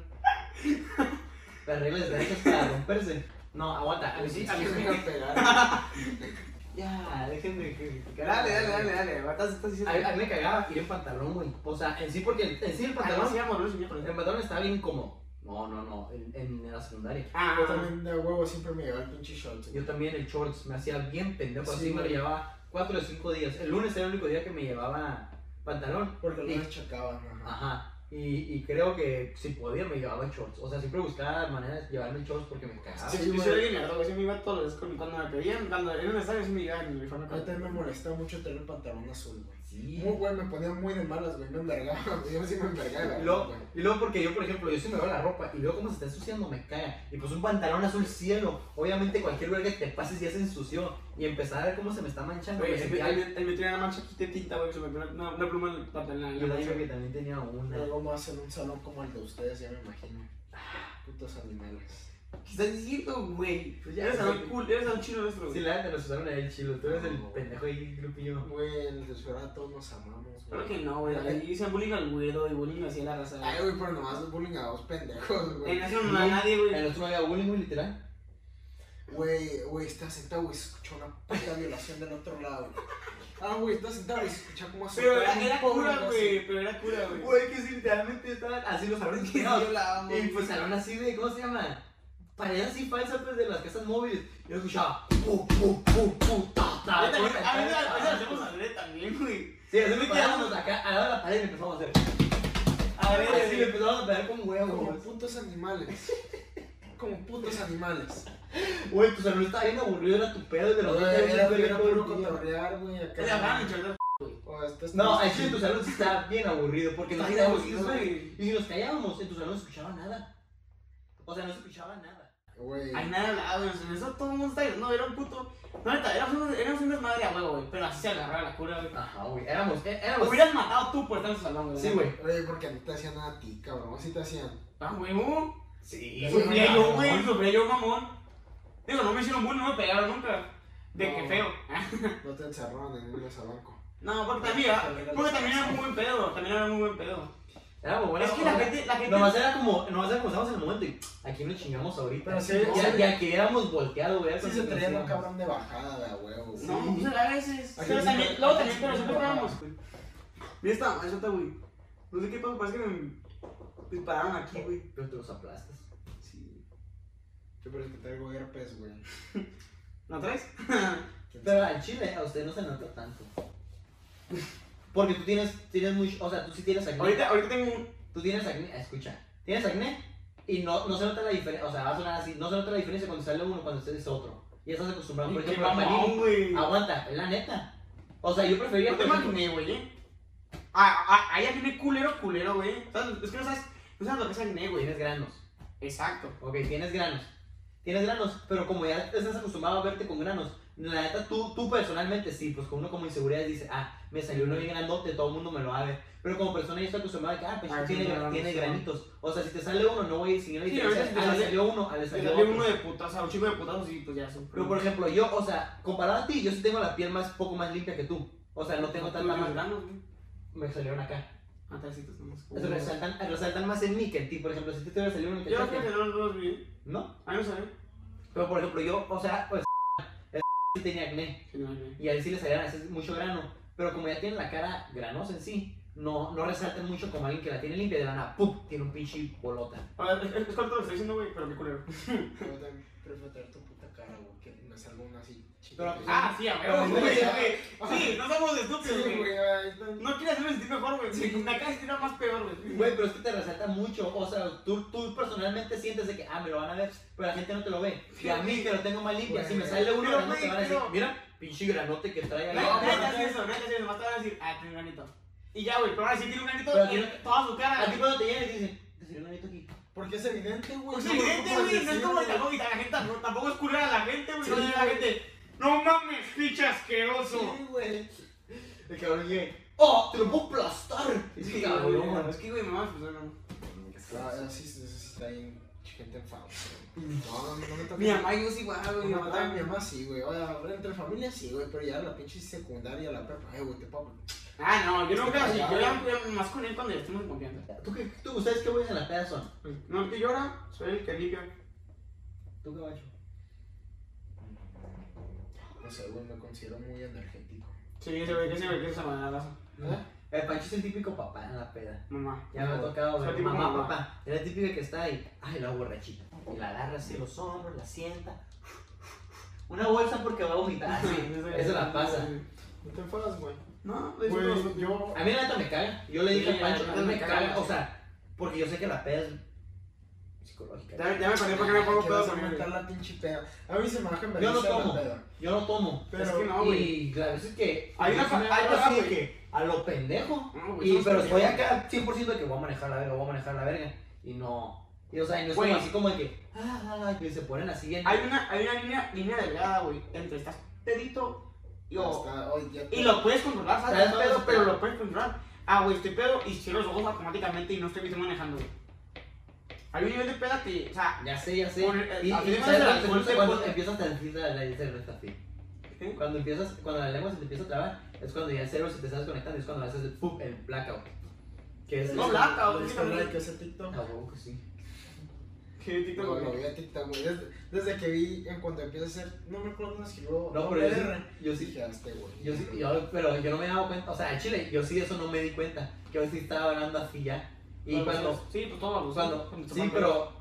[SPEAKER 2] las reglas están hechas para romperse. No, aguanta.
[SPEAKER 3] A mí sí, a mí
[SPEAKER 4] Sí,
[SPEAKER 3] sí.
[SPEAKER 4] deja pegar.
[SPEAKER 2] Ya, déjenme criticar.
[SPEAKER 3] Dale, dale, dale, dale. Ahorita estás
[SPEAKER 2] A, mí- a
[SPEAKER 3] diciendo.
[SPEAKER 2] mí me cagaba ir en pantalón, güey. O sea, en sí, porque en sí el
[SPEAKER 3] Además,
[SPEAKER 2] pantalón,
[SPEAKER 3] íbamos los miércoles.
[SPEAKER 2] el pantalón estaba bien como. No, no, no, en, en la secundaria.
[SPEAKER 3] Ah,
[SPEAKER 4] Yo también de huevo siempre me llevaba el pinche short. güey.
[SPEAKER 2] Yo también el shorts me hacía bien pendejo,
[SPEAKER 4] Sí,
[SPEAKER 2] así me lo
[SPEAKER 4] güey.
[SPEAKER 2] llevaba 4 o 5 días. El lunes era el único día que me llevaba pantalón.
[SPEAKER 4] Porque
[SPEAKER 2] Y-
[SPEAKER 4] no me chocaban,
[SPEAKER 3] Ah.
[SPEAKER 4] ajá.
[SPEAKER 2] Ajá. Y, y creo que si podía me llevaba shorts. O sea, siempre buscaba maneras de llevarme shorts porque me cagaba.
[SPEAKER 4] Sí,
[SPEAKER 3] yo
[SPEAKER 4] güey.
[SPEAKER 3] soy alguien nerdo, güey. Yo me iba todos los días con- cuando me pedían, cuando era necesario, sí me iba en mi uniforme.
[SPEAKER 4] A mí también me molestaba mucho tener el pantalón azul, güey.
[SPEAKER 2] Sí.
[SPEAKER 4] Muy güey, me ponía muy de malas, güey. Me envergaba, güey. Yo sí me envergaba,
[SPEAKER 2] Y
[SPEAKER 4] güey.
[SPEAKER 2] luego, y luego porque yo, por ejemplo, yo sí me veo la ropa y luego como se está ensuciando me caga. Y pues un pantalón azul cielo. Obviamente cualquier verga que te pases ya se ensució. Y empezar a ver cómo se me está manchando.
[SPEAKER 3] Güey,
[SPEAKER 2] me
[SPEAKER 3] él
[SPEAKER 2] sentía-
[SPEAKER 3] me- él me tenía una mancha aquí de tinta, güey. Se me pegó una, una pluma en el pantalón.
[SPEAKER 2] y
[SPEAKER 3] en
[SPEAKER 2] yo
[SPEAKER 3] la
[SPEAKER 2] digo que
[SPEAKER 3] mancha.
[SPEAKER 2] también tenía una.
[SPEAKER 4] Luego más en un salón como el de ustedes, ya me imagino. Putos animales.
[SPEAKER 3] ¿Qué estás diciendo, güey?
[SPEAKER 2] Pues ya,
[SPEAKER 3] Eres a
[SPEAKER 2] sí.
[SPEAKER 3] un cool, eres a un chino nuestro,
[SPEAKER 2] Sí,
[SPEAKER 3] güey.
[SPEAKER 2] la neta nos usaron ahí el chilo. Tú eres el
[SPEAKER 4] No.
[SPEAKER 2] pendejo ahí, grupillo.
[SPEAKER 4] Güey, en el desfigurado todos nos amamos,
[SPEAKER 3] Claro
[SPEAKER 4] güey.
[SPEAKER 3] que no, güey. Ahí hice bullying al güero y bullying así a la raza.
[SPEAKER 4] Ay, güey, pero nomás bullying a dos pendejos,
[SPEAKER 3] güey.
[SPEAKER 4] güey.
[SPEAKER 3] En eso no hay nadie, güey.
[SPEAKER 2] El otro había bullying, muy literal.
[SPEAKER 4] Güey, güey, estaba sentado, güey, se escuchó una puta violación del otro lado, güey. Ah, güey, estaba sentado, güey, se escuchó como así.
[SPEAKER 3] Pero era, era cura, güey. Pero era cura, güey.
[SPEAKER 2] Güey, que sí, literalmente estaban así los sabores que
[SPEAKER 3] hablábamos.
[SPEAKER 2] Y pues salón así de, ¿cómo se llama? paredes así falsas pues, de las casas móviles. Y yo escuchaba. pu, pu, pu, pu, ta, ta,
[SPEAKER 3] A veces
[SPEAKER 2] ta, ta,
[SPEAKER 3] a veces
[SPEAKER 2] ta, ta.
[SPEAKER 3] hacemos adrede también, güey.
[SPEAKER 2] Sí, así me quedamos acá, al lado de la pared y empezamos a hacer.
[SPEAKER 3] A ver, eh,
[SPEAKER 2] Así me empezamos a pegar con
[SPEAKER 4] Como
[SPEAKER 2] huevos.
[SPEAKER 4] putos animales. Como putos animales.
[SPEAKER 2] Güey, tu celular estaba bien aburrido, era tu pedo, pero
[SPEAKER 4] Güey,
[SPEAKER 2] no
[SPEAKER 4] Era
[SPEAKER 2] te
[SPEAKER 4] era puro cotorrear, güey.
[SPEAKER 3] Es la
[SPEAKER 4] Acá.
[SPEAKER 3] gran michelada.
[SPEAKER 4] O este es-
[SPEAKER 2] No, al chile tu salón sí estaba bien aburrido porque nos
[SPEAKER 3] Está bien
[SPEAKER 2] callábamos.
[SPEAKER 3] aburrido, güey.
[SPEAKER 2] Y si nos callábamos, en tu salón no se escuchaba nada. O sea, no se escuchaba nada.
[SPEAKER 4] Güey.
[SPEAKER 3] Hay nada hablado, güey. En eso todo el mundo está No, era un puto. No, neta, éramos un- éramos un desmadre a huevo, güey. Pero así se agarraba la cura, Ah, güey.
[SPEAKER 2] Ajá, güey. Éramos, eh, éramos.
[SPEAKER 3] Lo hubieras matado tú por estar en su salón, güey.
[SPEAKER 2] Sí, güey.
[SPEAKER 4] Oye, porque no te hacían nada a ti, cabrón. Así te hacían.
[SPEAKER 3] Ah, huevo.
[SPEAKER 2] Sí,
[SPEAKER 3] Sufría yo, güey.
[SPEAKER 2] mamón.
[SPEAKER 3] Sufría yo, mamón. Digo, no me hicieron bullying, no me pegaron nunca. De
[SPEAKER 4] No.
[SPEAKER 3] que feo.
[SPEAKER 4] No te encerraron en un banco.
[SPEAKER 3] No, porque también, porque también era muy buen pedo, también era muy buen pedo.
[SPEAKER 2] Éramos buenos.
[SPEAKER 3] Es que la gente- la gente-
[SPEAKER 2] Nomás era como, nomás era como estábamos en el momento y aquí nos chingamos ahorita.
[SPEAKER 4] Pero sí,
[SPEAKER 2] y,
[SPEAKER 4] sí.
[SPEAKER 2] y aquí éramos volteados, güey.
[SPEAKER 4] Sí se traían un cabrón de bajada, de a huevo. güey.
[SPEAKER 3] No, pues a veces.
[SPEAKER 4] Aquí
[SPEAKER 3] Pero
[SPEAKER 4] sí
[SPEAKER 3] también,
[SPEAKER 4] que-
[SPEAKER 3] luego
[SPEAKER 4] aquí
[SPEAKER 3] también,
[SPEAKER 4] sí
[SPEAKER 3] pero
[SPEAKER 4] que
[SPEAKER 3] siempre
[SPEAKER 4] no.
[SPEAKER 3] estábamos. Mira esta, ahí está, güey. No sé qué pasó, parece que me dispararon aquí, güey.
[SPEAKER 2] Pero te los aplastas.
[SPEAKER 3] Sí.
[SPEAKER 4] Yo pero es que traigo herpes, güey.
[SPEAKER 3] ¿No traes?
[SPEAKER 2] Pero al chile a usted no se nota tanto. Porque tú tienes, tienes mucho, o sea, tú sí tienes acné.
[SPEAKER 3] ahorita, ahorita tengo un.
[SPEAKER 2] Tú tienes acné, escucha, tienes acné y no, no se nota la diferencia, o sea, va a sonar así, no se nota la diferencia cuando sale uno cuando sale otro. Ya estás acostumbrado, por
[SPEAKER 3] Qué
[SPEAKER 2] ejemplo, a
[SPEAKER 3] mamón,
[SPEAKER 2] Panini.
[SPEAKER 3] güey. No
[SPEAKER 2] Aguanta, es la neta. Ah, O sea, yo prefería...
[SPEAKER 3] te
[SPEAKER 2] por ejemplo-
[SPEAKER 3] imaginé, güey, eh. Ah, ah, ahí tiene culero, culero, güey. ¿Sabes? Es que no sabes, no sabes lo que es acné, güey.
[SPEAKER 2] Tienes granos,
[SPEAKER 3] Exacto.
[SPEAKER 2] ok, tienes granos. Tienes granos, pero como ya estás acostumbrado a verte con granos, la neta, tú, tú personalmente sí, pues con uno como inseguridad dice, ah, me salió uno bien grandote, todo el mundo me lo va a ver. Pero como persona ya estoy acostumbrado a que, ah, pues
[SPEAKER 3] Ah,
[SPEAKER 2] tiene,
[SPEAKER 3] sí, granos,
[SPEAKER 2] tiene
[SPEAKER 3] sí.
[SPEAKER 2] granitos. O sea, si te sale uno, no voy a seguir la
[SPEAKER 3] Sí,
[SPEAKER 2] diferencia.
[SPEAKER 3] ahorita si te
[SPEAKER 2] Ah, le
[SPEAKER 3] sale-
[SPEAKER 2] salió uno, a le
[SPEAKER 3] Le
[SPEAKER 2] salió
[SPEAKER 3] salió
[SPEAKER 2] otro.
[SPEAKER 3] uno de putazo, un chico de putazo, sí, pues ya son.
[SPEAKER 2] Pero por ejemplo, yo, o sea, comparado a ti, yo sí tengo la piel más poco más limpia que tú. O sea, no tengo tanta marca.
[SPEAKER 3] granos, güey.
[SPEAKER 2] Me salieron acá.
[SPEAKER 3] Atrasitos nomás.
[SPEAKER 2] Resaltan, resaltan más en mí que en ti, por ejemplo, si te hubiera salido un
[SPEAKER 3] Yo creo que
[SPEAKER 2] cachete.
[SPEAKER 3] no los vi.
[SPEAKER 2] ¿No?
[SPEAKER 3] A mí no salió.
[SPEAKER 2] Pero por ejemplo, yo, o sea, pues el sí tenía acné.
[SPEAKER 3] Sí, no, güey.
[SPEAKER 2] Y a él sí le salían a veces mucho grano. Pero como ya tiene la cara granosa en sí, no, no resaltan mucho como alguien que la tiene limpia de la nada. ¡Pum! Tiene un pinche bolota.
[SPEAKER 3] A ver, es- es- es corto lo que estoy diciendo, güey, pero qué culero.
[SPEAKER 4] Yo también prefiero traer tu puta cara, güey. Que me salga una así.
[SPEAKER 2] Pero-
[SPEAKER 4] chiquita.
[SPEAKER 3] Ah, sí, a
[SPEAKER 4] huevo,
[SPEAKER 3] güey.
[SPEAKER 4] güey,
[SPEAKER 3] güey. Sí, no somos estúpidos,
[SPEAKER 4] sí,
[SPEAKER 3] güey.
[SPEAKER 4] güey. ay, no.
[SPEAKER 3] No quieres hacerme sentir mejor, güey. Sí, me acabas de sentir más peor, güey.
[SPEAKER 2] Güey, pero es que te resalta mucho. O sea, tú, tú personalmente sientes de que, ah, me lo van a ver, pero la gente no te lo ve. Y a mí que lo tengo más limpia, si me sale uno,
[SPEAKER 3] Pero,
[SPEAKER 2] no te
[SPEAKER 3] güey,
[SPEAKER 2] van a decir,
[SPEAKER 3] pero-
[SPEAKER 2] mira, pinche granote que trae ahí.
[SPEAKER 3] Nadie
[SPEAKER 2] No,
[SPEAKER 3] nadie te
[SPEAKER 2] no,
[SPEAKER 3] hace
[SPEAKER 2] no.
[SPEAKER 3] eso, nadie te hace eso. Más te van a decir, ah, tiene un granito. Y ya, güey, pero ahora sí tiene un
[SPEAKER 2] Pero
[SPEAKER 3] granito
[SPEAKER 2] aquí
[SPEAKER 3] en
[SPEAKER 2] no-
[SPEAKER 3] toda su cara.
[SPEAKER 2] A ti cuando te llegan y te dicen, te salió un granito aquí.
[SPEAKER 4] Porque es Pues evidente, güey.
[SPEAKER 3] Es
[SPEAKER 4] no me ocupas
[SPEAKER 3] evidente, Pues güey. No es como
[SPEAKER 4] decirlo.
[SPEAKER 3] tampoco, y la gente tampoco- tampoco es culera a la gente, güey.
[SPEAKER 4] Sí,
[SPEAKER 3] No dice a la
[SPEAKER 4] güey.
[SPEAKER 3] gente, no mames, pinche asqueroso.
[SPEAKER 4] Sí, güey.
[SPEAKER 2] El cabrón llega, oh, te lo puedo aplastar. Y
[SPEAKER 3] Sí,
[SPEAKER 2] sí,
[SPEAKER 3] güey,
[SPEAKER 2] cabrón.
[SPEAKER 3] Es que, güey, mamá, pues, no.
[SPEAKER 4] Ah, Así así está bien. Gente enfadada. No, no, no me toques.
[SPEAKER 3] Mi mamá, yo es igual, güey.
[SPEAKER 4] Mi mamá, mi
[SPEAKER 3] también.
[SPEAKER 4] mamá sí, güey. O sea, entre familia sí, güey. Pero ya la pinche secundaria, la prepa. Ay, güey, te puedo.
[SPEAKER 3] Ah, no, yo nunca, sí, yo ya yo más con él cuando le estemos confiando.
[SPEAKER 2] ¿Tú, qué, tú, ¿Ustedes qué güeyes en la peda son?
[SPEAKER 3] No, el que llora, soy el que limpia.
[SPEAKER 2] ¿Tú qué macho?
[SPEAKER 3] ¿Eh?
[SPEAKER 4] No sé, güey. Me considero muy energético.
[SPEAKER 3] Sí, ese güey, ese güey, que es amaradazo.
[SPEAKER 4] ¿Eh?
[SPEAKER 2] El Pancho es el típico papá en la peda.
[SPEAKER 3] Mamá.
[SPEAKER 2] Ya me ha tocado
[SPEAKER 3] Soy
[SPEAKER 2] ver.
[SPEAKER 3] tipo
[SPEAKER 2] Mamá,
[SPEAKER 3] mamá.
[SPEAKER 2] papá. Es la típica que está ahí. Ay, la borrachita. Y la agarra así los hombros, la sienta. Una bolsa porque va a vomitar. así. Eso la pasa.
[SPEAKER 4] No te enfadas, güey.
[SPEAKER 3] No, es
[SPEAKER 4] Güey, yo.
[SPEAKER 2] A mí la neta me caga. Yo le dije
[SPEAKER 3] Sí,
[SPEAKER 2] a Pancho,
[SPEAKER 3] la
[SPEAKER 2] a
[SPEAKER 3] neta
[SPEAKER 2] mí me
[SPEAKER 3] me caga,
[SPEAKER 2] caga. O
[SPEAKER 3] sí.
[SPEAKER 2] sea, porque yo sé que la peda es psicológica.
[SPEAKER 3] Ya, ya me paré porque me pongo
[SPEAKER 4] Que
[SPEAKER 3] pedo
[SPEAKER 4] vas a
[SPEAKER 3] con él.
[SPEAKER 4] aumentar la pinche peda. A mí se me baja en
[SPEAKER 2] Yo no
[SPEAKER 4] vergüenza la
[SPEAKER 2] tomo.
[SPEAKER 4] peda.
[SPEAKER 2] Yo no tomo.
[SPEAKER 4] Pero-
[SPEAKER 3] es que no, güey.
[SPEAKER 2] y la verdad es que.
[SPEAKER 3] Hay una
[SPEAKER 2] yo sí me
[SPEAKER 3] fa- hay
[SPEAKER 2] agarro
[SPEAKER 3] una
[SPEAKER 2] así
[SPEAKER 3] fa-
[SPEAKER 2] de que a lo pendejo.
[SPEAKER 3] No, güey,
[SPEAKER 2] Y,
[SPEAKER 3] somos
[SPEAKER 2] pero estoy
[SPEAKER 3] pendejos.
[SPEAKER 2] acá 100% de que voy a manejar la verga, voy a manejar la verga. Y no. Y o sea, y no es
[SPEAKER 3] Güey.
[SPEAKER 2] como así como de que. Ah, que se ponen así en.
[SPEAKER 3] Hay una, hay una línea, línea delgada, güey, entre estás pedito y,
[SPEAKER 4] Ya
[SPEAKER 3] o-
[SPEAKER 4] está, hoy ya-
[SPEAKER 3] y lo puedes controlar, ¿sabes?
[SPEAKER 2] Estás
[SPEAKER 3] Todo eso,
[SPEAKER 2] pedo,
[SPEAKER 3] pero
[SPEAKER 2] pero-
[SPEAKER 3] lo puedes controlar. Ah, güey, estoy pedo y cierro los ojos automáticamente y no estoy que estoy manejando, güey. Hay un nivel de peda que, o sea,
[SPEAKER 2] Ya sé, ya sé.
[SPEAKER 3] Con el-
[SPEAKER 2] Y, y
[SPEAKER 3] eh, a mí me
[SPEAKER 2] ¿sabes
[SPEAKER 3] hace
[SPEAKER 2] cuando
[SPEAKER 3] la
[SPEAKER 2] te
[SPEAKER 3] fuerza
[SPEAKER 2] gusta cuando
[SPEAKER 3] cuando-
[SPEAKER 2] empiezas a decir la, la- el cerebro está así.
[SPEAKER 3] ¿eh?
[SPEAKER 2] Cuando empiezas, cuando la lengua se te empieza a trabar, es cuando ya el cerebro se te está desconectando, es cuando haces el pum, el blackout. Que es
[SPEAKER 3] No,
[SPEAKER 2] es-
[SPEAKER 3] blackout.
[SPEAKER 4] ¿Le diste like a ese TikTok?
[SPEAKER 2] Ah, huevo que sí.
[SPEAKER 3] que TikTok,
[SPEAKER 4] No,
[SPEAKER 3] güey.
[SPEAKER 4] lo vi a TikTok, güey. Desde, desde que vi, en cuanto empieza a hacer, no me acuerdo dónde escribió.
[SPEAKER 2] No, pero yo sí-
[SPEAKER 4] R.
[SPEAKER 2] yo sí-
[SPEAKER 4] Dije, "Ah, este güey.
[SPEAKER 2] Yo sí, yo, pero yo no me he dado cuenta, o sea, al chile, yo sí de eso no me di cuenta, que hoy sí estaba hablando así ya. Y
[SPEAKER 3] Bueno,
[SPEAKER 2] cuando,
[SPEAKER 3] Sí, pues todo,
[SPEAKER 2] cuando, sí, pero,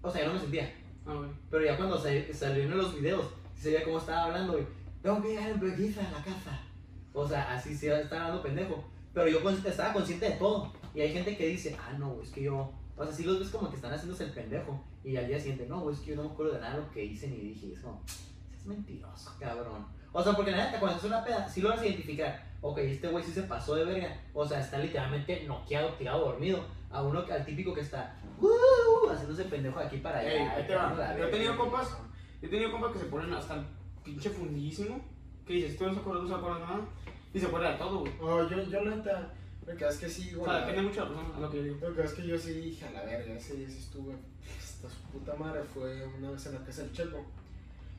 [SPEAKER 2] o sea, yo no me sentía.
[SPEAKER 3] Ah, bueno.
[SPEAKER 2] Pero ya cuando sal- salieron los videos, sí se veía cómo estaba hablando, güey. Tengo que ir a empezar a la casa. O sea, así se estaba hablando pendejo. Pero yo con- estaba consciente de todo. Y hay gente que dice, ah, no, güey, es que yo. O sea, sí los ves como que están haciéndose el pendejo. Y al día siguiente, no, güey, es que yo no me acuerdo de nada de lo que hice ni dije. Es como, es mentiroso, cabrón. O sea, porque la neta, cuando es una peda, sí lo vas a identificar. Ok, este güey sí se pasó de verga. O sea, está literalmente noqueado, tirado, dormido. A uno, al típico que está, "Uh", haciéndose pendejo de aquí para allá.
[SPEAKER 3] Ey, ahí te
[SPEAKER 2] la
[SPEAKER 3] va. Yo he
[SPEAKER 2] verga.
[SPEAKER 3] tenido compas, yo he tenido compas que se ponen hasta el pinche fundidísimo. Que dices, tú no se acuerdas, no se acuerdas nada. Y se acuerda de todo, güey.
[SPEAKER 4] Oh, yo, yo la neta, lo que es que sí,
[SPEAKER 3] O
[SPEAKER 4] güey.
[SPEAKER 3] sea, depende mucho de la persona, es lo que yo digo.
[SPEAKER 4] Lo que es que yo sí dije a la verga, ese día sí estuve. Esta su puta madre fue una vez en la casa del Checo.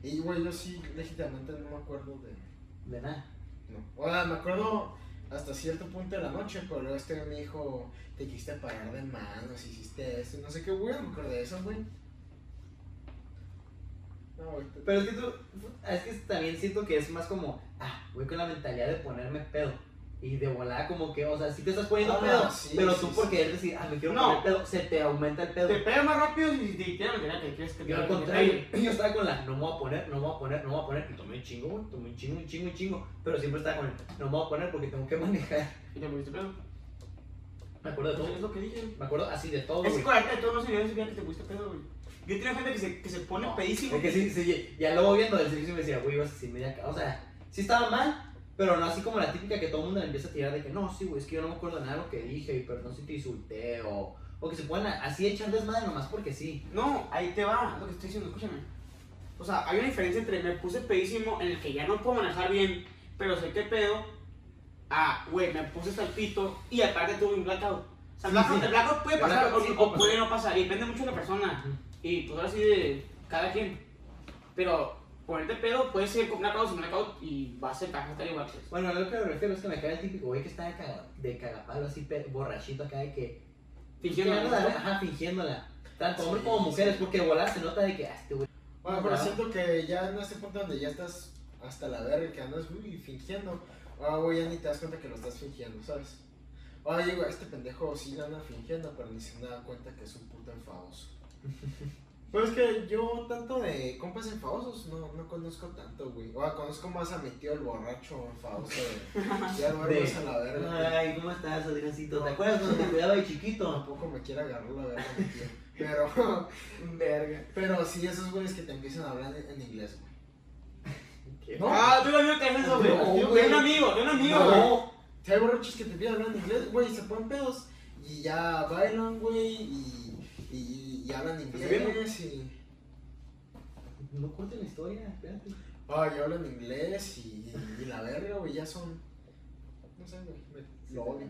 [SPEAKER 4] Y güey, yo sí, legítimamente no me acuerdo de.
[SPEAKER 2] De nada.
[SPEAKER 4] No. O sea, me acuerdo hasta cierto punto de la noche, pero luego este me dijo, te quisiste parar de manos, hiciste esto, no sé qué, güey, no me acuerdo de eso, güey. No, güey. te-
[SPEAKER 2] Pero es que tú, es que también siento que es más como, ah, voy con la mentalidad de ponerme pedo. Y de volada como que, o sea, si te estás poniendo
[SPEAKER 4] Ah,
[SPEAKER 2] pedo,
[SPEAKER 4] sí,
[SPEAKER 2] pero
[SPEAKER 4] sí,
[SPEAKER 2] tú
[SPEAKER 4] sí.
[SPEAKER 2] por querer decir, ah, me quiero
[SPEAKER 3] No.
[SPEAKER 2] poner pedo, se te aumenta el pedo.
[SPEAKER 3] Te pega más rápido si te quieren lo que era que quieres que te
[SPEAKER 2] Yo al
[SPEAKER 3] hagan.
[SPEAKER 2] contrario, yo estaba con la, no me voy a poner, no me voy a poner, no me voy a poner. Y tomé un chingo, güey, tomé un chingo, un chingo, un chingo. Pero siempre estaba con el, no me voy a poner porque tengo que manejar.
[SPEAKER 3] Y te pusiste pedo.
[SPEAKER 2] Me acuerdo de
[SPEAKER 3] Pues Es
[SPEAKER 2] todo,
[SPEAKER 3] lo que dije.
[SPEAKER 2] me acuerdo así de todo,
[SPEAKER 3] Es que
[SPEAKER 2] güey.
[SPEAKER 3] con la gente de todos no se dio ese día que te pusiste pedo, güey. Yo he tenido gente que se, que se pone
[SPEAKER 2] No,
[SPEAKER 3] pedísimo.
[SPEAKER 2] Es que sí, sí, ya luego viendo del servicio me decía, güey, ibas así media ca-". O sea, sí estaba mal, pero no así como la típica que todo el mundo le empieza a tirar de que no, sí, güey, es que yo no me acuerdo de nada de lo que dije, y perdón si te insulté, o, o que se pueden así echar desmadre nomás porque sí.
[SPEAKER 3] No, ahí te va lo que estoy diciendo, escúchame. O sea, hay una diferencia entre me puse pedísimo en el que ya no puedo manejar bien, pero sé qué pedo. Ah, güey, me puse hasta el pito y aparte tuve un blackout. O sea,
[SPEAKER 2] Sí,
[SPEAKER 3] el blackout,
[SPEAKER 2] sí.
[SPEAKER 3] el blackout puede
[SPEAKER 2] El
[SPEAKER 3] pasar
[SPEAKER 2] blackout
[SPEAKER 3] o-
[SPEAKER 2] sí
[SPEAKER 3] o,
[SPEAKER 2] puede
[SPEAKER 3] puede no pasar, y depende mucho de la persona. Y pues ahora sí de cada quien. Pero ponerte pedo puede ser con blackout sin blackout y va a ser para estar igual. pues.
[SPEAKER 2] Bueno, a lo que me refiero es que me cae el típico güey que está de, caga- de cagapalo así pe- borrachito acá de que.
[SPEAKER 3] Fingiendo,
[SPEAKER 2] Fingiéndola,
[SPEAKER 3] ¿no?
[SPEAKER 2] ajá, fingiéndola. Tanto hombres como mujeres, porque volar se nota de que, ah, este güey.
[SPEAKER 4] Bueno, pero
[SPEAKER 2] Ajá.
[SPEAKER 4] siento que ya en este punto donde ya estás hasta la verga, que andas uy, fingiendo, ah, güey, ya ni te das cuenta que lo estás fingiendo, ¿sabes? Oye, güey, este pendejo sí lo anda fingiendo, pero ni se da cuenta que es un puto enfadoso. Pero es que yo tanto de compas enfadosos no, no conozco tanto, güey. O sea, conozco más a mi tío el borracho enfadoso de... Ya duermes
[SPEAKER 2] De- Ah,
[SPEAKER 4] a la verga.
[SPEAKER 2] Ay, ¿cómo estás, Adriancito? ¿Te acuerdas cuando te cuidaba de chiquito?
[SPEAKER 4] Tampoco me quiere agarrar la verga mi tío. Pero,
[SPEAKER 3] Verga.
[SPEAKER 4] pero sí, esos güeyes que te empiezan a hablar en, en inglés, güey. No.
[SPEAKER 3] Ah, tú lo amigo que haces eso, güey.
[SPEAKER 4] No,
[SPEAKER 3] De
[SPEAKER 4] güey.
[SPEAKER 3] un amigo, de un amigo,
[SPEAKER 4] No.
[SPEAKER 3] güey.
[SPEAKER 4] Si hay borrachos que te piden hablar en inglés, güey, se ponen pedos y ya bailan, güey, y, y, y hablan inglés y...
[SPEAKER 2] No cortes la historia, espérate.
[SPEAKER 4] Ah, ya hablan inglés y, y la verga, güey, ya son... No sé, güey, me- lo odio.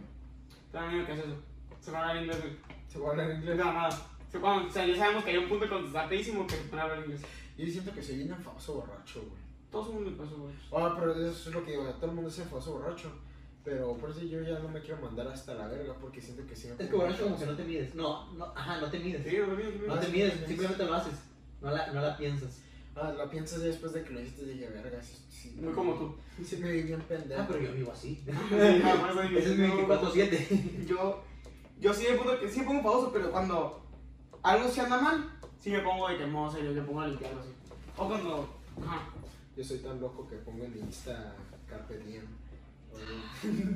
[SPEAKER 3] Tú lo amigo que haces eso. Se va a hablar inglés, güey.
[SPEAKER 4] Se van a hablar
[SPEAKER 3] No,
[SPEAKER 4] inglés.
[SPEAKER 3] nada. O sea, cuando- o sea, ya sabemos que hay un punto cuando está pedísimo que se pone a hablar inglés.
[SPEAKER 4] Yo siento que soy bien enfadoso borracho, güey.
[SPEAKER 3] Todo el mundo le pasa, güey.
[SPEAKER 4] Ah, pero eso es lo que digo, todo el mundo es enfadoso borracho. Pero por eso yo ya no me quiero mandar hasta la verga porque siento que sí me...
[SPEAKER 2] Es que borracho como que no te mides. No, no, ajá, no te mides.
[SPEAKER 3] Sí, lo mismo, lo
[SPEAKER 2] No
[SPEAKER 3] mismo.
[SPEAKER 2] te mides, simplemente lo haces. No la, no la piensas.
[SPEAKER 4] Ah, la piensas ya después de que lo hiciste, dije, verga, sí... sí
[SPEAKER 3] Muy como tú.
[SPEAKER 4] Sí me vi bien pendejo.
[SPEAKER 2] Ah, pero yo vivo así.
[SPEAKER 3] Ah, por eso digo,
[SPEAKER 2] Ese es mi
[SPEAKER 3] no,
[SPEAKER 2] 24-7.
[SPEAKER 3] Yo, yo sí de punto que sí me pongo pauso, pero cuando algo se anda mal, sí me pongo de que modo serio, yo pongo a limpiarlo así. O cuando. Ajá.
[SPEAKER 4] Yo soy tan loco que pongo en Insta Carpe Diem. Oye,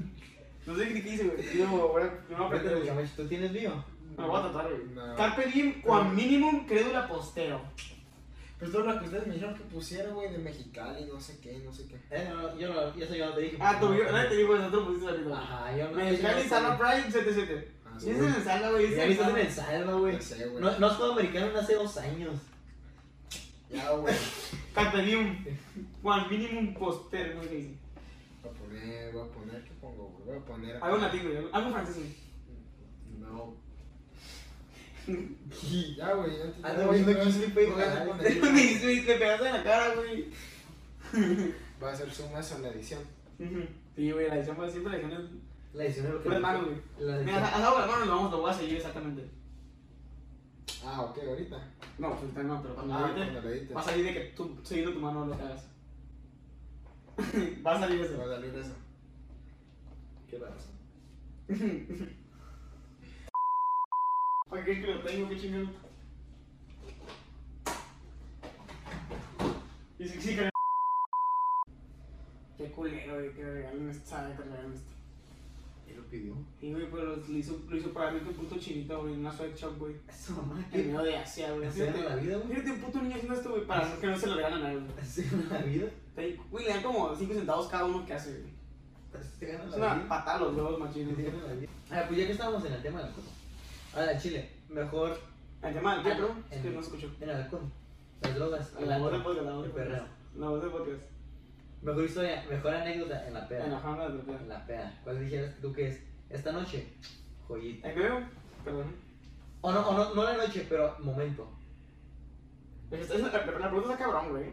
[SPEAKER 3] No sé qué te hice, güey. Yo, ahora, yo no aprendí.
[SPEAKER 2] Vete,
[SPEAKER 3] güey.
[SPEAKER 2] Ramech, ¿Tú tienes mío?
[SPEAKER 3] Me lo voy a tratar, güey.
[SPEAKER 4] No.
[SPEAKER 3] Carpe diem, cuan minimum crédula posteo.
[SPEAKER 4] Pues todo lo que ustedes me dijeron que pusiera, güey, de Mexicali, no sé qué, no sé qué.
[SPEAKER 2] Eh, no, no, yo no, eso yo no te dije.
[SPEAKER 3] Ah, tu video,
[SPEAKER 2] No,
[SPEAKER 3] ahora te digo, eso otro pusiste
[SPEAKER 2] no.
[SPEAKER 3] ahorita.
[SPEAKER 2] Ajá, yo no.
[SPEAKER 3] Me y Sala Prime 77.
[SPEAKER 4] Ah,
[SPEAKER 3] Sí, se me salga, güey.
[SPEAKER 2] Ya viste en
[SPEAKER 3] me
[SPEAKER 2] el salva, güey.
[SPEAKER 4] Ya sé, güey.
[SPEAKER 2] No, no has jugado americano en hace dos años.
[SPEAKER 4] Ya, güey.
[SPEAKER 3] Carpe diem. Juan, mínimo poster, güey. que dice.
[SPEAKER 4] Voy a poner, voy a poner, ¿qué pongo, güey? Voy a poner.
[SPEAKER 3] Algo latín, güey. Algo francés, güey.
[SPEAKER 4] No. ya, güey. antes-
[SPEAKER 2] Ando viendo
[SPEAKER 4] voy a-
[SPEAKER 2] aquí, güey,
[SPEAKER 4] voy a
[SPEAKER 2] ay.
[SPEAKER 4] poner-
[SPEAKER 3] Me dice, güey, te pegaste en la cara, güey.
[SPEAKER 4] Va a ser sumas en la edición.
[SPEAKER 3] Ujú. Sí, güey, la edición, pues, siempre la edición es.
[SPEAKER 2] La edición es lo que.
[SPEAKER 3] Pura mano, güey.
[SPEAKER 2] La
[SPEAKER 3] Mira,
[SPEAKER 2] edición.
[SPEAKER 3] haz algo la mano y lo vamos, lo voy a seguir exactamente.
[SPEAKER 4] Ah, ok, ahorita.
[SPEAKER 3] No, pues ahorita no, pero cuando
[SPEAKER 4] Ah,
[SPEAKER 3] lo edites,
[SPEAKER 4] cuando lo edites.
[SPEAKER 3] va a salir de que tú, siguiendo tu mano, lo que hagas. va a salir
[SPEAKER 4] Va
[SPEAKER 3] eso.
[SPEAKER 4] a salir eso. Qué raro.
[SPEAKER 3] ¿Para qué es que lo tengo? ¿Qué chingón? Y sí, sí, que- Qué culero, güey, que regalen esto, sabe que regalen esto.
[SPEAKER 1] Él lo pidió.
[SPEAKER 3] Y güey, pero lo hizo, lo hizo probablemente un puto chinito, güey, en una sweatshop, güey.
[SPEAKER 2] Eso, mamá,
[SPEAKER 3] En
[SPEAKER 2] que
[SPEAKER 3] medio de Asia, güey.
[SPEAKER 2] Así era
[SPEAKER 3] Fíjate,
[SPEAKER 2] la vida, güey.
[SPEAKER 3] Fíjate un puto niño haciendo esto, güey, para que no se lo regalan a él.
[SPEAKER 2] así gana la vida.
[SPEAKER 3] güey. Güey, le dan como 5 centavos cada uno que hace, güey.
[SPEAKER 2] Así se gana
[SPEAKER 3] Es
[SPEAKER 2] la
[SPEAKER 3] una
[SPEAKER 2] vida.
[SPEAKER 3] patada a los huevos, machines.
[SPEAKER 2] Así se
[SPEAKER 3] güey.
[SPEAKER 2] gana la vida. Ah, pues ya que estábamos en el tema del alcohol. Ahora, al Chile, mejor
[SPEAKER 3] El tema del teatro,
[SPEAKER 2] Ah,
[SPEAKER 3] es que
[SPEAKER 2] el-
[SPEAKER 3] no escucho.
[SPEAKER 2] en el alcohol, las drogas, el
[SPEAKER 3] La voz de
[SPEAKER 2] alcohol,
[SPEAKER 3] podcast, la voz de
[SPEAKER 2] el perreo.
[SPEAKER 3] podcast. La voz de podcast.
[SPEAKER 2] Mejor historia, mejor anécdota en la peda.
[SPEAKER 3] En la fama de
[SPEAKER 2] En la peda. ¿Cuál dijeras tú que es? Esta noche, joyita.
[SPEAKER 3] ¿En veo? Perdón.
[SPEAKER 2] O no, o no, no la noche, pero momento.
[SPEAKER 3] Es- es- La la pregunta está cabrón, güey.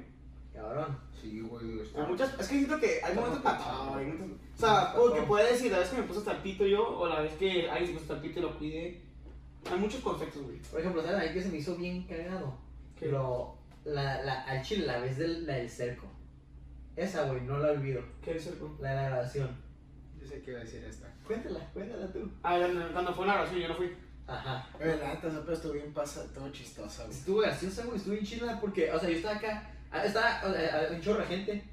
[SPEAKER 2] Cabrón.
[SPEAKER 4] Sí, güey.
[SPEAKER 3] Hay muchas, es que siento que hay momentos
[SPEAKER 4] Está
[SPEAKER 3] para
[SPEAKER 4] complicado.
[SPEAKER 3] todo, hay momentos- O sea, o que puede decir la vez que me puse hasta el pito yo, o la vez que alguien se puso hasta el pito y lo cuidé. Hay muchos contextos, güey.
[SPEAKER 2] Por ejemplo, ¿sabes? Ahí que se me hizo bien cagado.
[SPEAKER 3] ¿Qué?
[SPEAKER 2] Pero la, la, al chile, la vez del, la del cerco. Esa, güey, no la olvido.
[SPEAKER 3] ¿Qué es eso?
[SPEAKER 2] La de la grabación.
[SPEAKER 4] Yo sé que iba a decir esta.
[SPEAKER 2] Cuéntala, cuéntala tú.
[SPEAKER 3] Ah, ya, no, cuando fue una oración yo no fui.
[SPEAKER 2] Ajá.
[SPEAKER 4] Oye, la neta, siempre estuvo bien pasa, todo chistosa, güey.
[SPEAKER 2] Estuvo graciosa, güey, estuvo bien chila porque, o sea, yo estaba acá, ah, estaba o sea, ah, un chorro de gente,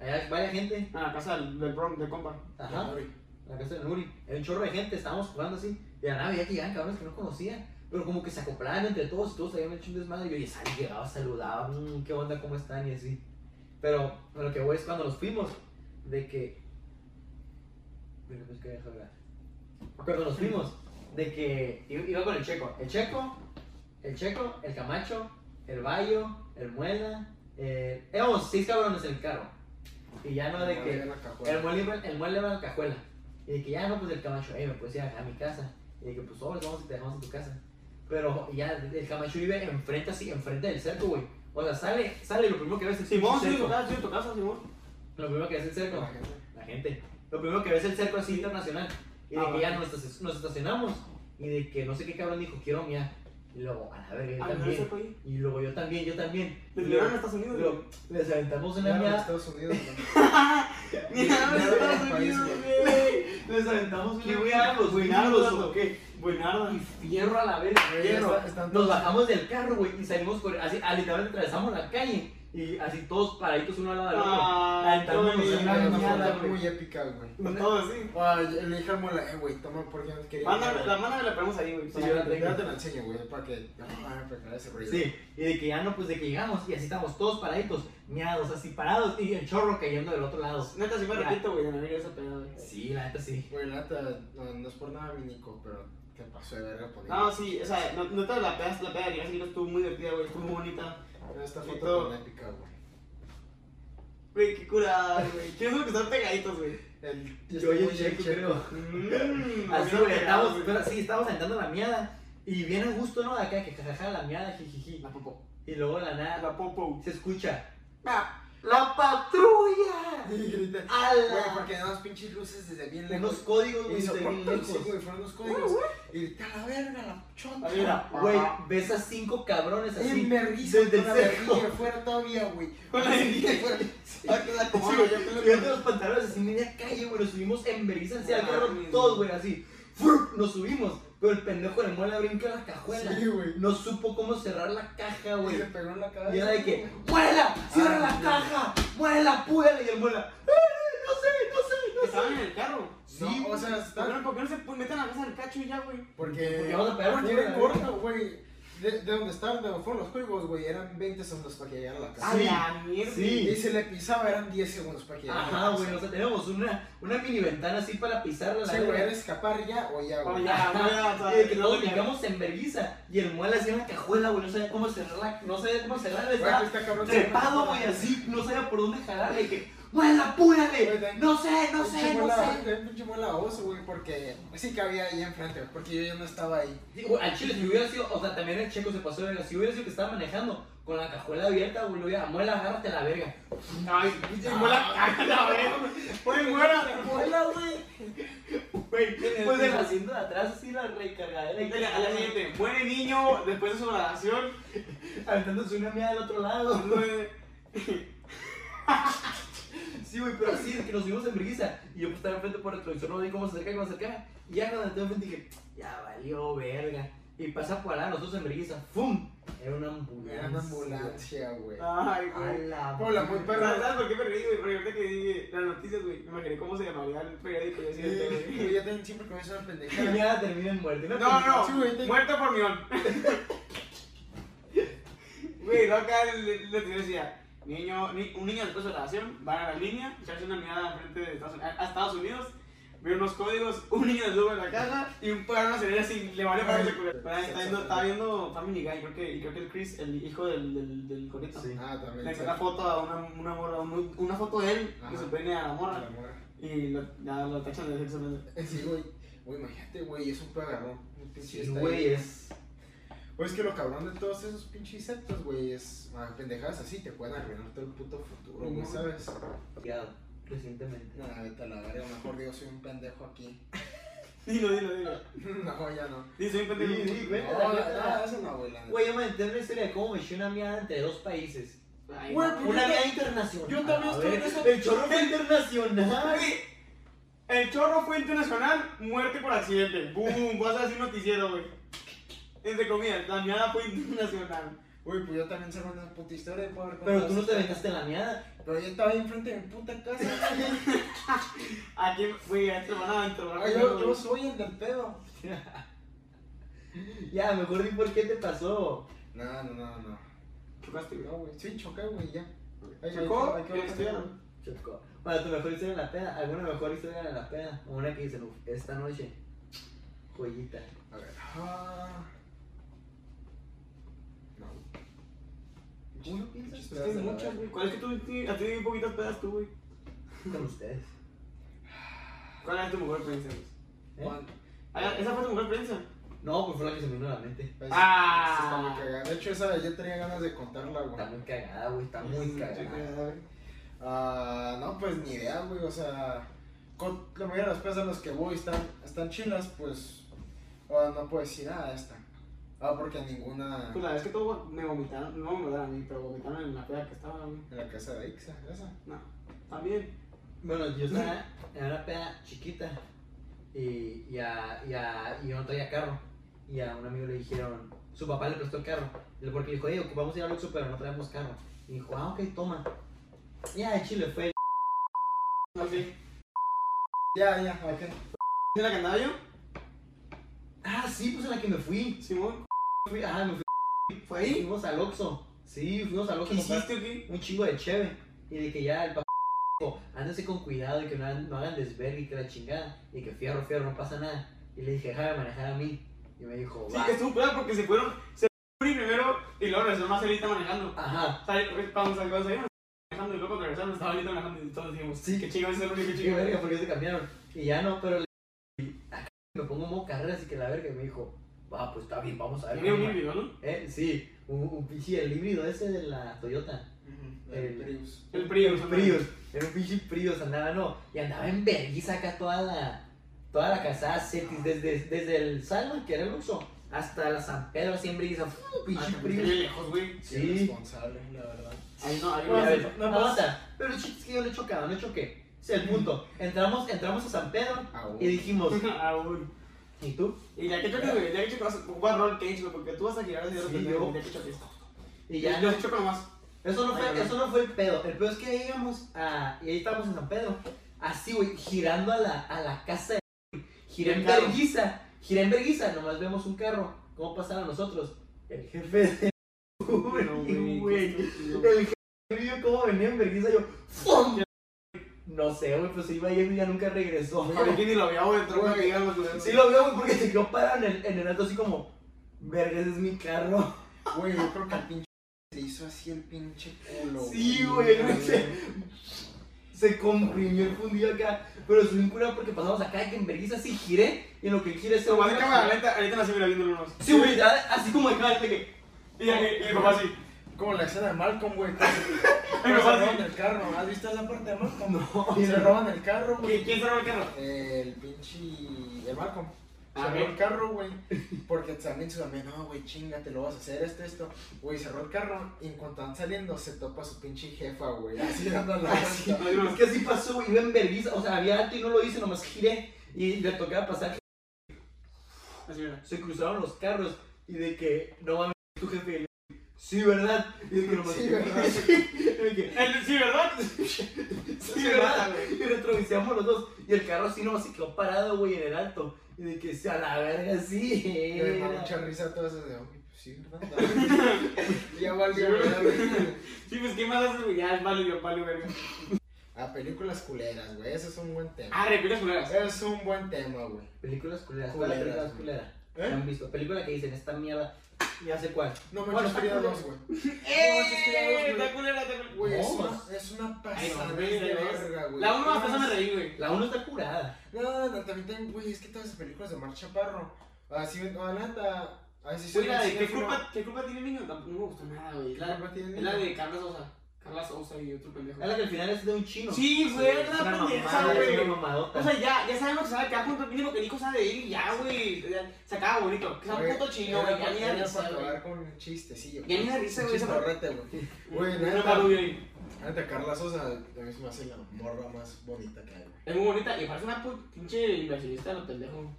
[SPEAKER 2] allá varias gente,
[SPEAKER 3] A la casa del, del prom, del compa.
[SPEAKER 2] ajá,
[SPEAKER 4] Sorry.
[SPEAKER 2] la casa de Nuri, era un chorro de gente, estábamos jugando así, y a la nave ya llegaban cabrones que no conocía, pero como que se acoplaban entre todos, y todos habían hecho un desmadre, y yo ya salí, llegaba, saludaba, "Mm, qué onda, cómo están, y así. Pero a lo que voy es cuando nos fuimos, de que. Pero pues que deja hablar. Cuando nos fuimos, de que i- iba con el checo, el checo, el checo, el camacho, el bayo, el muela, eh, éramos seis cabrones en el carro. Y ya
[SPEAKER 4] Ah,
[SPEAKER 2] no de que.
[SPEAKER 4] Abre la cajuela.
[SPEAKER 2] El mueble, iba- el mueble iba en la cajuela. Y de que ya no, pues el camacho, eh, me puedes ir a, a mi casa. Y de que pues sobres, vamos y te dejamos en tu casa. Pero ya, el camacho vive enfrente así, enfrente del cerco, güey. O sea, sale, sale, lo primero que ves es el
[SPEAKER 3] Simón, sí, en tu
[SPEAKER 2] cerco.
[SPEAKER 3] casa, sí, en tu casa, Simón.
[SPEAKER 2] Lo primero que ves es el cerco,
[SPEAKER 4] La gente.
[SPEAKER 2] la gente. Lo primero que ves es el cerco así internacional. Y de
[SPEAKER 3] Ah,
[SPEAKER 2] que ya
[SPEAKER 3] va.
[SPEAKER 2] nos, estaci- nos estacionamos. Y de que no sé qué cabrón dijo, quiero mía. Y luego, a la verga, yo
[SPEAKER 3] A mí me
[SPEAKER 2] también.
[SPEAKER 3] cerco ahí.
[SPEAKER 2] Y luego yo también, yo también. Y
[SPEAKER 3] Les
[SPEAKER 2] luego-
[SPEAKER 3] llevaron a Estados Unidos, güey.
[SPEAKER 2] luego les aventamos una
[SPEAKER 4] Ya, en
[SPEAKER 2] mía.
[SPEAKER 4] Estados Unidos, güey.
[SPEAKER 3] Mira,
[SPEAKER 4] Ya,
[SPEAKER 3] Estados
[SPEAKER 4] ya, país,
[SPEAKER 3] Unidos, güey. Les aventamos
[SPEAKER 2] ¿Qué
[SPEAKER 3] un
[SPEAKER 2] buenardos,
[SPEAKER 3] buenardos
[SPEAKER 2] buenardos,
[SPEAKER 3] o qué? Buenardos.
[SPEAKER 2] Y fierro a la verga,
[SPEAKER 4] Güey, ya
[SPEAKER 2] fierro.
[SPEAKER 4] está- están
[SPEAKER 2] Nos
[SPEAKER 4] todos-
[SPEAKER 2] bajamos del carro, güey, y salimos por así, ah, literalmente atravesamos la calle y así todos paraditos uno al lado del otro.
[SPEAKER 3] Ah,
[SPEAKER 2] Aventándonos
[SPEAKER 3] qué
[SPEAKER 2] en la
[SPEAKER 4] Una
[SPEAKER 2] mierda,
[SPEAKER 4] foto
[SPEAKER 2] güey.
[SPEAKER 4] muy épica, güey.
[SPEAKER 3] No todo así.
[SPEAKER 4] Guau, yo le dije al Mola, eh, güey, toma, porque yo no quería.
[SPEAKER 3] Mándame, la mano me la ponemos ahí, güey.
[SPEAKER 2] Sí, yo la tengo.
[SPEAKER 4] Ya te la enseño, güey, para que. No, para preparar ese rollo.
[SPEAKER 2] Sí, y de que ya no, pues de que llegamos y así estamos todos paraditos, miados, así parados y el chorro cayendo del otro lado.
[SPEAKER 3] Neta, sí me
[SPEAKER 2] Ya.
[SPEAKER 3] repito, güey, de no esa pegada, güey.
[SPEAKER 2] Sí, la neta sí.
[SPEAKER 4] Güey, la neta, no, no es por nada, mi Nico, pero te pasó de verga por
[SPEAKER 3] No, sí, o sea, no, no te la pegas, la pegas, llegas y no estuvo muy divertida, güey, estuvo muy bonita.
[SPEAKER 4] Esta
[SPEAKER 3] Sí,
[SPEAKER 4] foto
[SPEAKER 3] todo.
[SPEAKER 4] tan épica, güey.
[SPEAKER 3] Güey, qué curada, güey. ¿Qué es lo que están pegaditos, güey?
[SPEAKER 4] El,
[SPEAKER 2] Yo y el checo, creo.
[SPEAKER 3] Mmm,
[SPEAKER 2] Así, güey, estamos, pero sí, estamos sentando la miada y viene a gusto, ¿no? De acá, que jajaja, la miada, jijiji.
[SPEAKER 3] La popo.
[SPEAKER 2] Y luego de la nada
[SPEAKER 3] La popo.
[SPEAKER 2] se escucha:
[SPEAKER 3] Ah,
[SPEAKER 2] ¡La patrulla!
[SPEAKER 4] Y grita. Ah, Güey,
[SPEAKER 2] ¡Ala!
[SPEAKER 4] porque daban unos pinches luces desde bien
[SPEAKER 2] Unos
[SPEAKER 4] lejos.
[SPEAKER 2] códigos, güey,
[SPEAKER 4] Y
[SPEAKER 2] de bien
[SPEAKER 4] soportan, sí,
[SPEAKER 2] lejos.
[SPEAKER 4] güey, fueron unos códigos. Y grita, la verga, la chota.
[SPEAKER 3] Ahí era.
[SPEAKER 2] Güey, ves a cinco cabrones así.
[SPEAKER 4] En vergüenza,
[SPEAKER 2] desde el
[SPEAKER 4] con la
[SPEAKER 2] cerco.
[SPEAKER 4] verguilla fuera todavía, güey.
[SPEAKER 3] Con la verguilla
[SPEAKER 4] fuera.
[SPEAKER 3] ah, que la
[SPEAKER 2] Sí,
[SPEAKER 3] acomodo,
[SPEAKER 2] güey,
[SPEAKER 3] ya te lo-
[SPEAKER 2] subiendo los pantalones así media calle, güey, nos subimos en vergüenza hacia
[SPEAKER 4] Ah,
[SPEAKER 2] el carro, todos, güey, así. ¡Fur! Nos subimos, pero el pendejo de mola brinca la cajuela.
[SPEAKER 4] Sí, güey.
[SPEAKER 2] No supo cómo cerrar la caja,
[SPEAKER 4] Y
[SPEAKER 2] güey.
[SPEAKER 4] se pegó en la cabeza.
[SPEAKER 2] Y era de que,
[SPEAKER 4] güey.
[SPEAKER 2] ¡muela! ¡Cierra
[SPEAKER 4] Ah,
[SPEAKER 2] la
[SPEAKER 4] sí.
[SPEAKER 2] caja! ¡Muela, púela! Y el muela, "Eh, ¡no sé, no sé, no sé!
[SPEAKER 3] Estaban en el carro.
[SPEAKER 4] No,
[SPEAKER 2] Sí,
[SPEAKER 4] o sea,
[SPEAKER 3] ¿Por qué
[SPEAKER 4] están.
[SPEAKER 3] no- ¿Por qué no se pues, pu- meten la cabeza al cacho y ya, güey?
[SPEAKER 4] Porque.
[SPEAKER 2] Porque vamos a pegar
[SPEAKER 4] porque
[SPEAKER 2] una
[SPEAKER 4] era
[SPEAKER 2] verga.
[SPEAKER 4] corto, güey. De, de donde estaban, de donde fueron los juegos, güey, eran 20 segundos para que llegara a la casa.
[SPEAKER 3] A la mierda.
[SPEAKER 2] Ah, Sí.
[SPEAKER 4] Y si le pisaba, eran 10 segundos para que llegara a la
[SPEAKER 2] Ajá,
[SPEAKER 4] casa.
[SPEAKER 2] güey, o sea, tenemos una, una mini ventana así para pisarla. la
[SPEAKER 4] Sí, güey,
[SPEAKER 2] verga.
[SPEAKER 4] era escapar ya o ya,
[SPEAKER 3] O
[SPEAKER 4] güey.
[SPEAKER 3] ya, güey, o sea,
[SPEAKER 2] Y de que
[SPEAKER 3] no
[SPEAKER 2] todos
[SPEAKER 3] te-
[SPEAKER 2] llegamos en vergüenza y el muela hacía una cajuela, güey, no sabía cómo cerrarla, no sabía cómo cerrarla,
[SPEAKER 4] Güey, que
[SPEAKER 3] pues,
[SPEAKER 2] estaba
[SPEAKER 4] está cabrón.
[SPEAKER 2] trepado, güey, así, no sabía por dónde jalarle, y que, muela, apúrale, no sé, no sé,
[SPEAKER 4] Pinche
[SPEAKER 2] no
[SPEAKER 4] bola-
[SPEAKER 2] sé.
[SPEAKER 4] pinche bola oso, güey, porque sí cabía ahí enfrente, güey, porque yo ya no estaba ahí.
[SPEAKER 2] Digo, al chile, si hubiera sido, o sea, también el checo se pasó de verga, si hubiera sido que estaba manejando con la cajuela abierta, güey, lo hubiera, muela, agárrate la verga.
[SPEAKER 3] Ay, pinche muela, caca, la verga. Güey, muela.
[SPEAKER 2] Muela, güey.
[SPEAKER 3] Güey,
[SPEAKER 2] Pues
[SPEAKER 3] pues
[SPEAKER 2] del
[SPEAKER 3] de la
[SPEAKER 2] asiento de atrás, así la recargadera. y-
[SPEAKER 3] Dale, a la siguiente, muere niño después de su grabación.
[SPEAKER 2] Aventándose una mía del otro lado. Sí, güey, pero así, de que nos subimos en brisa. Y yo pues estaba enfrente por el televisor, no vi cómo se acerca, cómo se acerca. Y ya cuando estuve enfrente dije, ya valió verga. Y pasa por allá, nosotros en vergüenza, ¡fum! Era una ambulancia.
[SPEAKER 4] Era una ambulancia, güey.
[SPEAKER 3] Ay,
[SPEAKER 2] A
[SPEAKER 3] güey.
[SPEAKER 2] Ah, la
[SPEAKER 4] Hola, muy
[SPEAKER 3] Pero,
[SPEAKER 4] perra.
[SPEAKER 3] ¿sabes por qué me reí, güey? Porque ahorita que dije las noticias, güey, me imaginé cómo se llamaría el periódico. Yo
[SPEAKER 4] Sí,
[SPEAKER 3] decía, güey.
[SPEAKER 4] Yo también siempre comienzo una
[SPEAKER 2] Y
[SPEAKER 4] pendejada.
[SPEAKER 2] ya termina en muerte.
[SPEAKER 3] No,
[SPEAKER 4] Sí, güey, te-
[SPEAKER 3] no, muerto por mión. Güey, no acá el- el- la teoría decía, niño, ni- un niño después de la oración, van a la línea, echarse una mirada frente de Estados, a, a Estados Unidos, ve unos códigos, un niño desnudo en la caja y un perro en una celera sin le vale para que se cure. Pero ahí está viendo, está viendo Family Guy, creo que, y creo que el Chris, el hijo del, del, del corito.
[SPEAKER 1] Sí.
[SPEAKER 4] Ah, también.
[SPEAKER 3] Le hizo
[SPEAKER 4] sí.
[SPEAKER 3] una foto a una, una morra, un- una foto de él,
[SPEAKER 4] Ajá.
[SPEAKER 3] que se pene a la
[SPEAKER 4] La
[SPEAKER 3] morra,
[SPEAKER 4] morra.
[SPEAKER 3] y lo, ya lo tachan de sexo. ¿no?
[SPEAKER 4] Eh, Sí, güey. Güey, imagínate, güey, eso puede agarrar un pinche
[SPEAKER 2] Sí,
[SPEAKER 4] esta-
[SPEAKER 2] güey, es.
[SPEAKER 4] Güey, es que lo cabrón de todos esos pinches insectos, güey, es ah, pendejadas así, te pueden arruinar todo el puto futuro, güey,
[SPEAKER 3] Ujú.
[SPEAKER 4] ¿sabes?
[SPEAKER 2] Criado, recientemente.
[SPEAKER 4] Nada, vete a la verga, mejor digo, soy un pendejo aquí.
[SPEAKER 3] Dilo, dilo, dilo.
[SPEAKER 4] no, ya no.
[SPEAKER 3] Sí, soy un pendejo.
[SPEAKER 4] No, la- la- eso no, güey. la neta.
[SPEAKER 2] Güey, yo me enteré una historia de cómo me eché una miada entre dos países.
[SPEAKER 3] Ay,
[SPEAKER 4] Güey,
[SPEAKER 3] no.
[SPEAKER 4] pues,
[SPEAKER 2] Una
[SPEAKER 4] yo
[SPEAKER 2] miada
[SPEAKER 4] ta-
[SPEAKER 2] internacional.
[SPEAKER 4] yo también estoy en
[SPEAKER 2] A ver,
[SPEAKER 4] esa-
[SPEAKER 2] El chorro fue internacional.
[SPEAKER 3] Güey, El chorro fue internacional, muerte por accidente. Boom, vas a decir noticiero, güey. Entre comillas, la miada fue internacional.
[SPEAKER 4] Güey, pues yo también sé una puta historia, puedo haber
[SPEAKER 2] Pero
[SPEAKER 4] contado
[SPEAKER 2] tú no
[SPEAKER 4] esa
[SPEAKER 2] te
[SPEAKER 4] historia.
[SPEAKER 2] aventaste la miada.
[SPEAKER 4] Pero yo estaba ahí enfrente de mi puta casa. güey.
[SPEAKER 3] Aquí, güey, a este van a enterrar.
[SPEAKER 4] Ay, yo, yo soy el del pedo.
[SPEAKER 2] Ya, mejor di por qué te pasó.
[SPEAKER 4] No, no, no, no.
[SPEAKER 3] Chocaste, güey.
[SPEAKER 4] No, güey. Sí, choqué, güey, ya. Ay,
[SPEAKER 3] Chocó,
[SPEAKER 4] ay, ay, ay,
[SPEAKER 3] este,
[SPEAKER 4] ay,
[SPEAKER 2] Chocó. Bueno, tu mejor historia de la peda. ¿Alguna mejor historia de la peda? O una que dicen, "Uf, esta noche. Joyita.
[SPEAKER 4] A ver. Ah. No.
[SPEAKER 2] ¿Uno piensa?
[SPEAKER 4] Muchas
[SPEAKER 3] Es que hay muchas, güey. ¿Cuál es que tú, ti- a ti bien poquitas pedas tú, güey?
[SPEAKER 2] Con ustedes.
[SPEAKER 3] ¿Cuál es tu mejor experiencia, güey?
[SPEAKER 2] ¿Eh?
[SPEAKER 4] Juan,
[SPEAKER 3] Ah, ¿Esa fue tu mejor experiencia?
[SPEAKER 2] No, pues fue la que se me vino a la mente.
[SPEAKER 4] pues,
[SPEAKER 3] Ah.
[SPEAKER 4] esa está muy cagada. De hecho, esa yo tenía ganas de contarla,
[SPEAKER 2] Está
[SPEAKER 4] güey.
[SPEAKER 2] muy cagada, güey. Está muy cagada.
[SPEAKER 4] Ah, no, pues ni idea, güey. O sea, con la mayoría de las pesas a las que voy están, están chilas, pues. ah, no puedo decir nada de esta. Ah, porque ninguna.
[SPEAKER 3] Pues la vez que todos me vomitaron, no me vomitaron a mí, pero vomitaron en la peda que estaba, güey.
[SPEAKER 4] En la casa de Ixa, esa.
[SPEAKER 3] No, también.
[SPEAKER 2] Bueno, yo estaba en una peda chiquita y, y, a- y, a- y yo no traía carro. Y a un amigo le dijeron, su papá le prestó el carro. Y Porque dijo, hey, ocupamos ir al Oxxo, pero no traemos carro. Y dijo, ah, ok, toma. Ya, el chile fue.
[SPEAKER 3] No sé.
[SPEAKER 4] Ya, ya, ok.
[SPEAKER 3] ¿Sí la cantaba yo?
[SPEAKER 2] Ah, sí, pues en la que me fui.
[SPEAKER 3] Simón.
[SPEAKER 2] fui ah, me fui.
[SPEAKER 3] ¿Fue ahí?
[SPEAKER 2] Fuimos al Oxxo. Sí, fuimos al Oxxo.
[SPEAKER 3] ¿Qué
[SPEAKER 2] a comprar
[SPEAKER 3] hiciste o qué?
[SPEAKER 2] Un chingo de cheve. Y de que ya el papá dijo, ándese con cuidado y que no, hagan- no hagan desvergue y que la chingada. Y que fierro, fierro, no pasa nada. Y le dije, déjame manejar a mí. Y me dijo,
[SPEAKER 3] Sí,
[SPEAKER 2] va.
[SPEAKER 3] que estuvo curada porque se fueron, se fueron primero y luego regresó más ahorita manejando.
[SPEAKER 2] Ajá.
[SPEAKER 3] O sea, pues, cuando sal- cuando salimos manejando y luego cuando regresamos estaba ahorita manejando y todos decíamos, sí, qué chido, ese es el único
[SPEAKER 2] Y yo,
[SPEAKER 3] chido.
[SPEAKER 2] verga, pues, ¿por qué se cambiaron? Y ya no, pero le... y acá me pongo modo carrera, así que la verga y me dijo, va, pues está bien, vamos a ver.
[SPEAKER 3] Tenía un
[SPEAKER 2] cómo va".
[SPEAKER 3] híbrido, ¿no?
[SPEAKER 2] Eh, sí, un, un pinche el híbrido ese de la Toyota.
[SPEAKER 4] El Eh,
[SPEAKER 2] El-
[SPEAKER 4] Prius.
[SPEAKER 3] El Prius. ¿no?
[SPEAKER 2] Prius, era un pinche Prius, andaba, no. Y andaba en vergüenza acá toda la, toda la casada Cetis, desde, desde el Salman, que era el uso, hasta la San Pedro, así en vergüenza, ¡fuu!
[SPEAKER 3] Ah,
[SPEAKER 2] pinche
[SPEAKER 3] que me quedé
[SPEAKER 2] Prius.
[SPEAKER 3] lejos, güey.
[SPEAKER 4] Sí.
[SPEAKER 2] Sí,
[SPEAKER 4] Responsable, la verdad.
[SPEAKER 3] Ahí no, ahí
[SPEAKER 2] Y a
[SPEAKER 3] no. pues.
[SPEAKER 2] ver, aguanta, pero el chiste es que yo le chocaba, no choqué. Ese es el punto. Entramos, entramos a San Pedro
[SPEAKER 4] Ah,
[SPEAKER 2] y dijimos,
[SPEAKER 3] Aún.
[SPEAKER 2] ¿y tú?
[SPEAKER 3] Y ya que choques, güey, ya que choques, ocupa roll cage, güey, porque tú vas a girar hacia
[SPEAKER 2] Sí,
[SPEAKER 3] otro
[SPEAKER 2] yo-
[SPEAKER 3] lado, ya que choques.
[SPEAKER 2] Y ya
[SPEAKER 3] Yo sí choco nomás.
[SPEAKER 2] Eso no,
[SPEAKER 3] Ay,
[SPEAKER 2] fue,
[SPEAKER 3] perdón.
[SPEAKER 2] eso no fue el pedo. El pedo es que ahí íbamos a. Y ahí estábamos en San Pedro. Así, güey, girando a la, a la casa de. Giré
[SPEAKER 3] El
[SPEAKER 2] en
[SPEAKER 3] carro.
[SPEAKER 2] verguiza. Giré en verguiza. Nomás vemos un carro. ¿Cómo pasaba a nosotros? El jefe de. Uber,
[SPEAKER 3] No,
[SPEAKER 2] güey.
[SPEAKER 3] qué estúpido.
[SPEAKER 2] El jefe vio cómo venía en verguiza. Yo. ¡Fum! No sé, güey, pues se iba yendo y ya nunca regresó.
[SPEAKER 3] Porque aquí ni lo había, güey, entró
[SPEAKER 4] Güey.
[SPEAKER 3] para que llegamos, güey.
[SPEAKER 2] Sí lo veo, güey, porque se quedó parado en el, en el alto, así como. Verga, ese es mi carro.
[SPEAKER 4] Güey, yo creo que el pinche se hizo así el pinche culo.
[SPEAKER 2] Sí, güey, no sé. Se comprimió el fundillo acá, pero es un cura porque pasamos acá que en vergüenza sí giré y en lo que gira ese
[SPEAKER 3] Nomás
[SPEAKER 2] güey.
[SPEAKER 3] en cámara lenta, ahorita nos seguirá viendo unos.
[SPEAKER 2] Sí, güey, ya, así como de cara, de que.
[SPEAKER 3] Y y mi papá así.
[SPEAKER 4] Como la escena de Malcolm, güey. que se-
[SPEAKER 3] Pero
[SPEAKER 4] que se
[SPEAKER 3] fácil.
[SPEAKER 4] roban el carro. ¿Has visto esa parte de Malcolm?
[SPEAKER 2] No,
[SPEAKER 4] Se roban el carro, güey.
[SPEAKER 3] ¿Qui- ¿Quién se robó el carro?
[SPEAKER 4] El pinche. El Malcolm. Se
[SPEAKER 3] Ah,
[SPEAKER 4] robó
[SPEAKER 3] ok.
[SPEAKER 4] el carro, güey. Porque también su amigo, no, güey, chingate, lo vas a hacer esto, esto. Güey, cerró el carro y en cuanto van saliendo se topa su pinche jefa, güey. Así dando
[SPEAKER 2] Ah,
[SPEAKER 4] la vuelta.
[SPEAKER 2] es que así pasó, güey, iba en vergüenza, o sea, había alto y no lo hice, nomás giré y le tocaba pasar.
[SPEAKER 3] Así era.
[SPEAKER 2] se cruzaron los carros y de que, no mames, tu jefe, y le- sí, ¿verdad? Y de que nomás,
[SPEAKER 4] Sí, ¿verdad?
[SPEAKER 2] Y de que,
[SPEAKER 3] El- Sí, ¿verdad?
[SPEAKER 2] sí, ¿verdad? Y retrovisamos los dos, y el carro así nomás se quedó parado, güey, en el alto, y de que, sí, a la verga, sí,
[SPEAKER 4] Y me da
[SPEAKER 2] era".
[SPEAKER 4] mucha risa todas esas de, "Oye, pues sí, ¿verdad? ya valió, ¿verdad?
[SPEAKER 3] Sí, pues, ¿qué más haces? güey? Ya, es malo, yo, malo, verga.
[SPEAKER 4] A películas culeras, güey, ese es un buen tema.
[SPEAKER 3] Ah, repitas culeras.
[SPEAKER 4] Es un buen tema, güey.
[SPEAKER 2] Películas culeras, ¿cuál es la película
[SPEAKER 4] Culeras,
[SPEAKER 2] culera?
[SPEAKER 4] ¿Eh?
[SPEAKER 2] ¿Han visto? Película que dicen, esta mierda, ya sé cuál.
[SPEAKER 4] No
[SPEAKER 2] Bueno,
[SPEAKER 4] manches
[SPEAKER 2] está
[SPEAKER 4] Frida
[SPEAKER 2] culera.
[SPEAKER 4] 2, güey.
[SPEAKER 3] ¡Eh! Está culera, está culera.
[SPEAKER 4] Güey, es
[SPEAKER 2] No,
[SPEAKER 4] una-
[SPEAKER 2] pues.
[SPEAKER 4] es una
[SPEAKER 3] Ay, no,
[SPEAKER 4] pasada
[SPEAKER 3] no,
[SPEAKER 4] de
[SPEAKER 3] no, no.
[SPEAKER 4] verga, güey.
[SPEAKER 3] La 1 hasta eso me
[SPEAKER 4] Más-
[SPEAKER 3] reí, güey.
[SPEAKER 2] La 1 está curada.
[SPEAKER 4] No, no, también tengo, güey, es que todas las películas de Mark Chaparro. Así, no, adelanta. Así
[SPEAKER 3] Güey, la de ¿Qué
[SPEAKER 4] cinéfilo.
[SPEAKER 3] culpa, ¿Qué culpa tiene el niño? Tampoco me gustó nada, güey.
[SPEAKER 4] ¿Qué
[SPEAKER 3] La-
[SPEAKER 4] culpa tiene el
[SPEAKER 3] Es la
[SPEAKER 4] niño?
[SPEAKER 3] de Carla Sosa. Carla Sosa y otro pendejo.
[SPEAKER 2] Es la que al final es de un chino.
[SPEAKER 3] Sí, güey, es
[SPEAKER 2] una
[SPEAKER 3] la
[SPEAKER 2] mamada,
[SPEAKER 3] pendeja,
[SPEAKER 2] es
[SPEAKER 3] güey.
[SPEAKER 2] una mamadota.
[SPEAKER 3] O sea, ya, ya sabemos que se va a quedar junto, mínimo que Nico sabe de él y ya, güey. Ya, Se acaba bonito. Que sea un
[SPEAKER 4] Güey,
[SPEAKER 3] puto chino,
[SPEAKER 4] era
[SPEAKER 3] güey. Ya
[SPEAKER 4] pa-
[SPEAKER 3] ni da
[SPEAKER 4] era
[SPEAKER 3] risa,
[SPEAKER 4] para
[SPEAKER 3] güey.
[SPEAKER 4] acabar con un chistecillo.
[SPEAKER 3] Ya ni da risa,
[SPEAKER 4] Un
[SPEAKER 3] güey. esa parte.
[SPEAKER 4] chistorrete, güey. Güey,
[SPEAKER 3] Una
[SPEAKER 4] neta.
[SPEAKER 3] taruga ahí.
[SPEAKER 4] Neta, Carla Sosa a mí se me hace la morra más bonita que hay, güey.
[SPEAKER 3] Es muy bonita y parece una pu- pinche inversionista, lo pendejo.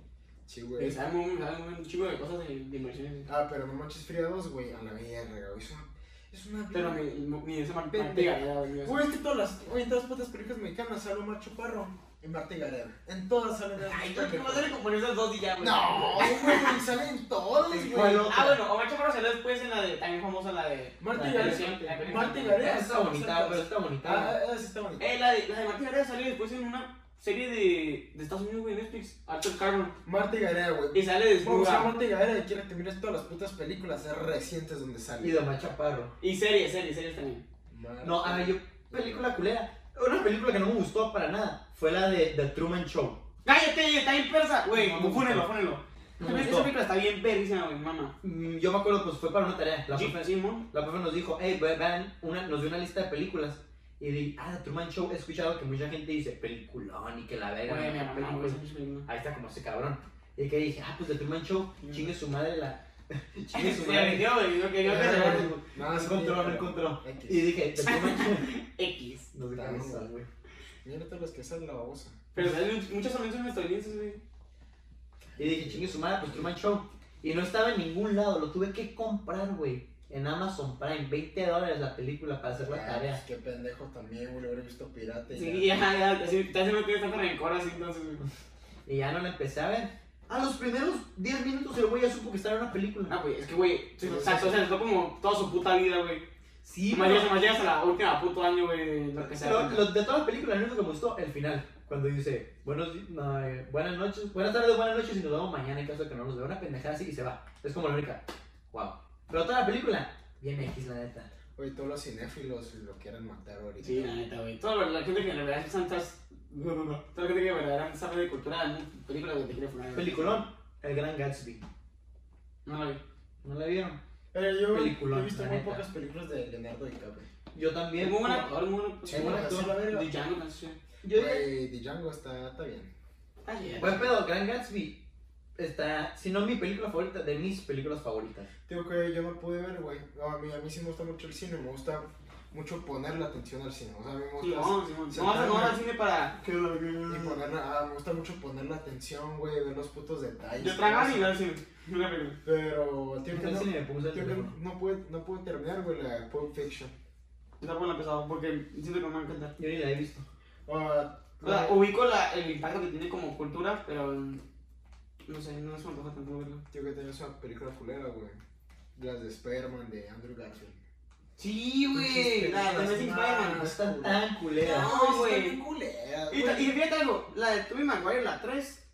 [SPEAKER 4] Sí, güey.
[SPEAKER 3] Sabe muy, sabe muy un chingo de cosas de, de inversiones.
[SPEAKER 4] Ah, pero no manches Frida 2, güey, a la verga, güey. Es una. Es una.
[SPEAKER 3] Pero ni, ni ese man.
[SPEAKER 4] Pendejo.
[SPEAKER 3] Mentira, ya, güey. o sea.
[SPEAKER 4] Güey, es que todas las. Güey, en todas las putas películas mexicanas sale Omar Chaparro y Marta Gareda. En todas salen.
[SPEAKER 3] Ay, yo que vas a recomponer esas dos y ya, güey.
[SPEAKER 4] No, güey, salen todas, güey.
[SPEAKER 2] ¿Cuál otra?
[SPEAKER 3] Ah, bueno, Omar Chaparro salió después en la de, también famosa, la de...
[SPEAKER 4] Marta
[SPEAKER 3] la
[SPEAKER 4] y
[SPEAKER 3] de
[SPEAKER 4] Gareda.
[SPEAKER 3] Versión, la película.
[SPEAKER 4] Marta y Gareda.
[SPEAKER 2] Está bonita, pero está bonita.
[SPEAKER 4] Ah, esa sí está bonita.
[SPEAKER 3] Eh, la de, la de Marta y Gareda salió después en una serie de, de Estados Unidos, güey, Netflix, Altered Carbon.
[SPEAKER 4] Marta y Gareda, güey.
[SPEAKER 3] Y sale de
[SPEAKER 4] Vamos a
[SPEAKER 3] Smuga.
[SPEAKER 4] Marta y Gareda y quiero que mires todas las putas películas recientes donde
[SPEAKER 2] Y
[SPEAKER 4] sale.
[SPEAKER 2] de Omar Chaparro.
[SPEAKER 3] Y series, series, series también.
[SPEAKER 4] Marta-
[SPEAKER 2] No, a ver, yo, película culera. Una película que no me gustó para nada fue la de The Truman Show.
[SPEAKER 3] ¡Cállate! ¡Está bien persa! Güey,
[SPEAKER 2] No me gustó.
[SPEAKER 3] fúnelo, fúnelo.
[SPEAKER 2] No me
[SPEAKER 3] Esa
[SPEAKER 2] gustó.
[SPEAKER 3] película está bien perrísima, güey, mamá.
[SPEAKER 2] Mm, Yo me acuerdo, pues fue para una tarea. La
[SPEAKER 3] Sí,
[SPEAKER 2] profe,
[SPEAKER 3] sí, mon.
[SPEAKER 2] la profe nos dijo, hey, ve- vean, una, nos dio una lista de películas. Y di, ah, The Truman Show, he escuchado que mucha gente dice, peliculón y que la verga.
[SPEAKER 3] Güey, mi
[SPEAKER 2] no,
[SPEAKER 3] mamá, güey,
[SPEAKER 2] película".
[SPEAKER 3] esa pinche película.
[SPEAKER 2] Ahí está como ese cabrón. Y que dije, ah, pues The Truman Show,
[SPEAKER 3] Sí.
[SPEAKER 2] chingue su madre la... chingue
[SPEAKER 3] Sí,
[SPEAKER 2] su
[SPEAKER 3] güey,
[SPEAKER 2] madre.
[SPEAKER 3] yo, güey, yo quería que se vea.
[SPEAKER 4] No,
[SPEAKER 2] No
[SPEAKER 4] sí,
[SPEAKER 2] encontró, no
[SPEAKER 4] pero-
[SPEAKER 2] encontró.
[SPEAKER 4] X.
[SPEAKER 2] Y dije, The Truman Show.
[SPEAKER 3] X.
[SPEAKER 2] Nos
[SPEAKER 4] dejaron
[SPEAKER 2] dejamos
[SPEAKER 4] usar,
[SPEAKER 2] güey.
[SPEAKER 4] Mira todas las que salen la babosa.
[SPEAKER 3] Pero salen muchas menciones estadounidenses, güey.
[SPEAKER 2] Y dije, chingue su madre, pues Truman Show. Y no estaba en ningún lado, lo tuve que comprar, güey. En Amazon Prime, 20 dólares la película para hacer la
[SPEAKER 4] Ah, pues,
[SPEAKER 2] tarea.
[SPEAKER 4] Qué pendejo también, güey. Lo hubiera visto pirata. y
[SPEAKER 3] Sí, ya, ya, así, casi no tienes tanto rencor así, entonces, güey.
[SPEAKER 2] Y ya no la empecé a ver. A los primeros 10 minutos el güey ya supo que estaba en una
[SPEAKER 3] No,
[SPEAKER 2] película.
[SPEAKER 3] güey, es que, güey, se
[SPEAKER 4] Sí,
[SPEAKER 3] nos
[SPEAKER 4] sí,
[SPEAKER 3] sacó,
[SPEAKER 4] sí.
[SPEAKER 3] se nos fue como toda su puta vida, güey.
[SPEAKER 2] Sí,
[SPEAKER 3] más
[SPEAKER 2] pero-
[SPEAKER 3] llegas, más llegas a la última puto año, güey, lo que sea.
[SPEAKER 2] pero lo- de toda la película, lo único que me gustó, el final. Cuando dice, buenos, di- no, eh, buenas noches, buenas tardes, buenas noches y nos vemos mañana en caso de que no nos vea. Una pendejada así y se va. Es como la única. Wow. Pero toda la película, bien X, la neta.
[SPEAKER 4] Oye, todos los cinéfilos lo quieren matar ahorita.
[SPEAKER 3] Sí, la neta, güey. Toda la gente que en realidad son santas. Toda la gente que en realidad sabe de cultura, ¿no? película que te quiere funar. güey.
[SPEAKER 2] Peliculón, El Gran Gatsby.
[SPEAKER 3] No la vi.
[SPEAKER 2] ¿No la vieron?
[SPEAKER 4] Pero Eh, yo
[SPEAKER 2] Peliculón,
[SPEAKER 4] he visto
[SPEAKER 2] la
[SPEAKER 4] muy
[SPEAKER 2] neta.
[SPEAKER 4] pocas películas de Leonardo DiCaprio.
[SPEAKER 2] Yo
[SPEAKER 3] Es
[SPEAKER 2] también.
[SPEAKER 3] muy buen actor, muy buen
[SPEAKER 4] Sí,
[SPEAKER 3] actor.
[SPEAKER 2] bueno,
[SPEAKER 4] bueno,
[SPEAKER 2] tú-
[SPEAKER 4] sí, la verga.
[SPEAKER 3] De Django, no sé.
[SPEAKER 2] Yo diría-
[SPEAKER 4] Güey, de Django está, está bien.
[SPEAKER 3] Está bien.
[SPEAKER 2] Buen pedo, Gran Gatsby. Está, si no mi película favorita, de mis películas favoritas.
[SPEAKER 4] Digo que yo no pude ver, güey. No, a, mí, a mí sí me gusta mucho el cine. Me gusta mucho poner la atención al cine. O sea, a mí me
[SPEAKER 3] Sí,
[SPEAKER 4] gusta.
[SPEAKER 3] no, sí, no. No vas a- no vas al cine para.
[SPEAKER 4] Y poner, ah, me gusta mucho poner la atención, güey, ver los putos detalles.
[SPEAKER 3] Yo tragaba y iba al cine. Una película.
[SPEAKER 4] Pero, tío, que
[SPEAKER 2] Entonces,
[SPEAKER 4] no,
[SPEAKER 2] si me puse el
[SPEAKER 4] tío, que no,
[SPEAKER 2] teléfono.
[SPEAKER 4] no pude, no pude terminar, güey, la Pulp Fiction.
[SPEAKER 3] Yo tampoco la he empezado porque siento que no me va a encantar.
[SPEAKER 2] Yo ni la he visto.
[SPEAKER 4] Ah,
[SPEAKER 3] O sea,
[SPEAKER 4] la-
[SPEAKER 2] oh.
[SPEAKER 3] ubico la, el impacto que tiene como cultura, pero mm, no sé, no se me antoja tanto verlo.
[SPEAKER 4] Tío, que tenés una película fulera, güey. Las de Spider-Man de Andrew Garfield.
[SPEAKER 3] Sí, güey,
[SPEAKER 4] Pinches
[SPEAKER 3] la de
[SPEAKER 4] películas
[SPEAKER 3] Amazing
[SPEAKER 4] más-
[SPEAKER 3] Spider-Man.
[SPEAKER 2] No está tan culera.
[SPEAKER 3] No,
[SPEAKER 4] Ay,
[SPEAKER 3] güey.
[SPEAKER 4] está bien culera,
[SPEAKER 3] Y, ta-
[SPEAKER 4] güey.
[SPEAKER 3] y fíjate algo, la de Tobey Maguire, la 3,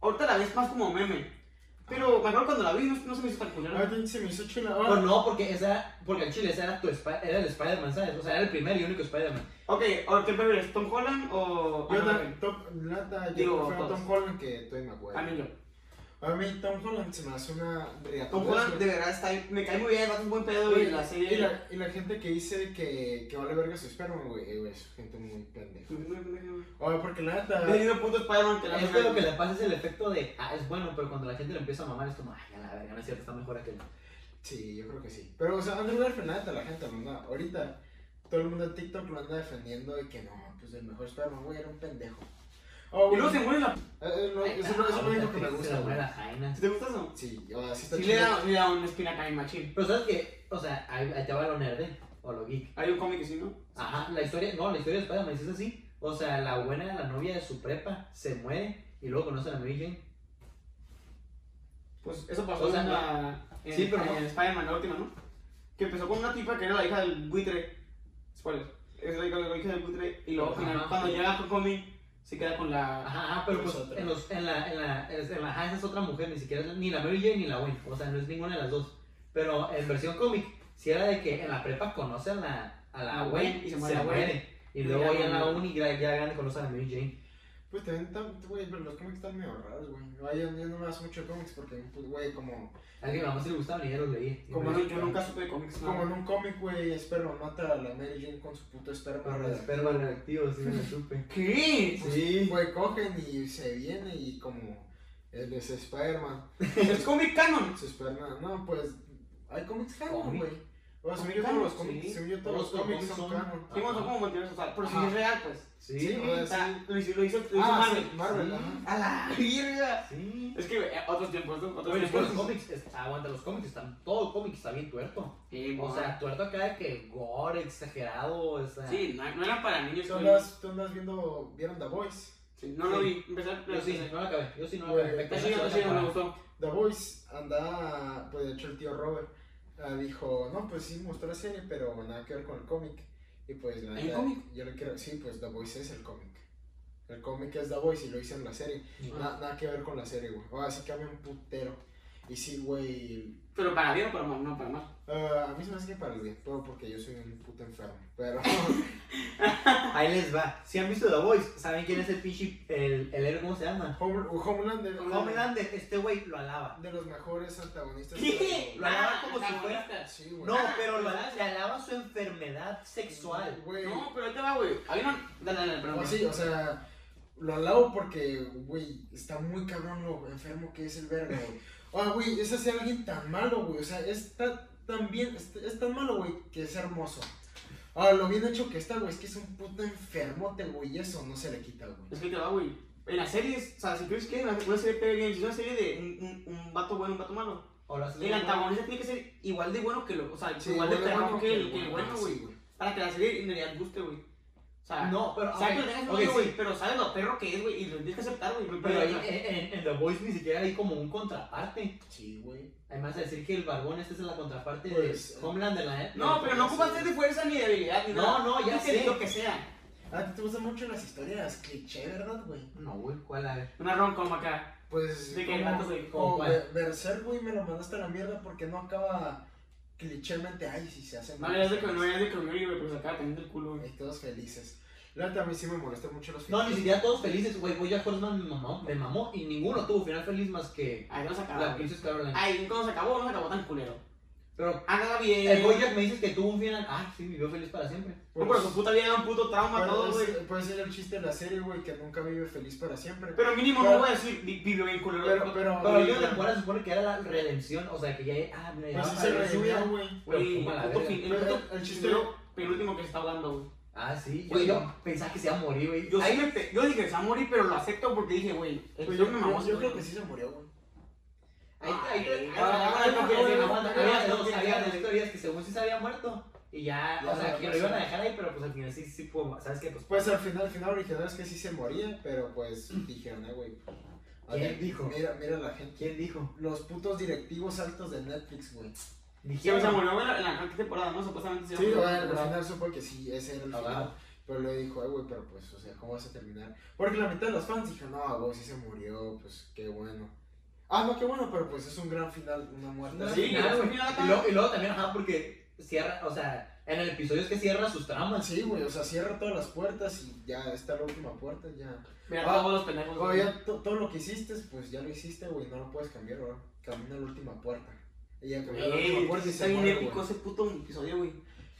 [SPEAKER 3] ahorita la ves más como meme. Pero me acuerdo cuando la vi, no, no se me hizo tan
[SPEAKER 4] Ah,
[SPEAKER 3] culera.
[SPEAKER 4] bien, se me hizo chila. Ah,
[SPEAKER 2] Pero no, porque esa, porque el chile ese era tu Spi- era el Spider-Man, ¿sabes? O sea, era el primer y único Spider-Man.
[SPEAKER 3] Ok, ahora, ¿qué prefieres, Tom Holland o
[SPEAKER 4] Yo
[SPEAKER 3] Andrew
[SPEAKER 4] ta-
[SPEAKER 3] Garfield?
[SPEAKER 4] Tom- neta, yo
[SPEAKER 3] Digo,
[SPEAKER 4] prefiero a
[SPEAKER 3] todos.
[SPEAKER 4] Tom Holland que Tobey Maguire.
[SPEAKER 3] Anillo.
[SPEAKER 4] A mí Tom Holland se me hace una riatura.
[SPEAKER 3] Tom Holland
[SPEAKER 4] güey.
[SPEAKER 3] de verdad está bien, me cae muy bien, va a un buen pedo y la serie...
[SPEAKER 4] y la, y la gente que dice que, que vale verga su Spider-Man, güey, eh, güey, es gente muy pendeja.
[SPEAKER 3] He
[SPEAKER 4] Oye, porque la neta...
[SPEAKER 3] tenido puto Spider-Man que la
[SPEAKER 2] Es que lo que le pasa es el efecto de, ah, es bueno, pero cuando la gente le empieza a mamar es como, ay, a la verga, no es cierto, está mejor aquel.
[SPEAKER 4] Sí, yo creo que sí. Pero, o sea, Andrew Garfield, la neta, la gente lo anda... Ahorita todo el mundo en TikTok lo anda defendiendo de que no, pues el mejor Spider-Man, güey, era un pendejo. Oh,
[SPEAKER 3] Y luego
[SPEAKER 4] bueno.
[SPEAKER 3] se ah, muere la.
[SPEAKER 4] Eh, eh, no, eso no eso es lo único que me
[SPEAKER 2] Se
[SPEAKER 4] gusta,
[SPEAKER 2] la
[SPEAKER 4] güey.
[SPEAKER 2] muere la Jaina.
[SPEAKER 3] ¿Sí ¿Te gusta eso?
[SPEAKER 4] Sí, o sea, sí está
[SPEAKER 3] Sí, le
[SPEAKER 4] chido.
[SPEAKER 3] da, le da un espinaca a mi machín.
[SPEAKER 2] Pero sabes que, o sea, ahí, ahí te va lo nerd o lo geek.
[SPEAKER 3] Hay un cómic que sí, ¿no?
[SPEAKER 2] Ajá, la historia, no, la historia de Spider-Man es así. O sea, la buena, la novia de su prepa, se muere y luego conoce a la Mary Jane.
[SPEAKER 3] Pues eso pasó
[SPEAKER 2] O sea,
[SPEAKER 3] en,
[SPEAKER 2] no.
[SPEAKER 3] la, en,
[SPEAKER 2] Sí, pero
[SPEAKER 3] en
[SPEAKER 2] no.
[SPEAKER 3] Spider-Man, la última, ¿no? Que empezó con una tipa que era la hija del buitre. Spoiler. Es la hija, la hija del buitre. Y luego
[SPEAKER 2] Ajá.
[SPEAKER 3] cuando- cuando llega a Homecoming, se queda con la.
[SPEAKER 2] Ajá, ajá, pero
[SPEAKER 4] Pues
[SPEAKER 2] pues
[SPEAKER 4] otra.
[SPEAKER 2] en, los, en la, en la, es- en la Hans es otra mujer, ni siquiera es ni la Mary Jane ni la Gwen, o sea, no es ninguna de las dos. Pero en versión cómic, si era de que en la prepa conoce a la, a la
[SPEAKER 3] La
[SPEAKER 2] Gwen
[SPEAKER 3] Gwen
[SPEAKER 2] Ah, y se
[SPEAKER 3] y
[SPEAKER 2] muere,
[SPEAKER 3] la Gwen.
[SPEAKER 2] Y luego
[SPEAKER 3] ya
[SPEAKER 2] ya en la
[SPEAKER 3] no.
[SPEAKER 2] uni ya, ya grande conoce a la Mary Jane.
[SPEAKER 4] Pues también, tam- güey, pero los cómics están medio raros, güey. Yo, yo- yo no me hace mucho cómics porque, pues, güey, como,
[SPEAKER 2] A mi mamá sí le gustaban y ya los leí.
[SPEAKER 4] Como
[SPEAKER 3] Bueno,
[SPEAKER 4] no-
[SPEAKER 3] yo nunca supe de cómics.
[SPEAKER 4] como en un cómic, güey, Esperma mata a la Mary Jane con su puto esperma.
[SPEAKER 2] Pero
[SPEAKER 4] güey.
[SPEAKER 2] el esperma radioactivo, sí me lo supe.
[SPEAKER 3] ¿Qué?
[SPEAKER 4] Sí, güey, cogen y se viene y como, eh, él es Spider-Man.
[SPEAKER 3] Es cómic canon.
[SPEAKER 4] Su esperma, no, pues, hay cómics canon,
[SPEAKER 2] Cómic.
[SPEAKER 4] güey. O sea, según yo
[SPEAKER 3] Cómic
[SPEAKER 4] todos los
[SPEAKER 3] canon,
[SPEAKER 4] cómics,
[SPEAKER 3] sí.
[SPEAKER 4] según yo todos los cómics son canon.
[SPEAKER 3] Sí, bueno, son como multiversos, o sea, pero si
[SPEAKER 4] Ajá.
[SPEAKER 3] es real, pues.
[SPEAKER 2] Sí,
[SPEAKER 4] Sí,
[SPEAKER 3] O
[SPEAKER 4] güey,
[SPEAKER 3] sea,
[SPEAKER 4] sí.
[SPEAKER 3] Lo hizo, lo hizo, lo hizo
[SPEAKER 4] Ah,
[SPEAKER 3] Marvel.
[SPEAKER 4] sí, Marvel,
[SPEAKER 2] Sí.
[SPEAKER 4] ajá.
[SPEAKER 3] A la mierda.
[SPEAKER 2] sí.
[SPEAKER 3] Es que eh, otros tiempos, ¿no? Otros
[SPEAKER 2] Oye, es que los
[SPEAKER 3] tiempos.
[SPEAKER 2] cómics, es- aguanta, los cómics están, todo cómic está bien tuerto.
[SPEAKER 3] Sí,
[SPEAKER 2] O sea, tuerto acá de que gore, exagerado, o sea.
[SPEAKER 3] sí, no, no era para niños.
[SPEAKER 4] ¿Tú
[SPEAKER 3] güey.
[SPEAKER 4] andas, tú andas viendo, vieron The Voice?
[SPEAKER 3] Sí, no lo
[SPEAKER 2] Sí.
[SPEAKER 3] vi. Empezar,
[SPEAKER 2] Yo
[SPEAKER 3] pero
[SPEAKER 2] sí, no la acabé, yo sí no la
[SPEAKER 4] Güey,
[SPEAKER 2] acabé. Me
[SPEAKER 4] está
[SPEAKER 2] quedé
[SPEAKER 3] Así
[SPEAKER 2] en la
[SPEAKER 3] no,
[SPEAKER 2] segunda
[SPEAKER 3] así no me
[SPEAKER 2] temporada.
[SPEAKER 3] gustó.
[SPEAKER 4] The Voice andaba, pues de hecho el tío Robert ah, dijo, no, pues sí me gustó la serie, pero nada que ver con el cómic. Y pues la
[SPEAKER 3] ¿Hay un
[SPEAKER 4] neta,
[SPEAKER 3] cómic?
[SPEAKER 4] yo le quiero, sí, pues The Voice es el cómic. El cómic es The Voice y lo hice en la serie. Na- nada que ver con la serie, güey. Ahora sí cambia un putero. Y sí, güey.
[SPEAKER 3] Pero para bien o para mal, no para mal.
[SPEAKER 4] ah, a mí se me hace que para el bien, pero porque yo soy un puto enfermo. Pero
[SPEAKER 2] Ahí les va. Si han visto The Voice, ¿saben quién es el pinche, el, el héroe, cómo se llama?
[SPEAKER 4] Home- Homelander,
[SPEAKER 2] Homelander, este güey lo alaba.
[SPEAKER 4] de los mejores antagonistas.
[SPEAKER 3] ¿Qué?
[SPEAKER 2] Lo alaba como si fuera.
[SPEAKER 3] fuera.
[SPEAKER 4] Sí, güey.
[SPEAKER 2] No, pero lo alaba, le alaba su enfermedad sexual.
[SPEAKER 4] Güey.
[SPEAKER 3] No, pero ahí te va, güey. Hay una. Dale, dale,
[SPEAKER 2] Pues
[SPEAKER 3] perdón.
[SPEAKER 4] No, pues sí, o sea, lo alabo porque, güey, está muy cabrón lo enfermo que es el verga, güey. Ah, güey, es hacer a alguien tan malo, güey. O sea, es ta- tan bien, es, es tan malo, güey, que es hermoso. Ah, lo bien hecho que está, güey, es que es un puto enfermote, güey, y eso no se le quita, güey.
[SPEAKER 3] Es que ahí te va, güey. En las series, o sea, si tú crees que una una serie pegue bien, si es una serie de un, un, un vato bueno, un vato malo,
[SPEAKER 2] O lo hace
[SPEAKER 3] el
[SPEAKER 2] muy-
[SPEAKER 3] antagonista tiene que ser igual de bueno que lo. O sea,
[SPEAKER 4] Sí,
[SPEAKER 3] igual de
[SPEAKER 4] güey,
[SPEAKER 3] perrón
[SPEAKER 4] bueno
[SPEAKER 3] que el
[SPEAKER 4] que
[SPEAKER 3] que el bueno,
[SPEAKER 4] sí,
[SPEAKER 3] güey. para que la serie en realidad guste, güey. O sea,
[SPEAKER 2] No, pero.
[SPEAKER 3] sabes que
[SPEAKER 2] ok,
[SPEAKER 3] lo tengas
[SPEAKER 2] ok,
[SPEAKER 3] novio, güey,
[SPEAKER 2] sí.
[SPEAKER 3] pero sabes lo perro que es, güey, y lo tienes que aceptar, güey.
[SPEAKER 2] Pero ahí en, en- en The Voice ni siquiera hay como un contraparte.
[SPEAKER 4] Sí, güey.
[SPEAKER 2] Además de decir que el barbón este es la contraparte
[SPEAKER 4] Pues,
[SPEAKER 2] de Homelander, la
[SPEAKER 3] No, pero no ocupas de fuerza ni de habilidad, ni
[SPEAKER 2] No,
[SPEAKER 3] nada.
[SPEAKER 2] no, ya
[SPEAKER 3] Dice
[SPEAKER 2] sé.
[SPEAKER 3] Lo que sea.
[SPEAKER 4] Ah, ¿te gustan mucho las historias cliché, verdad, güey?
[SPEAKER 2] No, güey, ¿cuál? A ver.
[SPEAKER 3] Una roncom acá.
[SPEAKER 4] Pues,
[SPEAKER 3] De que el
[SPEAKER 4] como,
[SPEAKER 3] vato se-
[SPEAKER 4] como
[SPEAKER 2] como
[SPEAKER 4] Be- Berserk, güey, me lo mandaste a la mierda porque no acaba clichémente, ay, si se hace
[SPEAKER 3] No le das de que no le das de que me güey, pero se acaba teniendo el culo, güey.
[SPEAKER 4] Y todos felices. La neta, a mí sí me molesta mucho los
[SPEAKER 2] No, ni
[SPEAKER 4] finales.
[SPEAKER 2] siquiera todos felices, güey. Voy a Horseman me mamó, me mamó y ninguno tuvo final feliz más que
[SPEAKER 3] Ahí no se acaba.
[SPEAKER 2] la
[SPEAKER 3] güey.
[SPEAKER 2] Princess Caroline.
[SPEAKER 3] Ay, cuando se acabó, no se acabó tan culero.
[SPEAKER 2] Pero
[SPEAKER 3] Hágala bien.
[SPEAKER 2] el Bojack me dices que tuvo un final. Ah, sí, vivió feliz para siempre.
[SPEAKER 3] No, pero su puta vida era un puto trauma
[SPEAKER 4] Puede-
[SPEAKER 3] todo, güey.
[SPEAKER 4] Puede ser el chiste de la serie, güey, que nunca vive feliz para siempre.
[SPEAKER 3] Pero mínimo
[SPEAKER 4] Pero-
[SPEAKER 3] no voy a decir vi- vivió bien culero.
[SPEAKER 4] pero, pero,
[SPEAKER 2] Pero el
[SPEAKER 4] güey,
[SPEAKER 2] último temporada se supone que era la redención, o sea que ya. Ah, mira, ya.
[SPEAKER 4] pues sí
[SPEAKER 2] va
[SPEAKER 4] se
[SPEAKER 2] para la
[SPEAKER 4] redimió,
[SPEAKER 2] suya.
[SPEAKER 4] güey.
[SPEAKER 3] Güey,
[SPEAKER 2] pero,
[SPEAKER 3] el puto
[SPEAKER 2] pero,
[SPEAKER 3] fin, el
[SPEAKER 4] pero,
[SPEAKER 3] puto
[SPEAKER 4] el chiste-
[SPEAKER 3] chistero penúltimo que se está dando, güey.
[SPEAKER 2] Ah, sí. Yo,
[SPEAKER 3] Güey,
[SPEAKER 2] yo pensaba que se iba a morir, güey.
[SPEAKER 3] Yo, sí
[SPEAKER 2] Ay,
[SPEAKER 3] me pe- yo dije, se va a morir, pero lo acepto porque dije, güey, el
[SPEAKER 4] Pues
[SPEAKER 3] yo
[SPEAKER 4] yo,
[SPEAKER 3] me mamó.
[SPEAKER 4] yo- yo creo que sí se murió, güey.
[SPEAKER 2] Ahí te- ahí te-
[SPEAKER 3] Ay,
[SPEAKER 2] ahí-
[SPEAKER 3] ah,
[SPEAKER 2] ahí te-
[SPEAKER 3] no, que se-
[SPEAKER 2] aguanta,
[SPEAKER 3] no,
[SPEAKER 2] Había
[SPEAKER 3] no,
[SPEAKER 2] dos,
[SPEAKER 3] que
[SPEAKER 2] había
[SPEAKER 3] se-
[SPEAKER 2] dos teorías que según sí se había muerto. Y ya,
[SPEAKER 4] Ya
[SPEAKER 2] o sea,
[SPEAKER 4] se
[SPEAKER 2] que lo
[SPEAKER 4] pasó.
[SPEAKER 2] iban a dejar ahí, pero pues al final sí, sí pudo. ¿Sabes qué? Pues.
[SPEAKER 4] Pues al final, al final original es que sí se moría, pero pues dijeron, eh, güey. a
[SPEAKER 2] ¿Quién
[SPEAKER 4] ver,
[SPEAKER 2] dijo?
[SPEAKER 4] Mira, mira la gente.
[SPEAKER 2] ¿Quién dijo?
[SPEAKER 4] Los putos directivos altos de Netflix, güey.
[SPEAKER 3] Sí, o sea, murió en la, en la cuarta temporada, ¿no? Supuestamente se
[SPEAKER 4] Sí,
[SPEAKER 3] murió.
[SPEAKER 4] al final supo que sí, ese era el
[SPEAKER 2] Ah,
[SPEAKER 4] final.
[SPEAKER 2] va.
[SPEAKER 4] Pero le dijo, ay, güey, pero pues, o sea, ¿cómo vas a terminar? Porque la mitad de los fans dijeron, no, güey, sí se murió, pues, qué bueno. Ah, no, qué bueno, pero pues es un gran final, una muerte.
[SPEAKER 3] Sí,
[SPEAKER 2] Claro,
[SPEAKER 3] al
[SPEAKER 2] güey.
[SPEAKER 3] final
[SPEAKER 2] Y
[SPEAKER 3] acá-
[SPEAKER 2] luego, y luego también, ajá, porque cierra, o sea, en el episodio es que cierra sus tramas.
[SPEAKER 4] Sí, güey, o sea, cierra todas las puertas y ya está la última puerta, ya.
[SPEAKER 3] Mira,
[SPEAKER 4] Ah,
[SPEAKER 3] todos los
[SPEAKER 2] Pues,
[SPEAKER 3] pendejos.
[SPEAKER 4] Oye,
[SPEAKER 3] güey.
[SPEAKER 4] ya to- todo lo que hiciste, pues ya lo hiciste, güey, no lo puedes cambiar, güey. Camina a la última puerta. Ella camina a la
[SPEAKER 3] Ey,
[SPEAKER 4] última puerta y
[SPEAKER 3] Está
[SPEAKER 4] se
[SPEAKER 3] bien
[SPEAKER 4] muere,
[SPEAKER 3] épico
[SPEAKER 4] güey.
[SPEAKER 3] ese puto episodio, güey.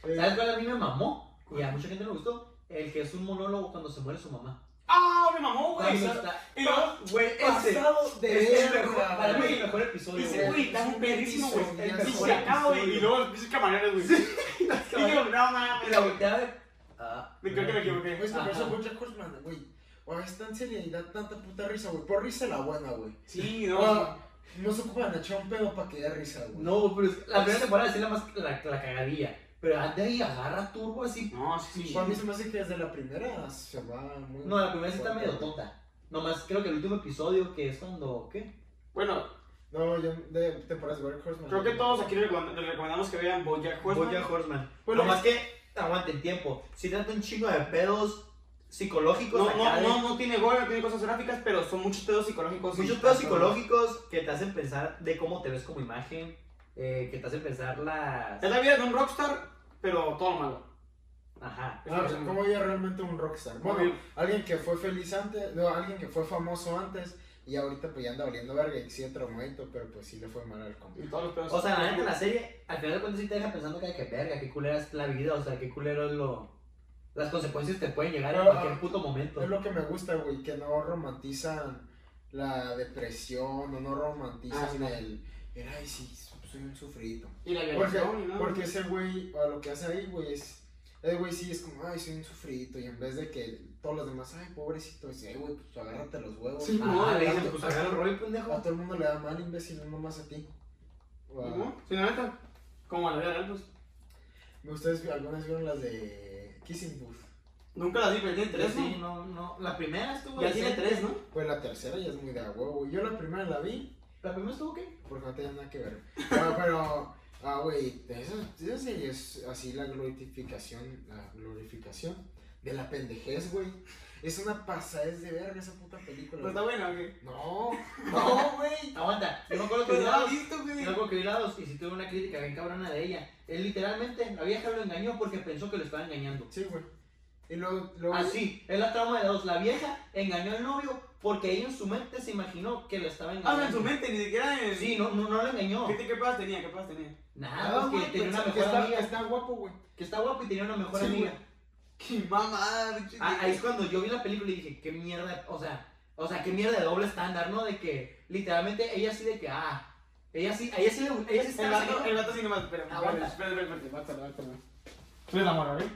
[SPEAKER 4] Eh,
[SPEAKER 2] ¿Sabes cuál a mí me mamó? Y a mucha gente le gustó. El que es un monólogo cuando se muere su mamá.
[SPEAKER 3] ¡Ah, me mamó, güey!
[SPEAKER 2] Cuando
[SPEAKER 3] O sea,
[SPEAKER 2] está-
[SPEAKER 3] Y luego,
[SPEAKER 2] Güey, ese.
[SPEAKER 4] pasado de
[SPEAKER 2] Es el
[SPEAKER 4] verga,
[SPEAKER 2] mejor, para mí es
[SPEAKER 4] güey.
[SPEAKER 2] el mejor
[SPEAKER 3] y
[SPEAKER 2] episodio,
[SPEAKER 3] se,
[SPEAKER 2] güey.
[SPEAKER 3] güey, está un perrísimo, güey.
[SPEAKER 4] Sí,
[SPEAKER 2] el
[SPEAKER 3] Y
[SPEAKER 2] mejor
[SPEAKER 3] se acaba, güey. Y
[SPEAKER 4] episodio.
[SPEAKER 3] luego los pinches camareros, güey. Sí, no
[SPEAKER 2] Y
[SPEAKER 3] mames.
[SPEAKER 2] la volteada de... Ah,
[SPEAKER 3] Me creo que me equivoqué.
[SPEAKER 4] Pues que por
[SPEAKER 2] Ajá.
[SPEAKER 4] eso Bojack Horseman, güey. O es tan seria y da tanta puta risa, güey. Por risa la buena, güey.
[SPEAKER 3] Sí,
[SPEAKER 4] No,
[SPEAKER 3] no.
[SPEAKER 4] no, se ocupan de echar un pedo para que dé risa, güey.
[SPEAKER 2] No, pero es que la primera temporada sí la más la, la cagadilla. Pero de ahí agarra turbo así.
[SPEAKER 3] No, sí, sí.
[SPEAKER 4] Para mí se me hace que desde la primera se va muy.
[SPEAKER 2] No, la primera sí está
[SPEAKER 4] fuerte,
[SPEAKER 2] medio
[SPEAKER 4] güey.
[SPEAKER 2] tonta. Nomás creo que el último episodio, que es cuando. ¿Qué?
[SPEAKER 3] Bueno,
[SPEAKER 4] No, yo de temporadas de Black Horseman.
[SPEAKER 3] creo que todos aquí le recomend- le recomendamos que vean Bojack Horseman.
[SPEAKER 2] Bojack Horseman.
[SPEAKER 3] Pues Bueno,
[SPEAKER 2] Nomás que aguanten tiempo. Si trata un chingo de pedos psicológicos.
[SPEAKER 3] No,
[SPEAKER 2] acá
[SPEAKER 3] no,
[SPEAKER 2] de-
[SPEAKER 3] no, no tiene gore, no tiene cosas gráficas, pero son muchos pedos psicológicos.
[SPEAKER 2] Muchos
[SPEAKER 3] y-
[SPEAKER 2] pedos Pues psicológicos que te hacen pensar de cómo te ves como imagen. eh, que te hacen pensar las.
[SPEAKER 3] Es la vida de un rockstar, pero todo malo.
[SPEAKER 2] Ajá.
[SPEAKER 4] Ah, o sea, ¿Cómo ella realmente un rockstar? Bueno,
[SPEAKER 3] Obvio.
[SPEAKER 4] alguien que fue feliz antes, no, alguien que fue famoso antes y ahorita pues ya anda oliendo verga y sigue traumadito, pero pues sí le fue mal al
[SPEAKER 3] Y
[SPEAKER 4] combi.
[SPEAKER 3] todos los pedos.
[SPEAKER 2] O sea, la neta, la serie, al final de cuentas sí te deja pensando que, que verga, qué culera es la vida, o sea, qué culero es lo... Las consecuencias te pueden llegar en
[SPEAKER 4] Pero,
[SPEAKER 2] cualquier
[SPEAKER 4] ah,
[SPEAKER 2] puto momento.
[SPEAKER 4] Es lo que me gusta, güey, que no romantizan la depresión o no romantizan
[SPEAKER 3] Ah, sí, no.
[SPEAKER 4] el... el, Ay, sí, soy un sufrido.
[SPEAKER 3] Y la
[SPEAKER 4] Porque,
[SPEAKER 3] violación y nada.
[SPEAKER 4] porque ese güey, a lo que hace ahí, güey, es. El güey sí es como, ay, soy un sufridito. Y en vez de que todos los demás, ay, pobrecito, dice, ay, güey, pues agárrate los huevos.
[SPEAKER 3] Sí,
[SPEAKER 4] a,
[SPEAKER 2] Ah,
[SPEAKER 3] no,
[SPEAKER 2] le
[SPEAKER 3] la-
[SPEAKER 2] dicen, pues agarra el rollo,
[SPEAKER 4] a
[SPEAKER 2] pendejo.
[SPEAKER 4] todo el mundo le da mal, imbécil, no más a ti. O a-
[SPEAKER 3] ¿Cómo? Sí, la neta. Como a la vida real, pues.
[SPEAKER 4] ¿Ustedes vi- algunas vieron las de Kissing Booth?
[SPEAKER 3] Nunca las vi, pero tiene tres,
[SPEAKER 2] Sí, no,
[SPEAKER 3] ¿no?
[SPEAKER 2] no, la primera estuvo...
[SPEAKER 3] Ya tiene
[SPEAKER 2] decente.
[SPEAKER 3] tres, ¿no?
[SPEAKER 4] Pues la tercera ya es muy de a huevo. güey. Yo la primera la vi
[SPEAKER 2] ¿La primera estuvo qué?
[SPEAKER 4] porque no tenía nada que ver. Pero, pero ah, güey, esa, esa serie es así la glorificación, la glorificación de la pendejez, güey. Es una pasadez de verga esa puta película.
[SPEAKER 3] Pero
[SPEAKER 4] güey.
[SPEAKER 3] pues, está buena, ¿o qué?
[SPEAKER 4] No, no, güey.
[SPEAKER 2] Aguanta, yo me acuerdo que vi
[SPEAKER 3] Pues
[SPEAKER 2] la
[SPEAKER 3] no la
[SPEAKER 2] dos,
[SPEAKER 3] he visto, güey.
[SPEAKER 2] yo me acuerdo que vi la dos, y sí tuve una crítica bien cabrona de ella. Él literalmente, la vieja lo engañó porque pensó que lo estaba engañando.
[SPEAKER 4] Sí, güey. Y luego, luego
[SPEAKER 2] Así, es la trauma de la dos. La vieja engañó al novio porque ella en su mente se imaginó que lo estaba engañando.
[SPEAKER 3] Ah, en su mente, ni siquiera en.
[SPEAKER 2] Sí, no, no, no lo engañó.
[SPEAKER 3] ¿Qué, Ah, ¿Qué pedas tenía? ¿Qué pedas tenía?
[SPEAKER 2] Nada, pues,
[SPEAKER 4] Ah, güey,
[SPEAKER 2] que tenía una
[SPEAKER 4] pensaba que
[SPEAKER 2] mejor
[SPEAKER 4] está,
[SPEAKER 2] amiga.
[SPEAKER 4] que está guapo, güey.
[SPEAKER 2] Que está guapo y tenía una mejor
[SPEAKER 4] Sí,
[SPEAKER 2] amiga.
[SPEAKER 4] güey.
[SPEAKER 3] ¡Qué mamada!
[SPEAKER 2] Ah, ahí es cuando yo vi la película y dije, qué mierda, o sea, o sea, qué mierda de doble estándar, ¿no? De que literalmente ella sí de que, ah, ella sí, ella sí, le- ella sí
[SPEAKER 3] El
[SPEAKER 2] estaba
[SPEAKER 3] gato,
[SPEAKER 2] saliendo-
[SPEAKER 3] el gato sí nomás, espera, espera,
[SPEAKER 2] Aguanta.
[SPEAKER 3] espera, espera, espera, bátala, bátala. Tú eres la mora, ¿eh?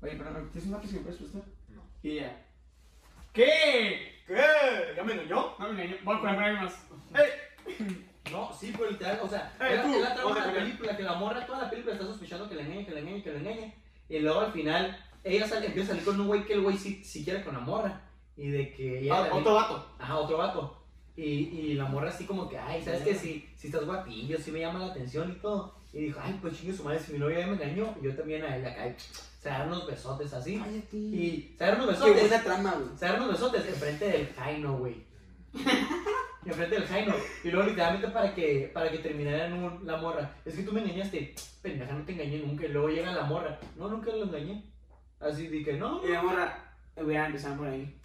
[SPEAKER 3] Oye, pero ¿tienes un lápiz que me puedes prestar?
[SPEAKER 4] No.
[SPEAKER 3] Y ya. ¿Qué? ¿Qué? ¿Ya me engañó? No me engañó, voy a poner más. ¡Eh!
[SPEAKER 2] No, sí, pero literal, o sea,
[SPEAKER 3] Eh,
[SPEAKER 2] es la-
[SPEAKER 3] tú,
[SPEAKER 2] es la trama
[SPEAKER 3] otra
[SPEAKER 2] de la
[SPEAKER 3] pelea.
[SPEAKER 2] película, que la morra toda la película está sospechando que la engañe, que la engañe, que la engañe. Y luego al final, ella sale, empieza a salir con un güey que el güey sí, sí quiere con la morra. Y de que ella.
[SPEAKER 3] Ah,
[SPEAKER 2] también-
[SPEAKER 3] Otro vato.
[SPEAKER 2] Ajá, otro vato. Y, y la morra así como que, ay,
[SPEAKER 3] Ah.
[SPEAKER 2] ¿sabes qué? Si, si estás guapillo, si me llama la atención y todo. Y dijo, ay, pues chingue su madre, si mi novia ya me engañó, yo también a él acá. y Se dan unos besotes así. Y se dan unos
[SPEAKER 3] Qué
[SPEAKER 2] besotes.
[SPEAKER 3] buena trama, güey.
[SPEAKER 2] Se dan unos besotes enfrente del Jaino, güey. enfrente del Jaino. Y luego literalmente para que, para que terminara en un- la morra. Es que tú me engañaste. Pendeja, no te engañé nunca. Y luego llega la morra. No, nunca lo engañé. Así dije, no.
[SPEAKER 3] Y la morra, voy a empezar por ahí.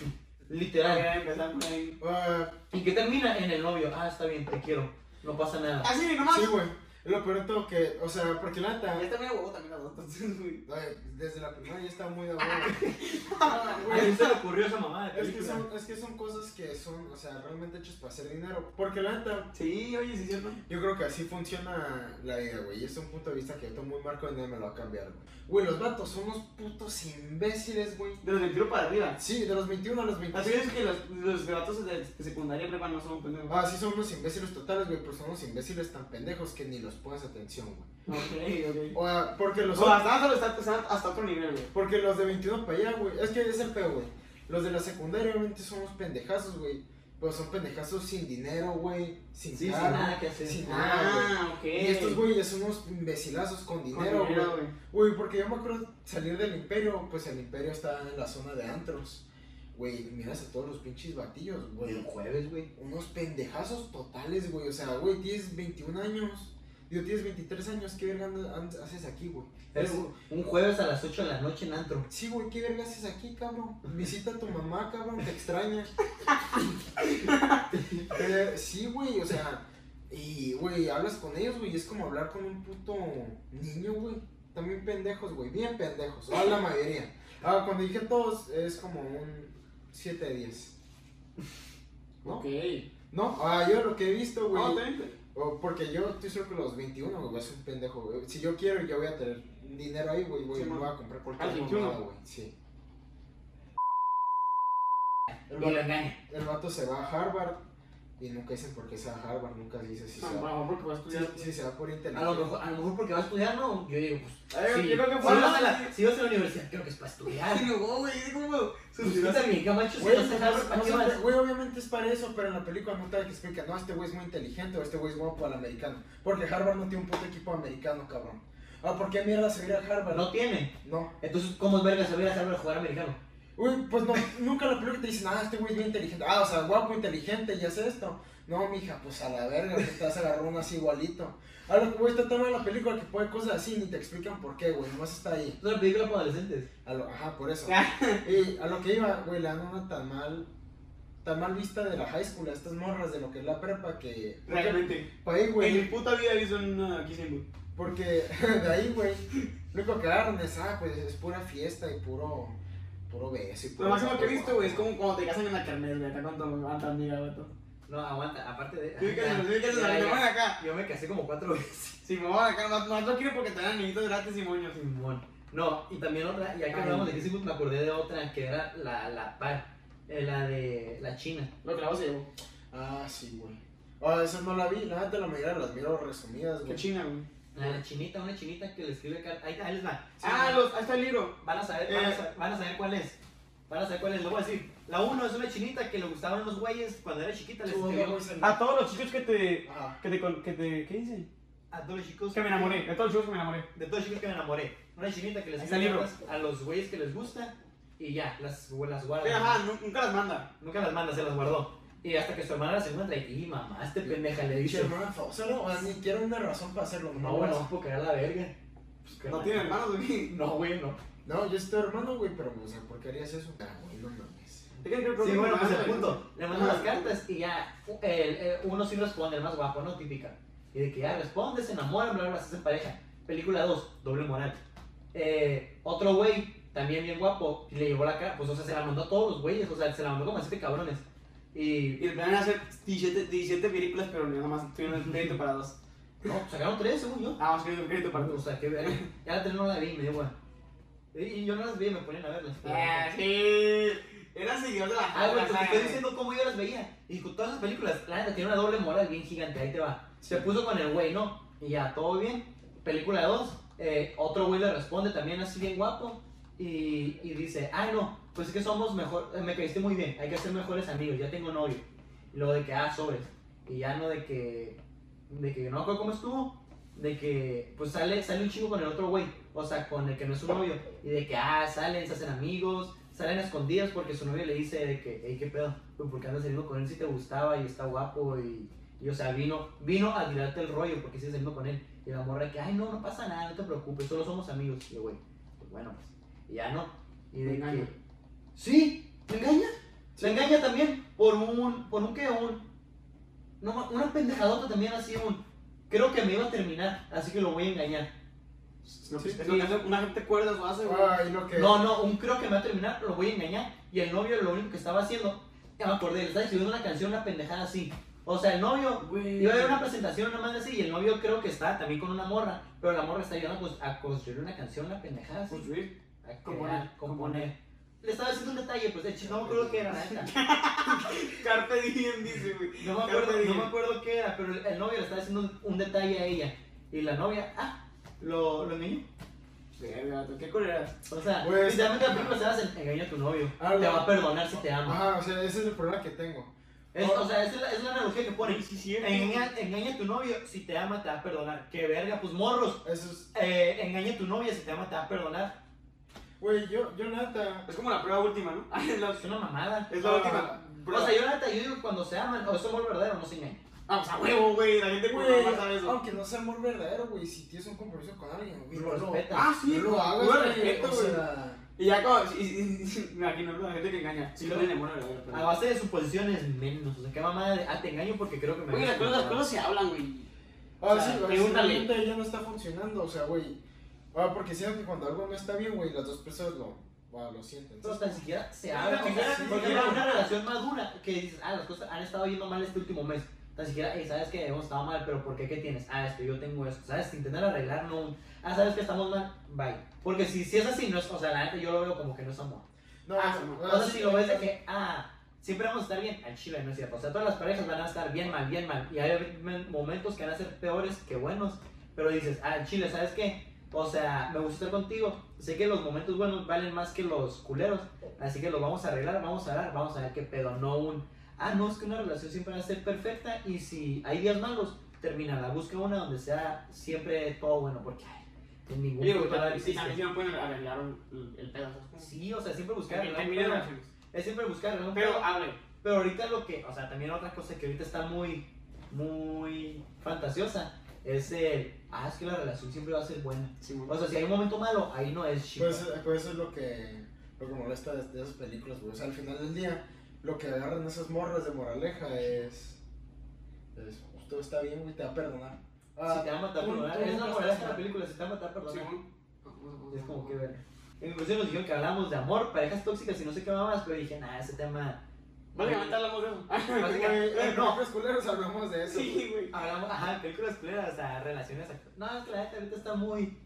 [SPEAKER 3] Voy
[SPEAKER 2] Literal.
[SPEAKER 3] a empezar por ahí.
[SPEAKER 4] Ah,
[SPEAKER 2] ¿Y qué termina? En el novio. Ah, está bien, te quiero. No pasa nada.
[SPEAKER 3] Así, Ah, nomás.
[SPEAKER 4] sí, güey. Lo peor de todo que, o sea, porque la neta,
[SPEAKER 3] Ya está medio huevo también la dos, entonces, güey.
[SPEAKER 4] ay, desde la primera ya está muy de huevo.
[SPEAKER 2] ¿A quién se le ocurrió esa mamá de
[SPEAKER 4] Es que,
[SPEAKER 2] película?
[SPEAKER 4] son, es que son cosas que son, o sea, realmente hechas para hacer dinero. Porque la neta,
[SPEAKER 3] Sí, oye, sí, cierto.
[SPEAKER 4] Yo creo que así funciona la vida, güey. Y es un punto de vista que yo tomo muy marco y nadie me lo va a cambiar, güey. Güey, los vatos son unos putos imbéciles, güey.
[SPEAKER 3] De los 21 para arriba.
[SPEAKER 4] Sí, de los 21 a los
[SPEAKER 3] Así
[SPEAKER 4] 23.
[SPEAKER 3] es que los, los gatos de de secundaria prepa no son pendejos.
[SPEAKER 4] Ah, sí, son unos imbéciles totales, güey, pero son unos imbéciles tan pendejos que ni los pones atención, güey.
[SPEAKER 3] Ok, ok.
[SPEAKER 4] O sea, porque los,
[SPEAKER 3] O sea, hasta, hasta, hasta, hasta otro nivel, güey.
[SPEAKER 4] porque los de 21 para allá, güey, es que es el peor, güey. Los de la secundaria obviamente son unos pendejazos, güey. Pero son pendejazos sin dinero, güey, sin
[SPEAKER 2] Ah, Sí, sin
[SPEAKER 4] carro,
[SPEAKER 2] nada que hacer.
[SPEAKER 4] sin nada, güey.
[SPEAKER 3] Ah, ok.
[SPEAKER 4] Y estos güeyes son unos imbecilazos con dinero, güey. Güey, porque yo me acuerdo salir del imperio, pues el imperio está en la zona de antros. Güey, miras a todos los pinches batillos,
[SPEAKER 2] El
[SPEAKER 4] güey.
[SPEAKER 2] jueves, güey.
[SPEAKER 4] Unos pendejazos totales, güey. O sea, güey, tienes 21 años. Digo, tienes 23 años. ¿Qué verga andas- andas- haces aquí, güey?
[SPEAKER 2] Es
[SPEAKER 4] Es-
[SPEAKER 2] Un jueves a las 8 de la noche en antro.
[SPEAKER 4] Sí, güey, ¿qué verga haces aquí, cabrón? Visita a tu mamá, cabrón, te extraña. Pero, sí, güey, o sea, y, güey, hablas con ellos, güey, y es como hablar con un puto niño, güey. También pendejos, güey, bien pendejos, o la mayoría. Ah, cuando dije todos, es como un 7 de 10. ¿No?
[SPEAKER 3] Ok.
[SPEAKER 4] No, ah, yo lo que he visto, güey.
[SPEAKER 3] No, también.
[SPEAKER 4] o porque yo estoy seguro que los 21, güey, es un pendejo, güey. Si yo quiero, yo voy a tener dinero ahí, güey, güey,
[SPEAKER 3] Sí,
[SPEAKER 2] Ah,
[SPEAKER 4] me
[SPEAKER 3] man.
[SPEAKER 4] voy a comprar cualquier
[SPEAKER 3] Al 21.
[SPEAKER 4] mamada, güey. Sí. El
[SPEAKER 2] Y lo
[SPEAKER 4] vato,
[SPEAKER 2] engaña.
[SPEAKER 4] el vato se va a Harvard y nunca dicen por qué se va a Harvard, nunca dice si
[SPEAKER 3] No,
[SPEAKER 4] se va,
[SPEAKER 3] no, Ah, porque vas a estudiar.
[SPEAKER 4] si- si se va por
[SPEAKER 2] Ah, A lo,
[SPEAKER 4] inteligencia.
[SPEAKER 2] mejor, a lo mejor porque va a estudiar, ¿no? Yo digo, pues.
[SPEAKER 3] A ver,
[SPEAKER 2] sí.
[SPEAKER 3] yo creo que
[SPEAKER 2] si,
[SPEAKER 3] fue-
[SPEAKER 2] vas a la, si vas a la universidad, creo que es para estudiar.
[SPEAKER 3] Ay, no, güey, ¿cómo?
[SPEAKER 2] Pues tú también, Camacho, si
[SPEAKER 4] Güey,
[SPEAKER 2] vas a Harvard, ¿para
[SPEAKER 4] no
[SPEAKER 2] qué
[SPEAKER 4] sé,
[SPEAKER 2] vas?
[SPEAKER 4] güey, obviamente es para eso, pero en la película no te explica, no, este güey es muy inteligente o este güey es guapo al americano. Porque Harvard no tiene un puto equipo americano, cabrón. Ah, ¿por qué mierda se va a ir a Harvard?
[SPEAKER 2] No tiene.
[SPEAKER 4] No.
[SPEAKER 2] Entonces, ¿cómo es verga saber a Harvard jugar americano?
[SPEAKER 4] Uy, pues no, nunca en la película te dicen, ah, este güey es bien inteligente. Ah, o sea, guapo, inteligente y hace esto. No, mija, pues a la verga, que estás agarrando uno así igualito. A lo que güey está tan mal la película que puede cosas así ni te explican por qué, güey, nomás está ahí.
[SPEAKER 2] Es una película para adolescentes.
[SPEAKER 4] A lo, ajá, por eso. y a lo que iba, güey, le dan una tan mal, tan mal vista de la high school, a estas morras de lo que es la prepa que.
[SPEAKER 3] Realmente.
[SPEAKER 4] Pa' ahí,
[SPEAKER 3] En mi
[SPEAKER 4] güey,
[SPEAKER 3] puta vida he visto una Kissing Booth.
[SPEAKER 4] porque de ahí, güey, lo único que agarran es, ah, pues es pura fiesta y puro, puro beso. y
[SPEAKER 3] Lo
[SPEAKER 4] puro
[SPEAKER 3] máximo que he
[SPEAKER 4] guapo,
[SPEAKER 3] visto, güey, es
[SPEAKER 4] guapo.
[SPEAKER 3] como cuando te casan en la carnes, güey. Acá cuando me van tan amiga, güey.
[SPEAKER 2] No, aguanta, aparte de. Ah,
[SPEAKER 3] Yo me casé, yo me casé,
[SPEAKER 2] Ya,
[SPEAKER 3] me
[SPEAKER 2] ya.
[SPEAKER 3] van acá.
[SPEAKER 2] Yo me casé como cuatro veces.
[SPEAKER 3] Si me van acá, no, no lo quiero porque te dan amiguitos gratis y moños.
[SPEAKER 2] Simón. No, y también otra, ya que
[SPEAKER 3] Ay.
[SPEAKER 2] hablamos de Kissing Booth, me acordé de otra que era la, la par, eh, la de la China.
[SPEAKER 3] Lo clavó se llevó.
[SPEAKER 4] Ah, sí, güey. Ah, esa no la vi, la neta la mayoría las miro resumidas,
[SPEAKER 3] Qué
[SPEAKER 4] güey.
[SPEAKER 3] china, güey.
[SPEAKER 2] La, la chinita, una chinita que le escribe carta. Ahí, ahí les va.
[SPEAKER 3] Ah, los, ahí está el libro.
[SPEAKER 2] Van a saber, van a
[SPEAKER 3] Eh.
[SPEAKER 2] sa- van a saber cuál es. Van a saber cuál es, lo voy a decir. La uno es una chinita que le gustaban los güeyes cuando era chiquita, les
[SPEAKER 4] Su boca,
[SPEAKER 2] escribió
[SPEAKER 4] güey, se-
[SPEAKER 3] A todos los chicos que te.
[SPEAKER 4] Ajá.
[SPEAKER 3] que te. con- que te ¿Qué dicen?
[SPEAKER 2] a todos los chicos.
[SPEAKER 3] Que me enamoré. A todos los chicos que me enamoré.
[SPEAKER 2] De todos los chicos que me enamoré. Una chinita que les
[SPEAKER 3] Ahí está el
[SPEAKER 2] escribe
[SPEAKER 3] libro.
[SPEAKER 2] cartas a los güeyes que les gusta y ya, las, las guarda.
[SPEAKER 3] Pero, ajá, nu- nunca las manda.
[SPEAKER 2] Nunca las manda, se las guardó. Y hasta que su hermana las encuentra y, y mamá, este pendeja le
[SPEAKER 4] Pinche
[SPEAKER 2] dice.
[SPEAKER 4] hermana falsa, ¿no? O sea, ni quiero una razón para hacerlo,
[SPEAKER 2] No, bueno, vamos a cagar la verga.
[SPEAKER 3] pues, No tiene hermanos, güey.
[SPEAKER 2] No, güey, no.
[SPEAKER 4] No, yo estoy hermano, güey, pero, o sea, ¿por qué harías eso? Ah, güey, no mames.
[SPEAKER 3] Es que creo que-
[SPEAKER 2] Sí, bueno, pues el
[SPEAKER 3] güey.
[SPEAKER 2] punto. Le mandan las cartas y ya el- el- uno sí responde, el más guapo, ¿no? Típica. Y de que ya responde, se enamoran, bla, bla, bla, se hacen pareja. Película 2, doble moral. Eh, otro güey, también bien guapo, y le llevó la cara, pues o sea, se la mandó a todos los güeyes, o sea, se la mandó como a siete cabrones. Y
[SPEAKER 3] Y el plan era hacer 17, 17 películas, pero nada más tuvieron el crédito para dos.
[SPEAKER 2] no, pues, sacaron tres, según yo.
[SPEAKER 3] Ah, más que un crédito para
[SPEAKER 2] O
[SPEAKER 3] dos.
[SPEAKER 2] sea, qué verga. Ya la tres no la vi, me dio igual. Y- Y yo no las vi, me ponían a verlas.
[SPEAKER 3] Ah, sí. Era seguidor de la
[SPEAKER 2] Ah, güey, pues te
[SPEAKER 3] saga,
[SPEAKER 2] estoy
[SPEAKER 3] güey.
[SPEAKER 2] diciendo cómo yo las veía. Y con todas las películas, la neta, tiene una doble moral bien gigante, ahí te va. Se puso con el güey, ¿no? Y ya, todo bien. Película 2, eh, otro güey le responde también así bien guapo. Y, y dice, ay no, pues es que somos mejor, eh, me caíste muy bien, hay que ser mejores amigos, ya tengo novio. Y luego de que, ah, sobres. Y ya no de que, de que no me acuerdo cómo estuvo, de que pues sale, sale un chico con el otro güey, o sea, con el que no es su novio, y de que, ah, salen, se hacen amigos, salen a escondidas porque su novio le dice de que, hey, qué pedo, Uy, porque andas saliendo con él si te gustaba y está guapo y, y, o sea, vino, vino a tirarte el rollo porque sigues saliendo con él. Y la morra que, ay, no, no pasa nada, no te preocupes, solo somos amigos. Y yo, güey, pues bueno, pues, y ya no. Y de
[SPEAKER 3] Me engaña.
[SPEAKER 2] que, sí, ¿te engaña? Se engaña también por un, por un que un, no, ma- una pendejadota también así, un, creo que me iba a terminar, así que lo voy a engañar.
[SPEAKER 3] No, pues,
[SPEAKER 4] Sí.
[SPEAKER 3] es lo que hace una gente cuerda o hace, güey.
[SPEAKER 4] Ay, lo que...
[SPEAKER 2] No, no, un creo que me va a terminar, lo voy a engañar. Y el novio lo único que estaba haciendo, ya me acordé, le estaba escribiendo una canción, una pendejada así. O sea, el novio
[SPEAKER 3] Güey.
[SPEAKER 2] iba a haber una presentación, una madre así, y el novio creo que está también con una morra, pero la morra está ayudando pues, a construir una canción, una pendejada así.
[SPEAKER 3] Construir.
[SPEAKER 2] A
[SPEAKER 3] Componer,
[SPEAKER 2] crear, componer. Le estaba haciendo un detalle, pues de chico, no me acuerdo qué era, la neta.
[SPEAKER 3] Carpe diem, dice, güey.
[SPEAKER 2] No me acuerdo, no me acuerdo qué era, pero el, el novio le estaba haciendo un, un detalle a ella. Y la novia, ah, lo, lo engañó.
[SPEAKER 3] Verga, vato, qué culera.
[SPEAKER 2] O sea,
[SPEAKER 4] Pues-
[SPEAKER 2] literalmente la película se hace, engaña a tu novio.
[SPEAKER 4] Ah,
[SPEAKER 2] te
[SPEAKER 4] no.
[SPEAKER 2] va a perdonar si te ama.
[SPEAKER 3] ah,
[SPEAKER 4] Ajá, o sea, ese es el problema que tengo.
[SPEAKER 2] Es- o sea, esa es la, es la analogía que ponen.
[SPEAKER 3] Sí, sí,
[SPEAKER 2] Engaña, engaña a tu novio, si te ama te va a perdonar. Qué verga, pues morros.
[SPEAKER 4] Eso es...
[SPEAKER 2] Eh, engaña a tu novia, si te ama te va a perdonar.
[SPEAKER 4] Güey, yo, yo neta...
[SPEAKER 3] Es como la prueba última, ¿no? Ah, es la,
[SPEAKER 2] Es una mamada.
[SPEAKER 3] es la
[SPEAKER 4] Ah.
[SPEAKER 3] última.
[SPEAKER 2] O sea, yo la neta, yo digo que cuando se aman, o es amor verdadero, no se engaña.
[SPEAKER 3] Vamos a huevo, güey. La gente cuerda
[SPEAKER 4] Güey,
[SPEAKER 3] va a saber eso.
[SPEAKER 4] aunque no sea amor verdadero, güey, si tienes un compromiso con alguien, güey, pues
[SPEAKER 2] Lo
[SPEAKER 4] no, lo-
[SPEAKER 2] respeta.
[SPEAKER 3] Ah, sí,
[SPEAKER 4] no lo hagas,
[SPEAKER 3] Puro
[SPEAKER 4] güey,
[SPEAKER 3] respeto,
[SPEAKER 4] o
[SPEAKER 3] güey.
[SPEAKER 4] sea,
[SPEAKER 3] Y ya como. y- y- y- Me imagino ¿no? la gente que engaña.
[SPEAKER 2] Sí,
[SPEAKER 3] Sí, lo
[SPEAKER 2] ¿no?
[SPEAKER 3] tiene bueno, la verdad,
[SPEAKER 2] A
[SPEAKER 3] pero-
[SPEAKER 2] base de suposiciones, menos. O sea, qué mamada de, ah, te engaño porque creo que me
[SPEAKER 3] Güey,
[SPEAKER 2] vas a
[SPEAKER 3] las cosas, las
[SPEAKER 2] engañar.
[SPEAKER 3] cosas se hablan, güey.
[SPEAKER 4] Ah,
[SPEAKER 3] O sea,
[SPEAKER 4] sí, güey,
[SPEAKER 3] pregúntale.
[SPEAKER 4] simplemente ella no está funcionando, o sea, güey. Ah, porque siento que cuando algo no está bien, güey, las dos personas lo, ah, lo sienten.
[SPEAKER 2] Pero tan siquiera se
[SPEAKER 3] No,
[SPEAKER 2] habla.
[SPEAKER 3] ni
[SPEAKER 2] o sea,
[SPEAKER 3] siquiera, ni
[SPEAKER 2] porque
[SPEAKER 3] siquiera.
[SPEAKER 2] era una relación madura que dices, ah, las cosas han estado yendo mal este último mes. Tan siquiera, hey, sabes que hemos estado mal, pero ¿por qué? ¿Qué tienes? Ah, esto, yo tengo esto. ¿Sabes? Intentar arreglar, no. Ah, sabes que estamos mal, bye. Porque si, si es así, no es, o sea, la neta yo lo veo como que no es amor.
[SPEAKER 4] No,
[SPEAKER 3] Ah,
[SPEAKER 4] no,
[SPEAKER 2] O sea,
[SPEAKER 4] sí,
[SPEAKER 2] si lo ves de que, ah, siempre vamos a estar bien. Al chile no es cierto. O sea, todas las parejas van a estar bien mal, bien mal. Y hay men- momentos que van a ser peores que buenos. Pero dices, ah, al chile, ¿sabes qué? O sea, me gusta estar contigo. Sé que los momentos buenos valen más que los culeros. Así que los vamos a arreglar, vamos a hablar, vamos a ver qué pedo. No un, ah, no, es que una relación siempre va a ser perfecta. Y si hay días malos, termínala. Busca una donde sea siempre todo bueno. Porque, ay, en ningún
[SPEAKER 3] Digo,
[SPEAKER 2] puto lado
[SPEAKER 3] pero sí,
[SPEAKER 2] existe.
[SPEAKER 3] también sí no pueden arreglar un- el pedo. ¿sabes?
[SPEAKER 2] Sí, o sea, siempre buscar
[SPEAKER 3] Termina
[SPEAKER 2] arreglar un
[SPEAKER 3] termina
[SPEAKER 2] pedo.
[SPEAKER 3] relaciones.
[SPEAKER 2] Es siempre buscar arreglar un pedo.
[SPEAKER 3] Pero abre.
[SPEAKER 2] Pero ahorita lo que, o sea, también otra cosa que ahorita está muy, muy fantasiosa es el, ah, es que la relación siempre va a ser buena. O sea, si hay un momento malo, ahí no es chico.
[SPEAKER 4] Pues, eh, pues eso es lo que, lo que molesta de, de esas películas, güey. O sea, al final del día, lo que agarran esas morras de moraleja es. es pues, todo está bien, güey, te va a perdonar. Ah,
[SPEAKER 2] si te va a matar,
[SPEAKER 4] tú-
[SPEAKER 2] perdonar.
[SPEAKER 4] tú
[SPEAKER 2] Es
[SPEAKER 4] no
[SPEAKER 2] la
[SPEAKER 4] estás
[SPEAKER 2] moral de
[SPEAKER 4] mal.
[SPEAKER 2] la película, si te va a matar, perdonar.
[SPEAKER 3] Simón. Vamos a-
[SPEAKER 2] Es como que ver. En conclusión nos dijeron que hablábamos de amor, parejas tóxicas y no sé qué más, pero dije, nada, ese tema...
[SPEAKER 3] Básicamente hablamos de eso.
[SPEAKER 4] Güey,
[SPEAKER 2] Básicamente, Eh,
[SPEAKER 4] en
[SPEAKER 2] no,
[SPEAKER 4] Rojos Culeros hablamos de eso.
[SPEAKER 3] Ah, Sí, güey.
[SPEAKER 2] Hablamos, ajá, películas culeras, o sea, relaciones. act- No, es que la neta ahorita está muy.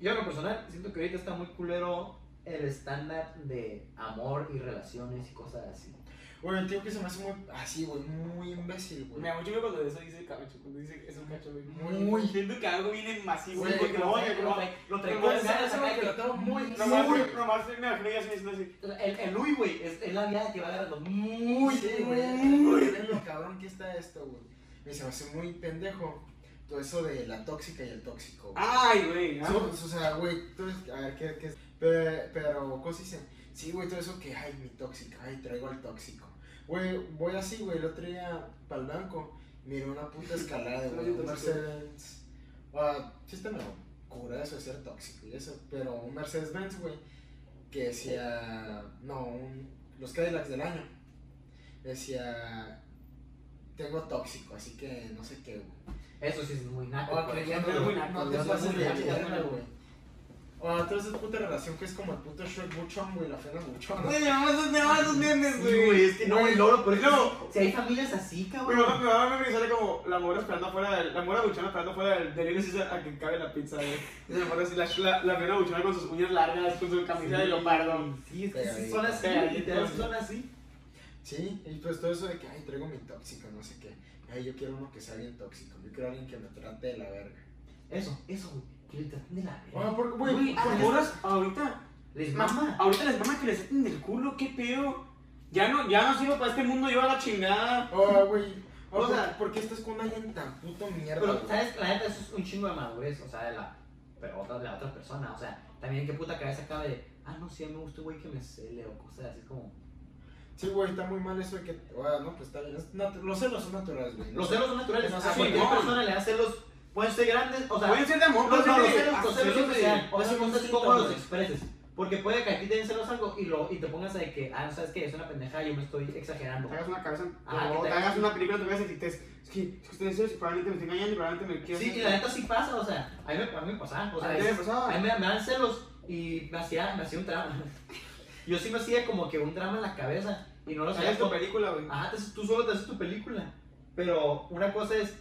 [SPEAKER 2] Yo, en lo personal, siento que ahorita está muy culero el estándar de amor y relaciones y cosas así.
[SPEAKER 4] Güey, el tío que se me hace muy. Así, güey, muy imbécil, güey.
[SPEAKER 3] Me da mucho miedo cuando eso dice cacho, cuando dice es un cacho, güey.
[SPEAKER 4] Muy-
[SPEAKER 3] Siento que algo viene masivo,
[SPEAKER 4] Güey,
[SPEAKER 3] porque lo
[SPEAKER 4] no,
[SPEAKER 3] voy a
[SPEAKER 2] Lo
[SPEAKER 3] probar.
[SPEAKER 2] tra- Lo
[SPEAKER 4] Pero
[SPEAKER 2] traigo con
[SPEAKER 4] güey, se me
[SPEAKER 2] ganas
[SPEAKER 4] hace, güey,
[SPEAKER 2] acá
[SPEAKER 4] que lo
[SPEAKER 2] que-
[SPEAKER 4] tengo muy.
[SPEAKER 3] No
[SPEAKER 4] muy-
[SPEAKER 3] más, no más, me imagino ya haciendo así.
[SPEAKER 2] El, el Luis, güey, es, es la vida que va agarrando muy.
[SPEAKER 4] Uy,
[SPEAKER 2] muy-
[SPEAKER 4] güey. lo cabrón que está esto, güey. Me se me hace muy pendejo todo eso de la tóxica y el tóxico. güey.
[SPEAKER 3] Ay, güey.
[SPEAKER 4] Sí, pues, o sea, güey, todo es- a ver, ¿qué, qué es? Pe- Pero, ¿cómo se dice? Sí, güey, todo eso que, ay, mi tóxica, ay, traigo al tóxico. Güey, voy así, güey, el otro día para el banco, miré una puta escalada, güey,
[SPEAKER 3] Soy
[SPEAKER 4] un
[SPEAKER 3] tóxico.
[SPEAKER 4] Mercedes. Ah, sí está medio cura eso de ser tóxico y eso, pero un Mercedes-Benz, güey, que decía, no, un- los Cadillacs del año, decía, tengo tóxico, así que no sé qué, güey.
[SPEAKER 2] Eso sí es muy naco.
[SPEAKER 4] O
[SPEAKER 2] por
[SPEAKER 4] que ya
[SPEAKER 2] ejemplo,
[SPEAKER 4] no,
[SPEAKER 2] güey.
[SPEAKER 4] no te
[SPEAKER 2] Yo soy
[SPEAKER 4] pases
[SPEAKER 2] muy
[SPEAKER 4] de
[SPEAKER 2] naco,
[SPEAKER 4] mierda,
[SPEAKER 2] güey.
[SPEAKER 4] güey. O toda esa puta relación que es como el puto Shrek Buchón, güey, la fena Buchón.
[SPEAKER 3] Güey, mamá, esos mamá, esos memes,
[SPEAKER 2] Sí, güey,
[SPEAKER 3] güey.
[SPEAKER 2] es que no, el loro, por
[SPEAKER 3] No.
[SPEAKER 2] eso. Si hay familias así,
[SPEAKER 3] Mi
[SPEAKER 2] cabrón.
[SPEAKER 3] mamá, mi mamá me sale como la mora esperando afuera, del- la mora buchona esperando afuera del delirio a que cabe la pizza, güey. Y La mora así, la, la, la mera buchona con sus uñas largas, con su camisa de leopardo.
[SPEAKER 2] Sí, es que sí
[SPEAKER 4] Pegadito.
[SPEAKER 2] son así,
[SPEAKER 3] Pegadito.
[SPEAKER 2] literal, son así.
[SPEAKER 4] Sí, y pues todo eso de que, ay, traigo mi tóxico, no sé qué. Ay, yo quiero uno que sea bien tóxico. Yo quiero alguien que me trate de la verga.
[SPEAKER 2] Eso, eso, güey. Que le traten de la verga.
[SPEAKER 4] Ah, porque,
[SPEAKER 3] Güey,
[SPEAKER 4] güey,
[SPEAKER 3] a las
[SPEAKER 4] porque-
[SPEAKER 3] moras Pues, ahorita,
[SPEAKER 2] Les
[SPEAKER 3] mamá, ahorita las mamás que les aten del culo, qué pedo. Ya no, ya no sirvo para este mundo, yo a la chingada.
[SPEAKER 4] Ah, güey. ah,
[SPEAKER 3] O sea,
[SPEAKER 4] ¿por- ¿por qué estás con alguien tan puto mierda?
[SPEAKER 2] Pero,
[SPEAKER 4] güey?
[SPEAKER 2] ¿sabes? La neta, eso es un chingo de madurez, o sea, de la, pero otra, de la otra persona, o sea, también qué puta cabeza cabe de, ah, no, sí, a mí me gusta un güey que me cele o cosas así, es como...
[SPEAKER 4] Sí, güey, está muy mal eso de que. Ah, no, pues está bien. es nat- Los celos son naturales, güey.
[SPEAKER 2] Los celos son naturales, Ah,
[SPEAKER 4] No
[SPEAKER 2] a
[SPEAKER 4] sé,
[SPEAKER 2] cualquier
[SPEAKER 3] no.
[SPEAKER 2] persona le da celos, pueden ser grandes, o sea...
[SPEAKER 3] Pueden ser de amor,
[SPEAKER 2] no, no,
[SPEAKER 3] pueden ser
[SPEAKER 2] los
[SPEAKER 3] de-
[SPEAKER 2] celos, los
[SPEAKER 3] así
[SPEAKER 2] celos siempre
[SPEAKER 3] de-
[SPEAKER 2] se dan, o sea,
[SPEAKER 4] es un
[SPEAKER 2] cosas
[SPEAKER 4] síntoma,
[SPEAKER 2] cómo los
[SPEAKER 4] güey.
[SPEAKER 2] expreses, porque puede que a ti te den celos algo y, lo, y te pongas de que, ah, no sabes qué, es una pendejada, yo me estoy exagerando.
[SPEAKER 3] Te hagas una cabeza,
[SPEAKER 2] Ah, que
[SPEAKER 3] o te
[SPEAKER 2] te hagas-
[SPEAKER 3] hagas una película, te veas y dices, es que, es que ustedes serios y probablemente me estén engañando y probablemente me quieran.
[SPEAKER 2] Sí, y la neta sí pasa, o sea, a mí me, a mí me pasaba, o sea,
[SPEAKER 3] ¿A ti
[SPEAKER 2] es-
[SPEAKER 3] te pasaba?
[SPEAKER 2] A mí me, me dan celos y me hacía, me hacía un drama. Yo sí me hacía como que un drama en la cabeza y no lo sabía.
[SPEAKER 3] Es tu película, güey.
[SPEAKER 2] Ajá, Ah, te haces- tú solo te haces tu película. Pero una cosa es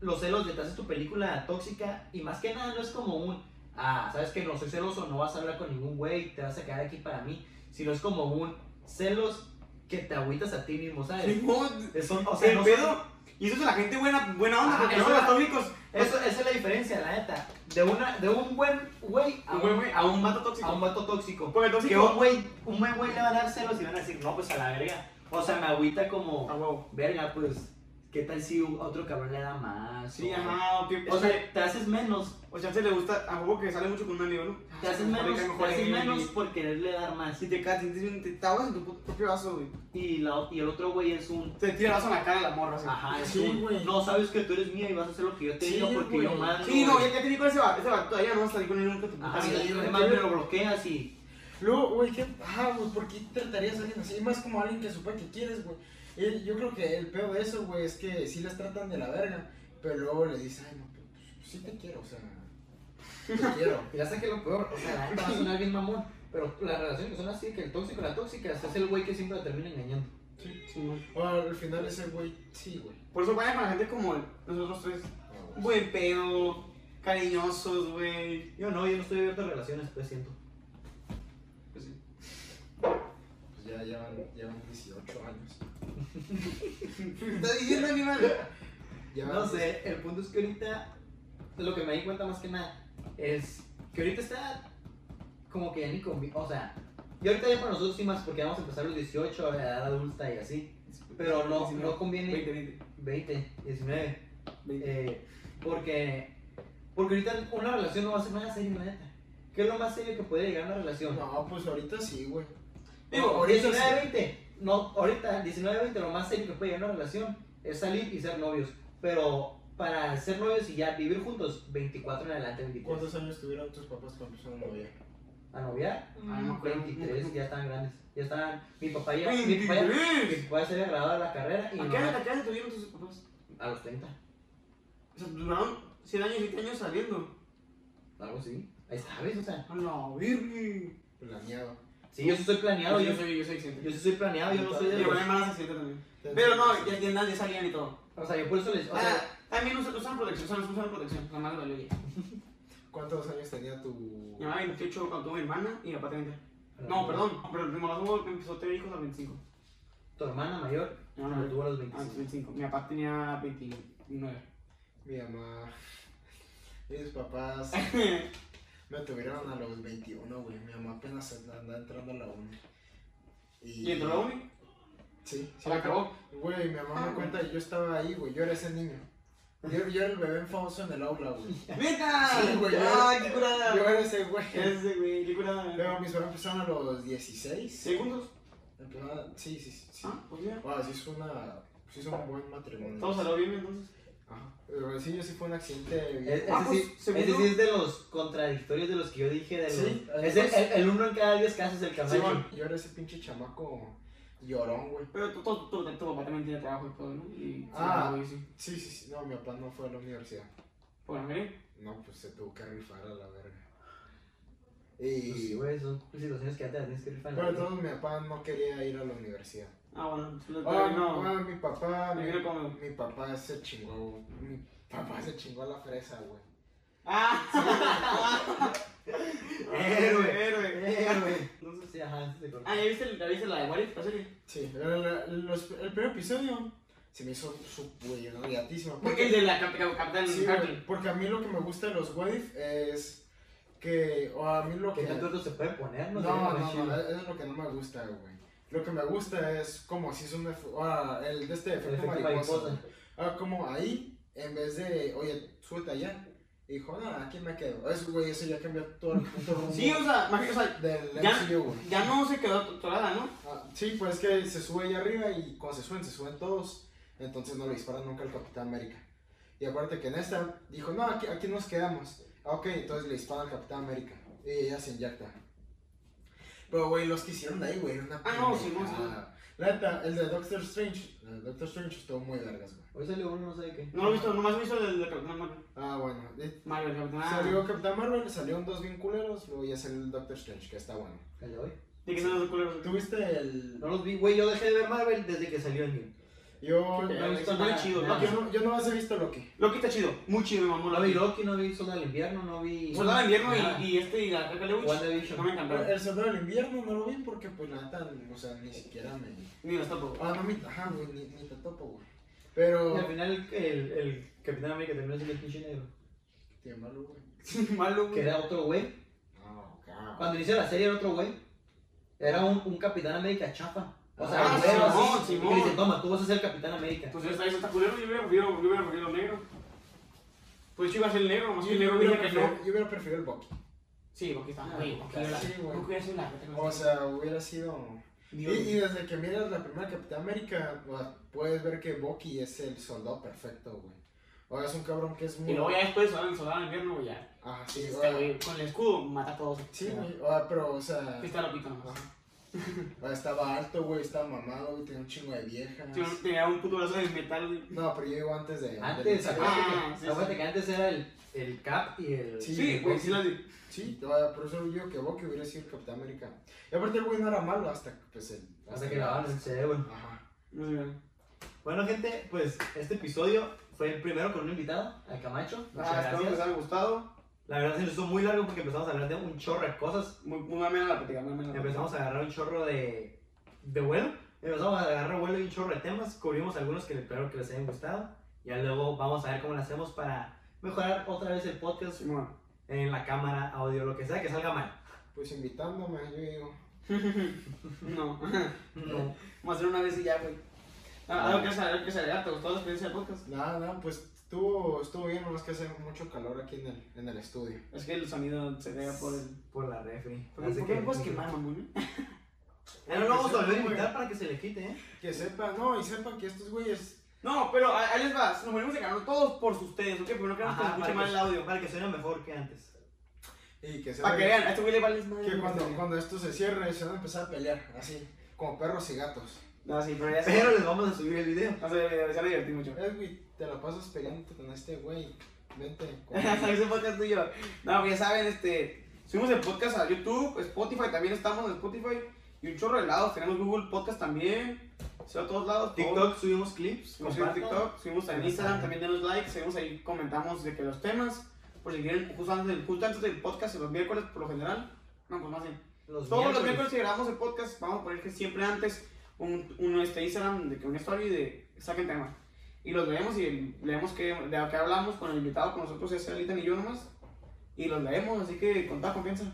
[SPEAKER 2] los celos de te haces tu película tóxica y más que nada no es como un, ah, sabes que no soy celoso, no vas a hablar con ningún güey, te vas a quedar aquí para mí, sino es como un celos que te agüitas a ti mismo, ¿sabes?
[SPEAKER 3] Simón,
[SPEAKER 2] Son- o sea,
[SPEAKER 3] el
[SPEAKER 2] no son-
[SPEAKER 3] pedo. Y eso es la gente buena, buena onda,
[SPEAKER 2] Ah,
[SPEAKER 3] porque
[SPEAKER 2] eso
[SPEAKER 3] no los
[SPEAKER 2] la-
[SPEAKER 3] tóxicos.
[SPEAKER 2] eso, esa es la diferencia, la neta. De, una, de un buen güey a
[SPEAKER 3] Un buen
[SPEAKER 2] un,
[SPEAKER 3] güey, a un mato
[SPEAKER 2] Ah, a un
[SPEAKER 3] tóxico.
[SPEAKER 2] vato tóxico.
[SPEAKER 3] Porque el
[SPEAKER 2] Que un
[SPEAKER 3] tóxico.
[SPEAKER 2] güey, un buen güey le van a dar celos y van a decir, no, pues a la verga. O sea, me agüita
[SPEAKER 3] A
[SPEAKER 2] como,
[SPEAKER 3] huevo.
[SPEAKER 2] verga, pues, ¿qué tal si u- otro cabrón le da más?
[SPEAKER 3] Sí,
[SPEAKER 2] o,
[SPEAKER 3] ajá, o que.
[SPEAKER 2] O sea, te haces menos,
[SPEAKER 3] o sea, se le gusta a huevo que sale mucho con un amigo, ¿no?
[SPEAKER 2] te haces
[SPEAKER 3] Ah, Mejor
[SPEAKER 2] menos,
[SPEAKER 3] acá,
[SPEAKER 2] te
[SPEAKER 3] mejor
[SPEAKER 2] haces
[SPEAKER 3] ahí.
[SPEAKER 2] menos por quererle dar más.
[SPEAKER 3] Si te caes, te, te, te ahogas en tu pu- propio vaso, güey.
[SPEAKER 2] Y, la, o- y el otro güey es un,
[SPEAKER 3] Te tira el vaso en la cara a la morra, así.
[SPEAKER 2] ajá, es
[SPEAKER 4] Sí,
[SPEAKER 2] un,
[SPEAKER 4] güey.
[SPEAKER 2] no, sabes que tú eres mía y vas a hacer lo que yo te
[SPEAKER 4] Sí,
[SPEAKER 2] diga porque
[SPEAKER 4] güey.
[SPEAKER 2] yo mando.
[SPEAKER 3] Sí, no,
[SPEAKER 2] y-
[SPEAKER 3] ya, ya te Ah, digo ese vato, ese vato, todavía no vas a salir con él nunca en tu puta
[SPEAKER 2] Ajá,
[SPEAKER 3] vida.
[SPEAKER 2] y
[SPEAKER 4] sí,
[SPEAKER 2] además
[SPEAKER 4] güey.
[SPEAKER 2] me lo bloqueas y...
[SPEAKER 4] Luego, güey, ¿qué? Ah, güey, ¿por qué tratarías a alguien así? Más como a alguien que supa que quieres, güey. Eh, Yo creo que el peor de eso, güey, es que sí las tratan de la verga, pero luego le dicen, ay, no, pero pues, sí te quiero, o sea, te quiero.
[SPEAKER 2] Y ya sé que lo peor, o sea, la neta va a sonar bien mamón, pero las relaciones que son así, que el tóxico, la tóxica, es el güey que siempre la termina engañando.
[SPEAKER 3] Simón.
[SPEAKER 4] O al final ese güey, sí, güey.
[SPEAKER 3] Por eso vayan con la gente como el- nosotros tres.
[SPEAKER 4] Ah, güey.
[SPEAKER 3] Buen pedo, cariñosos, güey.
[SPEAKER 2] Yo no, yo no estoy abierto a relaciones, pues siento.
[SPEAKER 3] Pues sí.
[SPEAKER 4] Pues ya. ya llevan, llevan 18 años.
[SPEAKER 3] ¿Estás diciendo animal?
[SPEAKER 4] Llevan
[SPEAKER 2] No sé, el punto es que ahorita lo que me di cuenta más que nada es que ahorita está como que ya ni conviene, o sea, y ahorita ya para nosotros sí más porque vamos a empezar los 18 a la edad adulta y así, pero no, no conviene
[SPEAKER 3] 20, 20.
[SPEAKER 2] 20, 19,
[SPEAKER 3] 20.
[SPEAKER 2] eh, porque, porque ahorita una relación no va a ser nada serio, la neta. ¿Qué es lo más serio que puede llegar a una relación?
[SPEAKER 4] No, pues ahorita sí, güey.
[SPEAKER 2] Digo,
[SPEAKER 4] No, ahorita
[SPEAKER 2] 19,
[SPEAKER 4] sí.
[SPEAKER 2] 20. No, ahorita 19, 20, lo más serio que puede llegar a una relación es salir y ser novios. Pero para ser novios y ya vivir juntos, 24 en adelante, 23.
[SPEAKER 4] ¿Cuántos años tuvieron tus papás cuando empezaron a noviar?
[SPEAKER 2] ¿A noviar?
[SPEAKER 3] Ah, no me acuerdo.
[SPEAKER 2] 23, ya estaban grandes. Ya estaban. Mi papá ya. Mi papá ya, mi
[SPEAKER 3] 23.
[SPEAKER 2] papá ya se había graduado de la carrera y
[SPEAKER 3] ¿A
[SPEAKER 2] mi
[SPEAKER 3] qué edad-
[SPEAKER 2] mamá-
[SPEAKER 3] a qué edad tuvieron tus papás?
[SPEAKER 2] a los 30,
[SPEAKER 3] O sea, duraron 100 años, 20 años saliendo.
[SPEAKER 2] algo así. Ahí sabes, o sea.
[SPEAKER 3] A la virgen.
[SPEAKER 4] Planeado.
[SPEAKER 2] Sí, yo sí soy planeado, yo,
[SPEAKER 3] Yo soy, yo soy exigente.
[SPEAKER 2] yo sí soy planeado, Ah, yo no soy de
[SPEAKER 3] Yo
[SPEAKER 2] los-
[SPEAKER 3] también más accidente también. Pero no, ya, ya, nada, ya salían y todo.
[SPEAKER 2] O sea, yo por eso les. O sea,
[SPEAKER 3] ah, también usan, usan protección, usan, usan protección. Nada más valió ya.
[SPEAKER 4] ¿Cuántos años tenía tu...?
[SPEAKER 3] Mi mamá 28 cuando tuvo mi hermana y mi papá 30. No, perdón, pero mi mamá tuvo, empezó a tener hijos a 25.
[SPEAKER 2] Tu hermana mayor
[SPEAKER 3] No,
[SPEAKER 2] lo tuvo a los
[SPEAKER 3] Ah,
[SPEAKER 2] 25.
[SPEAKER 3] 25. Mi papá tenía 29.
[SPEAKER 4] Mi mamá... Mis papás me tuvieron a los 21, güey. Mi mamá apenas anda entrando a la uni.
[SPEAKER 3] ¿Y entró a la uni?
[SPEAKER 4] Sí.
[SPEAKER 3] Se la acabó. Ah,
[SPEAKER 4] Güey, mi mamá me cuenta que yo estaba ahí, güey. Yo era ese niño. Yo, yo era el bebé enfadoso en el aula, güey.
[SPEAKER 3] ¡Neta!
[SPEAKER 4] Sí, güey, yo-
[SPEAKER 3] ¡Ah, qué curada!
[SPEAKER 4] Yo era ese güey.
[SPEAKER 3] Ese, güey, qué curada.
[SPEAKER 4] Pero mis papás empezaron a los 16.
[SPEAKER 3] ¿Segundos?
[SPEAKER 4] Empezaron- Sí, sí, sí. sí.
[SPEAKER 3] Ah, pues ya.
[SPEAKER 4] Wow, sí es una... Sí es un buen matrimonio.
[SPEAKER 3] Todo salió bien entonces.
[SPEAKER 4] Ajá. Pero sí, yo sí fue un accidente
[SPEAKER 2] E- Ese,
[SPEAKER 4] bien.
[SPEAKER 3] Ah, pues,
[SPEAKER 2] sí,
[SPEAKER 3] según
[SPEAKER 2] ese
[SPEAKER 3] yo-
[SPEAKER 2] sí es de los contradictorios de los que yo dije. De los, es
[SPEAKER 4] Sí,
[SPEAKER 2] el,
[SPEAKER 4] además-
[SPEAKER 2] el, el uno en cada diez casos el
[SPEAKER 3] eh,
[SPEAKER 4] Sí,
[SPEAKER 2] caballo.
[SPEAKER 4] güey, yo era ese pinche chamaco llorón, güey.
[SPEAKER 3] Pero tu, tu, tu, tu papá también tiene trabajo y todo, ¿no? Y,
[SPEAKER 4] Ah.
[SPEAKER 3] sí, güey, sí.
[SPEAKER 4] Sí, sí, sí. No, mi papá no fue a la universidad.
[SPEAKER 3] Bueno, miren.
[SPEAKER 4] No, pues se tuvo que rifar a la verga.
[SPEAKER 2] Pues sí,
[SPEAKER 4] Y...
[SPEAKER 2] güey, son situaciones que ya te las tienes que rifar.
[SPEAKER 4] Pero entonces mi papá no quería ir a la universidad.
[SPEAKER 3] Ah, bueno. pues, no,
[SPEAKER 4] Ah,
[SPEAKER 3] no.
[SPEAKER 4] ah, mi papá...
[SPEAKER 3] Me
[SPEAKER 4] Mi,
[SPEAKER 3] quiero comer.
[SPEAKER 4] mi papá se chingó... Mi papá se chingó a la fresa, güey.
[SPEAKER 3] Ah,
[SPEAKER 2] Héroe.
[SPEAKER 3] héroe.
[SPEAKER 2] Héroe.
[SPEAKER 3] Entonces,
[SPEAKER 2] Eh, Sí, ajá, sí se cortó.
[SPEAKER 3] ah, ¿ya viste, ya viste la de Warrior? ¿La serie?
[SPEAKER 4] Sí, pero la- los- el primer episodio se me hizo su güey, riatísimo.
[SPEAKER 3] Porque el de la cap- cap- Capitán
[SPEAKER 4] Sí,
[SPEAKER 2] Ah,
[SPEAKER 4] güey,
[SPEAKER 3] Carter.
[SPEAKER 4] porque a mí lo que me gusta de los Wave es que. O a mí lo que.
[SPEAKER 2] ¿Qué tanto otro se puede poner?
[SPEAKER 4] No,
[SPEAKER 2] sé,
[SPEAKER 4] no,
[SPEAKER 2] güey,
[SPEAKER 4] no,
[SPEAKER 2] chido.
[SPEAKER 4] eso es lo que no me gusta, güey. Lo que me gusta es como si es un. efe- ah, el de este
[SPEAKER 2] El
[SPEAKER 4] efecto,
[SPEAKER 2] efecto
[SPEAKER 4] mariposa.
[SPEAKER 2] mariposa.
[SPEAKER 4] Ah, como ahí, en vez de. Oye, súbete allá. Y dijo, no, aquí me quedo. Es, güey, eso ya cambió todo el punto rumbo
[SPEAKER 3] Sí, o sea, imagínate, o sea,
[SPEAKER 4] del
[SPEAKER 3] ya-
[SPEAKER 4] MCU, güey.
[SPEAKER 3] ya no se quedó atorada, ¿no?
[SPEAKER 4] Ah, sí, pues es que se sube allá arriba y cuando se suben, se suben todos. Entonces no le disparan nunca al Capitán América. Y aparte que en esta dijo, no, aquí, aquí nos quedamos. Ah, ok, entonces le disparan al Capitán América. Y ella se inyecta. Pero, güey, los que hicieron de ahí, güey, era una
[SPEAKER 3] Ah, no, sí,
[SPEAKER 4] pendejada.
[SPEAKER 3] no, sí.
[SPEAKER 4] La neta, el de Doctor Strange. el de Doctor Strange estuvo muy vergas, güey.
[SPEAKER 2] Hoy salió uno, no sé de qué.
[SPEAKER 3] No lo he visto, nomás he visto el de Capitán Marvel.
[SPEAKER 4] Ah, bueno. eh,
[SPEAKER 3] Marvel, Capitán
[SPEAKER 4] Salió Capitán Marvel, salieron dos bien culeros, luego ya salió el Doctor Strange, que está bueno.
[SPEAKER 2] El de hoy.
[SPEAKER 3] ¿De qué son los culeros?
[SPEAKER 4] ¿Tuviste el...?
[SPEAKER 2] No los vi, güey. Yo dejé de ver Marvel desde que salió Endgame.
[SPEAKER 4] Yo...
[SPEAKER 3] Qué Ah,
[SPEAKER 4] yo no
[SPEAKER 3] pedo,
[SPEAKER 4] he
[SPEAKER 3] está
[SPEAKER 4] visto
[SPEAKER 3] muy
[SPEAKER 4] nada.
[SPEAKER 3] chido,
[SPEAKER 4] No,
[SPEAKER 3] ¿no?
[SPEAKER 4] Yo no, yo no más he visto Loki.
[SPEAKER 3] Loki está chido, muy chido, mi mamá.
[SPEAKER 2] No vi Loki, no vi Soldado del Invierno, no vi.
[SPEAKER 3] Soldado de invierno
[SPEAKER 2] Nada.
[SPEAKER 3] y, y este y la Reca Lewis.
[SPEAKER 2] WandaVision.
[SPEAKER 3] No me encantaron.
[SPEAKER 4] El soldado del invierno no lo vi porque, pues, la neta, o sea, ni siquiera me.
[SPEAKER 3] Ni los topo.
[SPEAKER 4] Ah, no, mi... ajá, güey, ni, ni te topo, güey.
[SPEAKER 2] Y al
[SPEAKER 4] Pero.
[SPEAKER 2] final el, el, el Capitán América terminó siendo el pinche negro.
[SPEAKER 4] Qué malo, güey.
[SPEAKER 3] Malo,
[SPEAKER 2] Que
[SPEAKER 3] güey.
[SPEAKER 2] era otro güey.
[SPEAKER 4] No, cabrón.
[SPEAKER 2] Cuando inició la serie era otro güey. Era un, un Capitán América chafa. O sea,
[SPEAKER 4] Ah,
[SPEAKER 2] el güey era así,
[SPEAKER 3] Simón,
[SPEAKER 2] y
[SPEAKER 3] Simón.
[SPEAKER 2] que dice, toma, tú vas a ser Capitán América.
[SPEAKER 3] Pues está eso está culero, yo hubiera preferido, yo hubiera preferido negro. Pues yo iba a ser el negro, más que el negro
[SPEAKER 4] hubiera
[SPEAKER 3] dije que
[SPEAKER 4] preferido-
[SPEAKER 3] no.
[SPEAKER 4] yo hubiera preferido el Bucky.
[SPEAKER 3] Sí, porque está
[SPEAKER 2] Ah,
[SPEAKER 3] muy
[SPEAKER 2] claro,
[SPEAKER 4] sí, güey.
[SPEAKER 3] Nunca hubiera sido la Reca
[SPEAKER 4] O
[SPEAKER 3] Lewis.
[SPEAKER 4] sea, hubiera sido. Y,
[SPEAKER 3] Dios.
[SPEAKER 4] y desde que miras la primera Capitán América, o sea, puedes ver que Bucky es el soldado perfecto, güey. O sea, es un cabrón que es muy.
[SPEAKER 3] Y luego ya después se van a invierno, güey, ya.
[SPEAKER 4] Ajá, sí,
[SPEAKER 3] Sí,
[SPEAKER 4] o
[SPEAKER 3] está,
[SPEAKER 4] sea,
[SPEAKER 3] güey, con el escudo mata a todos.
[SPEAKER 4] Sí, güey. O sea, pero, o sea.
[SPEAKER 3] Que está loquito nomás.
[SPEAKER 4] Ajá. o sea, Estaba alto, güey, estaba mamado, güey, tenía un chingo de viejas.
[SPEAKER 3] Yo tenía un puto brazo de metal. güey.
[SPEAKER 4] No, pero yo digo antes de.
[SPEAKER 2] Antes,
[SPEAKER 4] de-
[SPEAKER 2] acuérdate,
[SPEAKER 3] Ah,
[SPEAKER 2] que,
[SPEAKER 3] sí,
[SPEAKER 2] acuérdate
[SPEAKER 3] sí.
[SPEAKER 2] que antes era el, el Cap y el.
[SPEAKER 4] Sí,
[SPEAKER 3] Sí, güey, sí las di.
[SPEAKER 4] Sí, ah, por eso yo que Bucky hubiera sido el Capitán América. Y aparte el güey no era malo hasta que pues el.
[SPEAKER 2] Hasta que grababan el cerebro.
[SPEAKER 4] Ajá.
[SPEAKER 3] No sé, güey.
[SPEAKER 2] Bueno, gente, pues este episodio fue el primero con un invitado, al Camacho. Muchas
[SPEAKER 3] Ah, espero que les
[SPEAKER 2] gracias.
[SPEAKER 3] haya gustado.
[SPEAKER 2] La verdad se nos hizo muy largo porque empezamos a hablar de un chorro de cosas.
[SPEAKER 3] Muy, muy amena la plática, muy amena la plática.
[SPEAKER 2] Empezamos a agarrar un chorro de, de vuelo. Empezamos a agarrar vuelo y un chorro de temas. Cubrimos algunos que espero que les hayan gustado. Ya luego vamos a ver cómo lo hacemos para mejorar otra vez el podcast
[SPEAKER 3] Simón.
[SPEAKER 2] en la cámara, audio, lo que sea, que salga mal.
[SPEAKER 4] Pues invitándome, yo digo.
[SPEAKER 3] No.
[SPEAKER 2] No.
[SPEAKER 3] Vamos a hacer una vez y ya, güey. Ah, ¿Algo que saber, que saber? ¿Te gustó la experiencia del podcast?
[SPEAKER 4] Nada, nada, pues estuvo, estuvo bien, nomás que hace mucho calor aquí en el, en el estudio.
[SPEAKER 3] Es que el sonido se vea por el.
[SPEAKER 2] Por la refri.
[SPEAKER 3] ¿Por qué- por qué no puedes quemar, mamón? eh?
[SPEAKER 2] Ya no lo vamos a volver a
[SPEAKER 4] Sí,
[SPEAKER 2] invitar
[SPEAKER 4] güey.
[SPEAKER 2] para que se le quite, ¿eh?
[SPEAKER 4] Que sepan, no, y sepan que estos güeyes.
[SPEAKER 3] No, pero a- ahí les va. Nos volvemos a ganar todos por sus ustedes, ¿ok? Porque no queremos que se
[SPEAKER 2] Ajá, para,
[SPEAKER 3] escuche mal
[SPEAKER 2] que,
[SPEAKER 3] el audio.
[SPEAKER 2] para que suene mejor que antes.
[SPEAKER 4] Y que sepan
[SPEAKER 3] Para que vean, a este güey le vale madre.
[SPEAKER 4] que cuando, cuando esto se cierre se van a empezar a pelear, así, como perros y gatos.
[SPEAKER 3] No, sí, pero ya
[SPEAKER 2] Pero
[SPEAKER 3] se.
[SPEAKER 2] les vamos a subir el video.
[SPEAKER 3] No sé, se va a divertir mucho.
[SPEAKER 4] Es, güey, te la pasas peleando con este güey. Vente.
[SPEAKER 3] Hasta
[SPEAKER 4] conmigo.
[SPEAKER 3] ese podcast tuyo. No, pues ya saben, este, subimos el podcast a YouTube, Spotify, también estamos en Spotify. Y un chorro de lados, tenemos Google Podcast también. Se va a todos lados. todo.
[SPEAKER 2] TikTok subimos clips.
[SPEAKER 3] Oh. Subimos en
[SPEAKER 2] compartan.
[SPEAKER 3] TikTok, subimos en Instagram, también denos like, seguimos ahí, comentamos de que los temas, por si quieren, justo antes del, justo antes del podcast, los miércoles por lo general, no, pues más bien.
[SPEAKER 2] Los
[SPEAKER 3] Todos los miércoles que grabamos el podcast, vamos a poner que siempre antes un, un este Instagram de que un story de saquen tema. Y los leemos y leemos que, de lo que hablamos con el invitado, con nosotros es Alitan y yo nomás. Y los leemos, así que con toda confianza.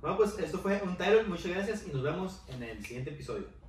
[SPEAKER 2] Bueno, pues esto fue un Tyler. Muchas gracias y nos vemos en el siguiente episodio.